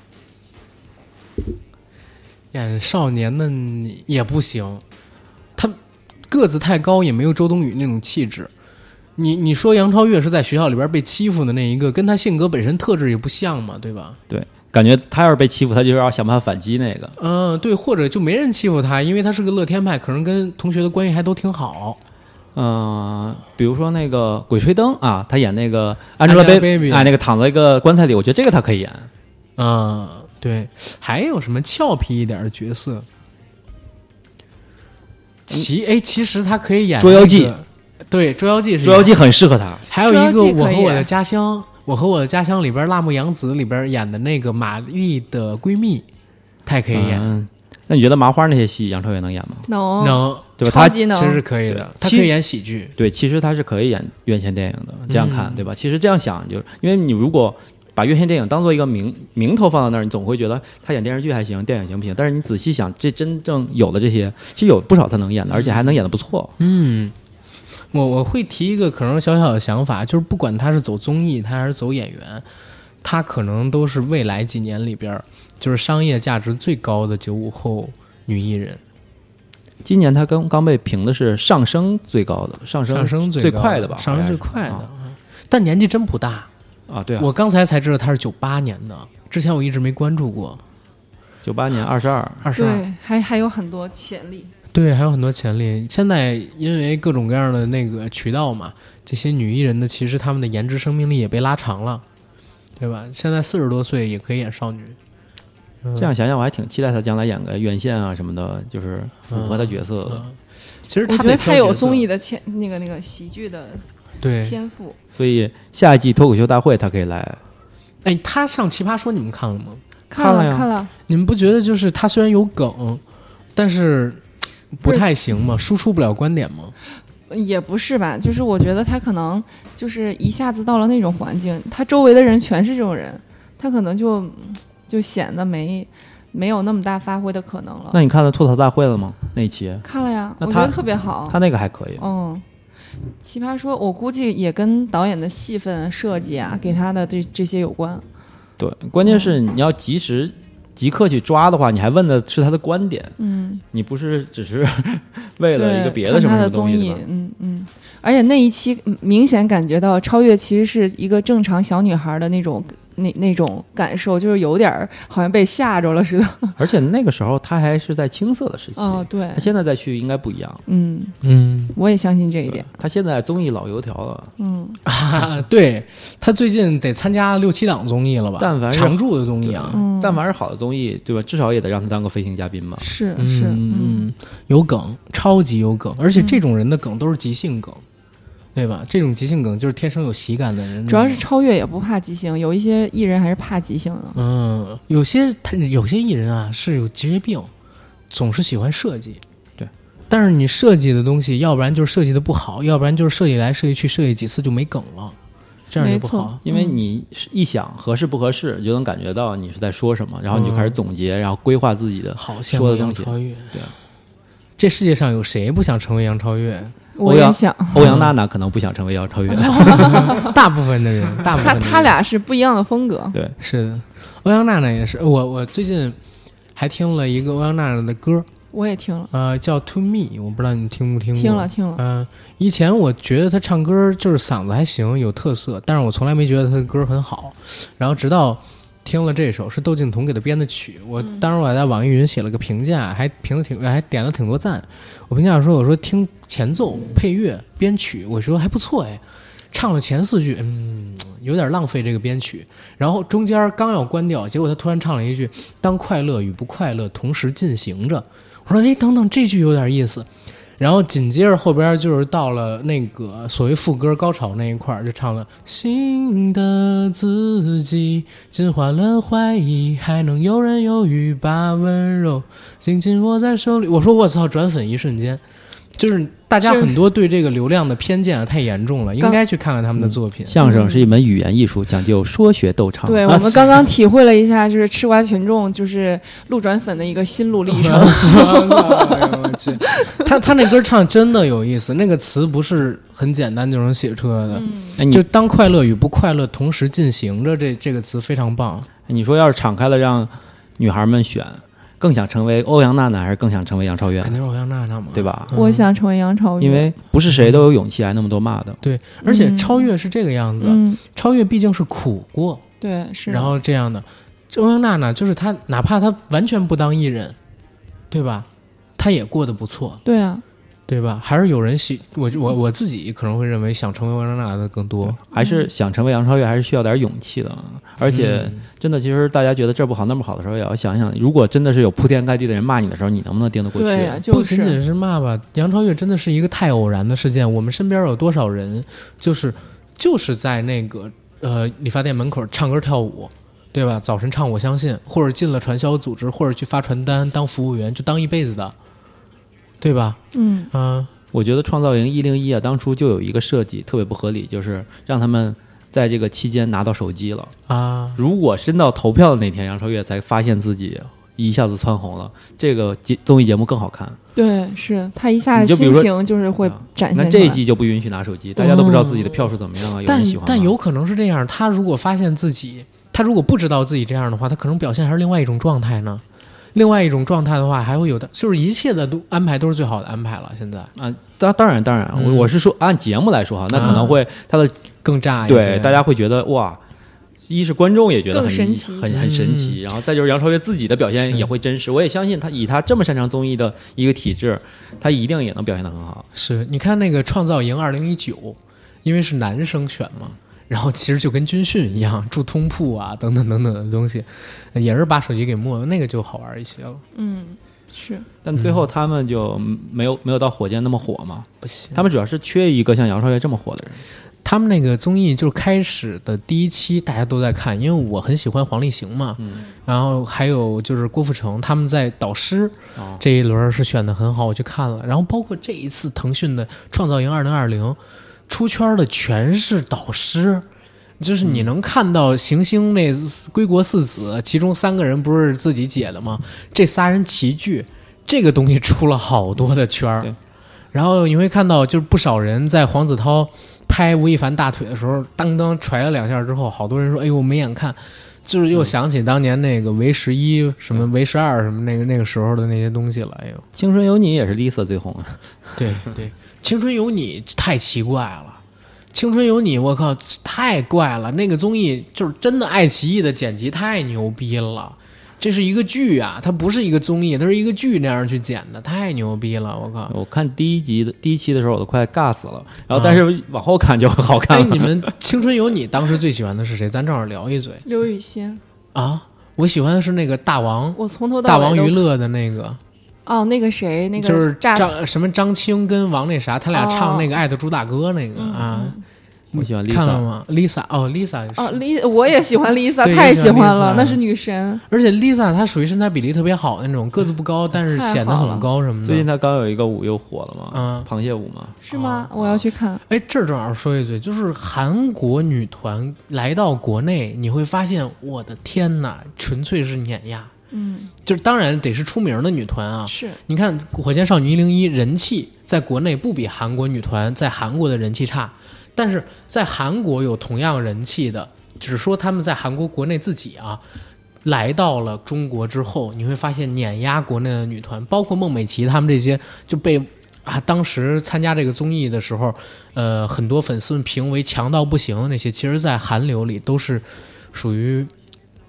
Speaker 2: 演少年的你也不行，他个子太高，也没有周冬雨那种气质。你你说杨超越是在学校里边被欺负的那一个，跟他性格本身特质也不像嘛，对吧？
Speaker 4: 对，感觉他要是被欺负，他就要想办法反击那个。
Speaker 2: 嗯、对，或者就没人欺负他，因为他是个乐天派，可能跟同学的关系还都挺好。
Speaker 4: 嗯、比如说那个《鬼吹灯》啊，他演那个
Speaker 2: Angelababy
Speaker 4: Angelababy，哎，那个躺在一个棺材里，我觉得这个他可以演。
Speaker 2: 啊，对，还有什么俏皮一点的角色？
Speaker 4: 嗯
Speaker 2: 其哎，其实他可以演
Speaker 4: 捉妖记
Speaker 2: 那个，对，《捉妖记》是一
Speaker 4: 捉妖记很适合他，
Speaker 2: 还有一个
Speaker 3: 捉妖记
Speaker 2: 《我
Speaker 3: 可以
Speaker 2: 和我的家乡》，我和我的家乡里边，辣目洋子里边演的那个玛丽的闺蜜，她也可以演，
Speaker 4: 嗯。那你觉得麻花那些戏，杨超越能演吗？
Speaker 3: 能
Speaker 2: 能，
Speaker 4: 对
Speaker 3: 哦超
Speaker 4: 吧？他
Speaker 3: 级
Speaker 2: 其实是
Speaker 3: 能，
Speaker 2: 可以的，
Speaker 4: 对
Speaker 2: 她可
Speaker 4: 其
Speaker 2: 以演喜剧，
Speaker 4: 对，其实他是可以演院线电影的，这样看、
Speaker 2: 嗯
Speaker 4: 对吧？其实这样想，就是因为你如果把院线电影当做一个名名头放到那儿，你总会觉得他演电视剧还行，电影行不行？但是你仔细想，这真正有的这些，其实有不少他能演的，而且还能演得不错。
Speaker 2: 嗯，我我会提一个可能小小的想法，就是不管他是走综艺，他还是走演员，他可能都是未来几年里边儿就是商业价值最高的九五后女艺人，
Speaker 4: 今年他刚刚被评的是上升最高的，上升
Speaker 2: 上升最
Speaker 4: 最
Speaker 2: 高
Speaker 4: 快的吧？
Speaker 2: 上升最
Speaker 4: 好像
Speaker 2: 快
Speaker 4: 是
Speaker 2: 的，
Speaker 3: 嗯
Speaker 2: 但年纪真不大。
Speaker 4: 啊，对啊，
Speaker 2: 我刚才才知道他是九八年的，之前我一直没关注过。
Speaker 4: 九八年二十二，
Speaker 2: 二十二，
Speaker 3: 对，还还有很多潜力。
Speaker 2: 对，还有很多潜力。现在因为各种各样的那个渠道嘛，这些女艺人的其实她们的颜值生命力也被拉长了，对吧？现在四十多岁也可以演少女，嗯
Speaker 4: 这样想想我还挺期待他将来演个院线啊什么的，就是符合他角色的。
Speaker 2: 嗯，其实她
Speaker 3: 我觉
Speaker 2: 得
Speaker 3: 得
Speaker 2: 挑
Speaker 3: 他有
Speaker 2: 角色
Speaker 3: 综艺的潜那个那个喜剧的
Speaker 2: 对，
Speaker 3: 天赋，
Speaker 4: 所以下一季脱口秀大会他可以来，
Speaker 2: 哎，她上《奇葩说》你们看了吗？
Speaker 3: 看
Speaker 4: 看了呀
Speaker 3: 看了，
Speaker 2: 你们不觉得就是她虽然有梗，但是嘖不
Speaker 3: 不是
Speaker 2: 太行吗？输出不了观点吗？
Speaker 3: 也不是吧，就是我觉得他可能就是一下子到了那种环境，他周围的人全是这种人，他可能就就显得没没有那么大发挥的可能了。
Speaker 4: 那你看了吐槽大会了吗？那一期
Speaker 3: 看了呀，
Speaker 4: 那
Speaker 3: 我
Speaker 4: 他
Speaker 3: 觉得特别好
Speaker 4: 他。那个还可以，
Speaker 3: 嗯，奇葩说，我估计也跟导演的戏份设计啊，给他的这这些有关。
Speaker 4: 对，关键
Speaker 3: 哦
Speaker 4: 是你要及时。即刻去抓的话，你还问的是他的观点，
Speaker 3: 嗯，
Speaker 4: 你不是只是 为了
Speaker 3: 对，
Speaker 4: 一个别
Speaker 3: 看
Speaker 4: 什么
Speaker 3: 他的
Speaker 4: 什么东
Speaker 3: 综
Speaker 4: 西对
Speaker 3: 艺
Speaker 4: 吧，
Speaker 3: 嗯嗯。而且那一期嗯明显感觉到超越其实是一个正常小女孩的那种那那种感受，就是有点儿好像被吓着了似 的。
Speaker 4: 而且那个时候他还是在青涩的时期，
Speaker 3: 哦，对
Speaker 4: 他，现在再去应该不一样。
Speaker 3: 嗯，
Speaker 2: 嗯，
Speaker 3: 我也相信这一点。
Speaker 4: 他现在综艺老油条了，
Speaker 3: 嗯，
Speaker 2: 啊， 对她最近得参加六七档综艺了吧？
Speaker 4: 但凡是
Speaker 2: 常驻的综艺啊，
Speaker 3: 嗯
Speaker 4: 但凡是好的综艺，对吧？至少也得让他当个飞行嘉宾吧。
Speaker 3: 是是，嗯
Speaker 2: 嗯，有梗，超级有梗，而且这种人的梗都是即兴梗，对吧？这种即兴梗就是天生有喜感的
Speaker 4: 嗯
Speaker 2: 人，
Speaker 3: 主要是超越也不怕即兴，有一些艺人还是怕即兴
Speaker 4: 哦
Speaker 3: 的。
Speaker 2: 嗯，有些他有些艺人啊是有职业病，总是喜欢设计，
Speaker 4: 对，
Speaker 2: 但是你设计的东西，要不然就是设计的不好，要不然就是设计来设计去，设计几次就没梗了，这样就不
Speaker 3: 没
Speaker 2: 好
Speaker 3: 错。
Speaker 4: 因为你一想合适不合适，你就能感觉到你是在说什么，然后你就开始总
Speaker 3: 嗯
Speaker 4: 结，然后规划自己的。
Speaker 2: 好羡
Speaker 4: 说
Speaker 2: 慕
Speaker 4: 的东
Speaker 2: 杨
Speaker 4: 西
Speaker 2: 超越，
Speaker 4: 对啊
Speaker 2: 这世界上有谁不想成为杨超越？
Speaker 3: 我
Speaker 4: 欧阳
Speaker 3: 也想，
Speaker 4: 欧阳娜娜可能不想成为姚超越，
Speaker 2: 大部分的人，大部分
Speaker 3: 他
Speaker 2: 的人
Speaker 3: 他俩是不一样的风格。
Speaker 4: 对，
Speaker 2: 是的，欧阳娜娜也是。呃我我最近还听了一个欧阳娜娜的歌，
Speaker 3: 我也听了，
Speaker 2: 呃，叫《To Me》，我不知道你听不听过。
Speaker 3: 听了。听了，
Speaker 2: 嗯、以前我觉得她唱歌就是嗓子还行，有特色，但是我从来没觉得她的歌很好。然后直到听了这首是窦靖童给她编的曲，我
Speaker 3: 嗯
Speaker 2: 当时我还在网易云写了个评价，还评了挺还点了挺多赞。我评价说，我说听前奏、配乐、编曲，我说还不错哎。唱了前四句，嗯，有点浪费这个编曲。然后中间刚要关掉，结果他突然唱了一句：“当快乐与不快乐同时进行着。”我说：“哎，等等，这句有点意思。”然后紧接着后边就是到了那个所谓副歌高潮那一块儿，就唱了“新的自己进化了怀疑，还能游刃有余把温柔紧紧握在手里。”我说：“我操！”转粉一瞬间，就是大家
Speaker 3: 是
Speaker 2: 很多对这个流量的偏见啊太严重了，应该去看看他们的作品。
Speaker 4: 相声是一门语言艺术，讲究说学逗
Speaker 3: 嗯
Speaker 4: 唱。
Speaker 3: 对
Speaker 2: 啊
Speaker 3: 我们刚刚体会了一下，就是吃瓜群众就是路转粉的一个心路历程。
Speaker 2: 我去， 他他那歌唱真的有意思，那个词不是很简单就能写出来的。
Speaker 3: 嗯
Speaker 4: 哎，你
Speaker 2: 就当快乐与不快乐同时进行着这这个词非常棒。
Speaker 4: 你说要是敞开了让女孩们选，更想成为欧阳娜娜，还是更想成为杨超越
Speaker 2: 肯，定是欧阳娜娜嘛，
Speaker 4: 对吧？
Speaker 2: 嗯
Speaker 3: 我想成为杨超越，
Speaker 4: 因为不是谁都有勇气挨那么多骂的。
Speaker 2: 对，而且超越是这个样子，
Speaker 3: 嗯，
Speaker 2: 超越毕竟是苦过，
Speaker 3: 对是。
Speaker 2: 然后这样的。这欧阳娜娜就是她，哪怕她完全不当艺人，对吧？她也过得不错。
Speaker 3: 对啊，
Speaker 2: 对吧？还是有人喜我我我自己可能会认为想成为王娜的更多，
Speaker 4: 还
Speaker 3: 嗯
Speaker 4: 是想成为杨超越，还是需要点勇气的。而且，
Speaker 2: 嗯
Speaker 4: 真的，其实大家觉得这不好那不好的时候，也要想想，如果真的是有铺天盖地的人骂你的时候，你能不能盯得过去？
Speaker 3: 对呀，
Speaker 2: 不
Speaker 3: 就
Speaker 2: 仅
Speaker 3: 是
Speaker 2: 仅是骂吧，杨超越真的是一个太偶然的事件。我们身边有多少人，就是就是在那个呃理发店门口唱歌跳舞，对吧？早晨唱我相信，或者进了传销组织，或者去发传单当服务员，就当一辈子的，对吧？
Speaker 3: 嗯，
Speaker 2: 嗯、
Speaker 4: 我觉得创造营一零一啊，当初就有一个设计特别不合理，就是让他们在这个期间拿到手机了。
Speaker 2: 啊，
Speaker 4: 如果真到投票的那天，杨超越才发现自己一下子蹿红了，这个节综艺节目更好看。
Speaker 3: 对，是他一下
Speaker 4: 你就
Speaker 3: 子
Speaker 4: 比如
Speaker 3: 心
Speaker 4: 说
Speaker 3: 情就是会
Speaker 4: 啊
Speaker 3: 展现出
Speaker 4: 那
Speaker 3: 来。
Speaker 4: 这一季就不允许拿手机，大
Speaker 3: 哦
Speaker 4: 家都不知道自己的票数怎么样啊，有
Speaker 2: 但
Speaker 4: 人喜欢吗
Speaker 2: 但有可能是这样，他如果发现自己，他如果不知道自己这样的话，他可能表现还是另外一种状态呢。另外一种状态的话，还会有的，就是一切的都安排都是最好的安排了。现在
Speaker 4: 啊，当当然当然，我、
Speaker 2: 嗯
Speaker 4: 我是说按节目来说哈，那
Speaker 3: 嗯
Speaker 4: 可能会它的、
Speaker 2: 更炸一些，
Speaker 4: 对大家会觉得哇。一是观众也觉得很
Speaker 3: 更神奇
Speaker 4: 很很神
Speaker 2: 嗯
Speaker 4: 奇，然后再就是杨超越自己的表现也会真实。我也相信他，以他这么擅长综艺的一个体质，他一定也能表现得很好。
Speaker 2: 是你看那个《创造营2019》，因为是男生选嘛，然后其实就跟军训一样，住通铺啊，等等等等的东西，也是把手机给没了，那个就好玩一些了。
Speaker 3: 嗯是
Speaker 4: 但最
Speaker 2: 嗯
Speaker 4: 后他们就没有没有到火箭那么火嘛，
Speaker 2: 不行，
Speaker 4: 他们主要是缺一个像杨超越这么火的人。
Speaker 2: 他们那个综艺就是开始的第一期，大家都在看，因为我很喜欢黄立行嘛，
Speaker 4: 嗯
Speaker 2: 然后还有就是郭富城，他们在导师
Speaker 4: 哦
Speaker 2: 这一轮是选的很好，我去看了，然后包括这一次腾讯的《创造营2020》出圈的全是导师。就是你能看到行星那归国四子，其中三个人不是自己解的吗？这仨人齐聚，这个东西出了好多的圈儿
Speaker 4: 对。
Speaker 2: 然后你会看到，就是不少人在黄子韬拍吴亦凡大腿的时候，当当踹了两下之后，好多人说：“哎呦，没眼看。”就是又想起当年那个维十一、什么维十二、什么那个那个时候的那些东西了。哎呦，
Speaker 4: 青春有你也是 Lisa 最红啊，
Speaker 2: 对对，《青春有你》太奇怪了，《青春有你》我靠太怪了，那个综艺就是真的爱奇艺的剪辑太牛逼了。这是一个剧啊，它不是一个综艺，它是一个剧那样去剪的，太牛逼了！我靠，
Speaker 4: 我看第一集的第一期的时候我都快尬死了，然后但是往后看就好看
Speaker 2: 啊哎，
Speaker 4: 了。
Speaker 2: 你们《青春有你》当时最喜欢的是谁？咱正好聊一嘴
Speaker 3: 刘雨欣，
Speaker 2: 啊！我喜欢的是那个大王，
Speaker 3: 我从头
Speaker 2: 大
Speaker 3: 到尾
Speaker 2: 王
Speaker 3: 都
Speaker 2: 娱乐的那个，
Speaker 3: 哦，那个谁，那个
Speaker 2: 就是
Speaker 3: 炸
Speaker 2: 张什么张清跟王那啥，他俩唱
Speaker 3: 哦
Speaker 2: 那个《爱的猪大哥》那个、
Speaker 3: 嗯
Speaker 2: 啊，
Speaker 4: 我喜欢
Speaker 2: 看了
Speaker 4: Lisa，
Speaker 2: 吗？Lisa 哦，Lisa 是
Speaker 3: 哦，Lisa，我也喜欢 Lisa，
Speaker 2: 对
Speaker 3: 太
Speaker 2: 也喜
Speaker 3: 喜
Speaker 2: 欢
Speaker 3: 欢
Speaker 2: Lisa
Speaker 3: 了，那是女神。
Speaker 2: 而且 Lisa 她属于身材比例特别好的那种，个子不高，但是
Speaker 3: 太
Speaker 2: 显得
Speaker 3: 好
Speaker 2: 很
Speaker 3: 了
Speaker 2: 高什么的。
Speaker 4: 最近她刚有一个舞又火了
Speaker 2: 嗯
Speaker 4: 嘛，螃蟹舞嘛，
Speaker 3: 是吗？我要去看。
Speaker 2: 哎，这儿正好说一嘴，就是韩国女团来到国内，你会发现，我的天哪，纯粹是碾压。
Speaker 3: 嗯，
Speaker 2: 就是当然得是出名的女团啊，
Speaker 3: 是
Speaker 2: 你看《火箭少女一零一》人气在国内不比韩国女团在韩国的人气差，但是在韩国有同样人气的，只是说他们在韩国国内自己啊，来到了中国之后，你会发现碾压国内的女团，包括孟美岐他们这些就被。啊，当时参加这个综艺的时候，呃，很多粉丝们评为强到不行的那些，其实，在韩流里都是属于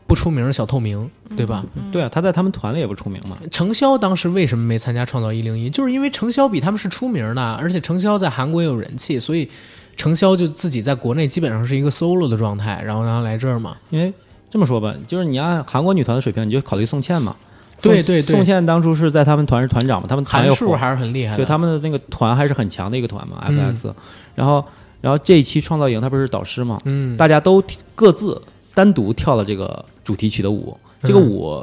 Speaker 2: 不出名的小透明，对吧？
Speaker 4: 对啊，她在他们团里也不出名嘛。
Speaker 2: 程潇当时为什么没参加《创造一零一》，就是因为程潇比他们是出名的，而且程潇在韩国也有人气，所以程潇就自己在国内基本上是一个 solo 的状态，然后让他来这儿嘛。
Speaker 4: 因为这么说吧，就是你按韩国女团的水平，你就考虑宋茜嘛。宋
Speaker 2: 对对对
Speaker 4: 宋茜当初是在他们团是团长嘛，他们团
Speaker 2: 韩
Speaker 4: 又
Speaker 2: 数
Speaker 4: 火，
Speaker 2: 还嗯是很厉害的，
Speaker 4: 对他们的那个团还是很强的一个团嘛，FX。然后，然后这一期创造营他不是导师嘛，
Speaker 2: 嗯，
Speaker 4: 大家都各自单独跳了这个主题曲的舞，这个舞。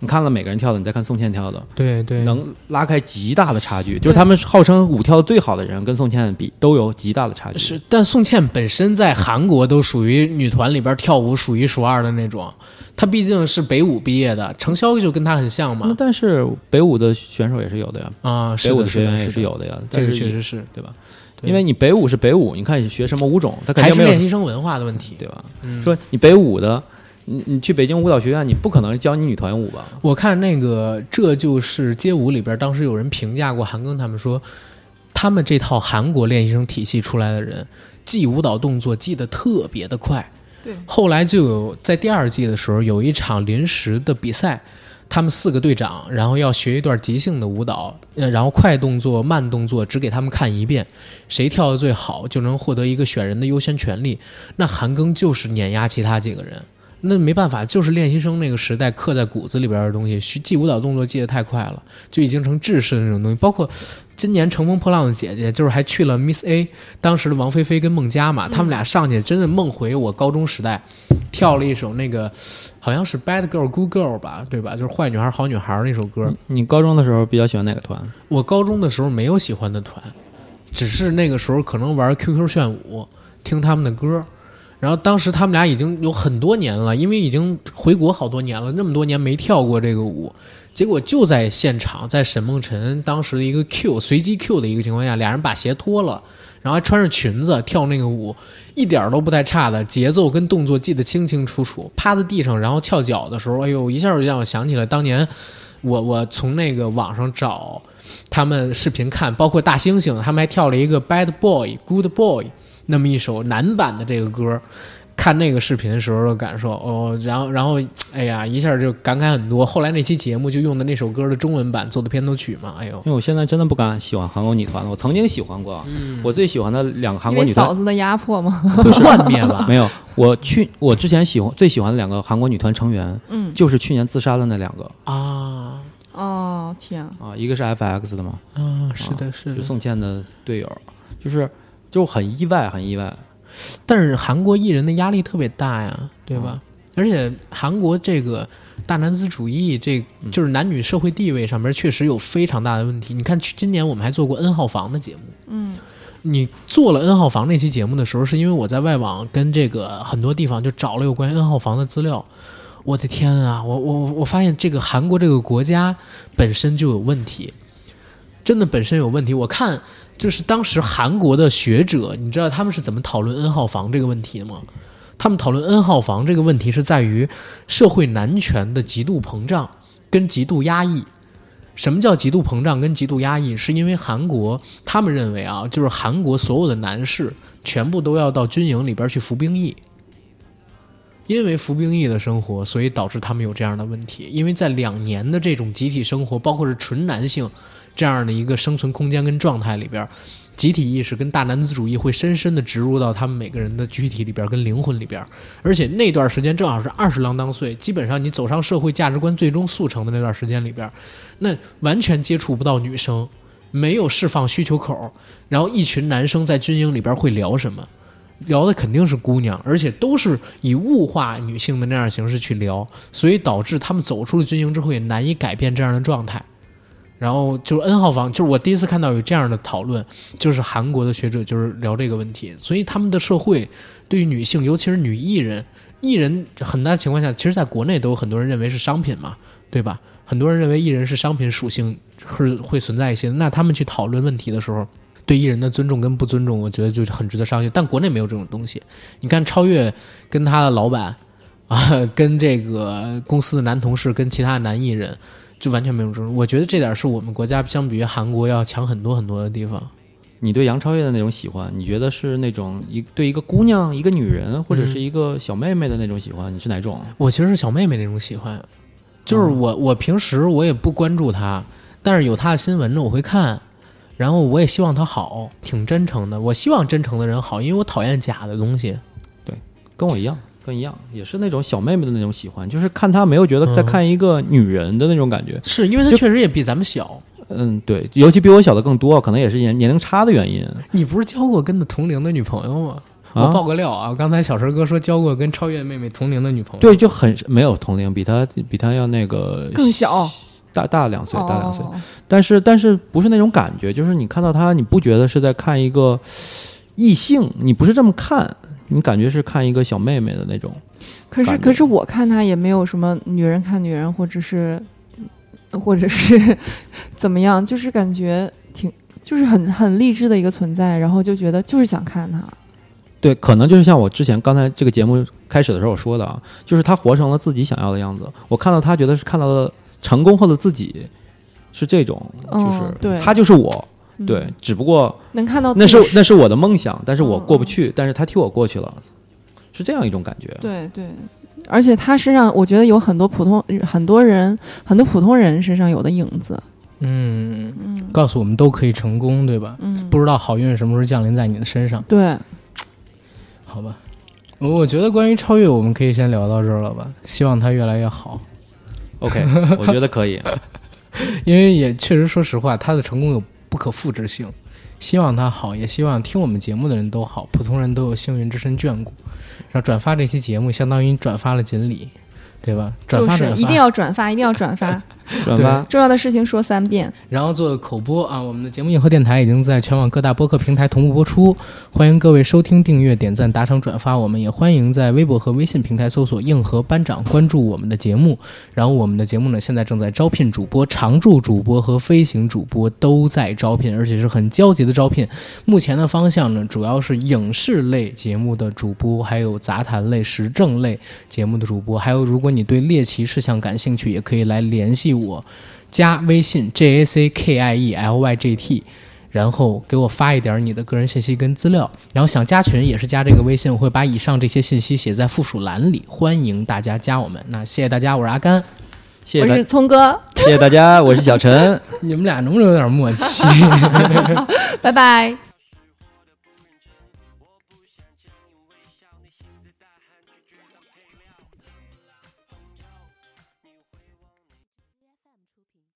Speaker 4: 你看了每个人跳的，你再看宋茜跳的，
Speaker 2: 对对，
Speaker 4: 能拉开极大的差距。就是他们号称舞跳的最好的人，跟宋茜比都有极大的差距。
Speaker 2: 是，但宋茜本身在韩国都属于女团里边跳舞数一数二的那种，她毕竟是北舞毕业的，程潇就跟她很像
Speaker 4: 那
Speaker 2: 嘛。
Speaker 4: 嗯但是北舞的选手也是有的呀，
Speaker 2: 啊，
Speaker 4: 嗯北
Speaker 2: 是
Speaker 4: 舞
Speaker 2: 的，
Speaker 4: 的学
Speaker 2: 是
Speaker 4: 员
Speaker 2: 的，
Speaker 4: 也
Speaker 2: 是
Speaker 4: 是
Speaker 2: 的，
Speaker 4: 有的呀。但
Speaker 2: 这个
Speaker 4: 是
Speaker 2: 确实是，
Speaker 4: 对吧？
Speaker 2: 对
Speaker 4: 因为你北舞是北舞，你看你学什么舞种，他肯
Speaker 2: 还
Speaker 4: 定
Speaker 2: 是
Speaker 4: 没
Speaker 2: 练
Speaker 4: 有
Speaker 2: 习生文化的问题。
Speaker 4: 对吧？
Speaker 2: 嗯，
Speaker 4: 说你北舞的，你你去北京舞蹈学院，你不可能教你女团舞吧？
Speaker 2: 我看那个《这就是街舞》里边，当时有人评价过韩庚他们说，他们这套韩国练习生体系出来的人，记舞蹈动作记得特别的快。
Speaker 3: 对
Speaker 2: 后来就有在第二季的时候有一场临时的比赛，他们四个队长，然后要学一段即兴的舞蹈，呃然后快动作、慢动作只给他们看一遍，谁跳的最好就能获得一个选人的优先权利。那韩庚就是碾压其他几个人，那没办法，就是练习生那个时代刻在骨子里边的东西，学记舞蹈动作记得太快了，就已经成制式的那种东西。包括今年《乘风破浪的姐姐》，就是还去了 Miss A，当时的王菲菲跟孟佳嘛，他们俩上去真的梦回我高中时代，跳了一首那个好像是 Bad Girl Good Girl 吧，对吧？就是坏女孩好女孩那首歌。
Speaker 4: 你高中的时候比较喜欢哪个团？
Speaker 2: 我高中的时候没有喜欢的团，只是那个时候可能玩 QQ 炫舞，听他们的歌。然后当时他们俩已经有很多年了，因为已经回国好多年了，那么多年没跳过这个舞。结果就在现场，在沈梦辰当时的一个 Q 随机 Q 的一个情况下，俩人把鞋脱了，然后还穿着裙子跳那个舞，一点儿都不带差的，节奏跟动作记得清清楚楚。趴在地上，然后翘脚的时候，哎呦，一下就让我想起了当年我我从那个网上找他们视频看，包括大猩猩，他们还跳了一个《Bad Boy Good Boy》那么一首男版的这个歌。看那个视频的时候的感受哦，然后然后哎呀，一下就感慨很多。后来那期节目就用的那首歌的中文版做的片头曲嘛，哎呦，
Speaker 4: 因为我现在真的不敢喜欢韩国女团了。我曾经喜欢过，我最喜欢的两个韩
Speaker 3: 嗯因
Speaker 4: 国
Speaker 3: 为
Speaker 4: 女
Speaker 3: 嫂
Speaker 4: 团
Speaker 3: 子的压迫嘛，
Speaker 2: 会幻灭吧？
Speaker 4: 没有。我去，我之前喜欢最喜欢的两个韩国女团成员，
Speaker 3: 嗯，
Speaker 4: 就是去年自杀的那两个
Speaker 2: 啊
Speaker 3: 哦天啊，
Speaker 4: 啊，一个是 FX 的嘛，
Speaker 2: 啊，是的，是
Speaker 3: 嗯
Speaker 4: 就
Speaker 2: 的。
Speaker 4: 宋茜的队友，就是就很意外，很意外。
Speaker 2: 但是韩国艺人的压力特别大呀，对吧？而且韩国这个大男子主义，这就是男女社会地位上面确实有非常大的问题。你看，去今年我们还做过 N 号房的节目，
Speaker 3: 嗯，
Speaker 2: 你做了 N 号房那期节目的时候，是因为我在外网跟这个很多地方就找了有关于 N 号房的资料。我的天啊，我我我发现这个韩国这个国家本身就有问题，真的本身有问题。我看就是当时韩国的学者，你知道他们是怎么讨论 N 号房这个问题的吗？他们讨论 N 号房这个问题是在于社会男权的极度膨胀跟极度压抑。什么叫极度膨胀跟极度压抑？是因为韩国他们认为啊，就是韩国所有的男士全部都要到军营里边去服兵役，因为服兵役的生活，所以导致他们有这样的问题。因为在两年的这种集体生活，包括是纯男性这样的一个生存空间跟状态里边，集体意识跟大男子主义会深深的植入到他们每个人的躯体里边跟灵魂里边。而且那段时间正好是二十郎当岁，基本上你走上社会价值观最终速成的那段时间里边，那完全接触不到女生，没有释放需求口，然后一群男生在军营里边会聊什么？聊的肯定是姑娘，而且都是以物化女性的那样形式去聊，所以导致他们走出了军营之后也难以改变这样的状态。然后就是 N 号房，就是我第一次看到有这样的讨论，就是韩国的学者就是聊这个问题，所以他们的社会对于女性，尤其是女艺人，艺人很大情况下，其实在国内都有很多人认为是商品嘛，对吧？很多人认为艺人是商品属性是会存在一些，那他们去讨论问题的时候，对艺人的尊重跟不尊重，我觉得就是很值得商榷。但国内没有这种东西，你看超越跟他的老板啊，跟这个公司的男同事，跟其他男艺人。就完全没有这种，我觉得这点是我们国家相比于韩国要强很多很多的地方。
Speaker 4: 你对杨超越的那种喜欢，你觉得是那种一对一个姑娘、一个女人或者
Speaker 3: 嗯
Speaker 4: 是一个小妹妹的那种喜欢？你是哪种？
Speaker 2: 我其实是小妹妹那种喜欢，就是
Speaker 4: 哦
Speaker 2: 我我平时我也不关注她，但是有她的新闻呢我会看，然后我也希望她好，挺真诚的。我希望真诚的人好，因为我讨厌假的东西。
Speaker 4: 跟我一样，跟一样，也是那种小妹妹的那种喜欢，就是看她没有觉
Speaker 3: 嗯
Speaker 4: 得在看一个女人的那种感觉。
Speaker 2: 是因为她
Speaker 4: 就
Speaker 2: 确实也比咱们小。
Speaker 4: 嗯，对，尤其比我小的更多，可能也是年年龄差的原因。
Speaker 2: 你不是交过跟她同龄的女朋友吗？
Speaker 4: 啊
Speaker 2: 我爆个料啊，刚才小陈哥说交过跟超越妹妹同龄的女朋友。
Speaker 4: 对，就很没有同龄，比她比她要那个
Speaker 3: 更小，
Speaker 4: 大大两岁，大两岁。
Speaker 3: 哦
Speaker 4: 但是但是不是那种感觉，就是你看到她，你不觉得是在看一个异性，你不是这么看，你感觉是看一个小妹妹的那种。
Speaker 3: 可是
Speaker 4: 感觉
Speaker 3: 可是我看他也没有什么女人看女人，或者是嗯或者是 怎么样，就是感觉挺就是很很励志的一个存在，然后就觉得就是想看他，
Speaker 4: 对，可能就是像我之前刚才这个节目开始的时候我说的啊，就是她活成了自己想要的样子。我看到她，觉得是看到了成功后的自己，是这种，
Speaker 3: 嗯
Speaker 4: 就是、
Speaker 3: 对
Speaker 4: 她就是我。
Speaker 3: 嗯
Speaker 4: 对，只不过
Speaker 3: 能看到
Speaker 4: 那是
Speaker 3: 哦自己
Speaker 4: 那是我的梦想，但是我
Speaker 3: 嗯
Speaker 4: 过不去，但是她替我过去了，是这样一种感觉。
Speaker 3: 对对，而且他身上，我觉得有很多普通很多人很多普通人身上有的影子。
Speaker 2: 嗯，告诉我们都可以成功，对吧？
Speaker 3: 嗯，
Speaker 2: 不知道好运什么时候降临在你的身上，
Speaker 3: 对，
Speaker 2: 好吧？我我觉得关于超越，我们可以先聊到这儿了吧？希望它越来越好，
Speaker 4: OK，我觉得可 以。
Speaker 2: 因为也确实，说实话，它的成功有不可复制性。希望它好，也希望听我们节目的人都好，普通人都有幸运之神眷顾。然后转发这期节目，相当于你转发了锦鲤，对吧？转
Speaker 3: 就
Speaker 2: 发
Speaker 3: 是
Speaker 2: 转发，
Speaker 3: 一定要转发，一定要转发。
Speaker 4: 转发，
Speaker 3: 重要的事情说三遍。
Speaker 2: 然后做口播啊，我们的节目《硬核电台》已经在全网各大播客平台同步播出，欢迎各位收听、订阅、点赞、打赏、转发。我们也欢迎在微博和微信平台搜索“硬核班长”，关注我们的节目。然后我们的节目呢，现在正在招聘主播，常驻主播和飞行主播都在招聘，而且是很焦急的招聘。目前的方向呢，主要是影视类节目的主播，还有杂谈类、时政类节目的主播，还有如果你对猎奇事项感兴趣，也可以来联系我。加微信 j a c k i e l y g t，然后给我发一点你的个人信息跟资料。然后想加群也是加这个微信，我会把以上这些信息写在附属栏里，欢迎大家加我们。那谢谢大家，我是阿甘。
Speaker 4: 谢
Speaker 3: 我
Speaker 4: 谢大
Speaker 3: 是聪哥，
Speaker 4: 谢谢大家，我是小陈。
Speaker 2: 你们俩能不能有点默契？
Speaker 3: 拜拜。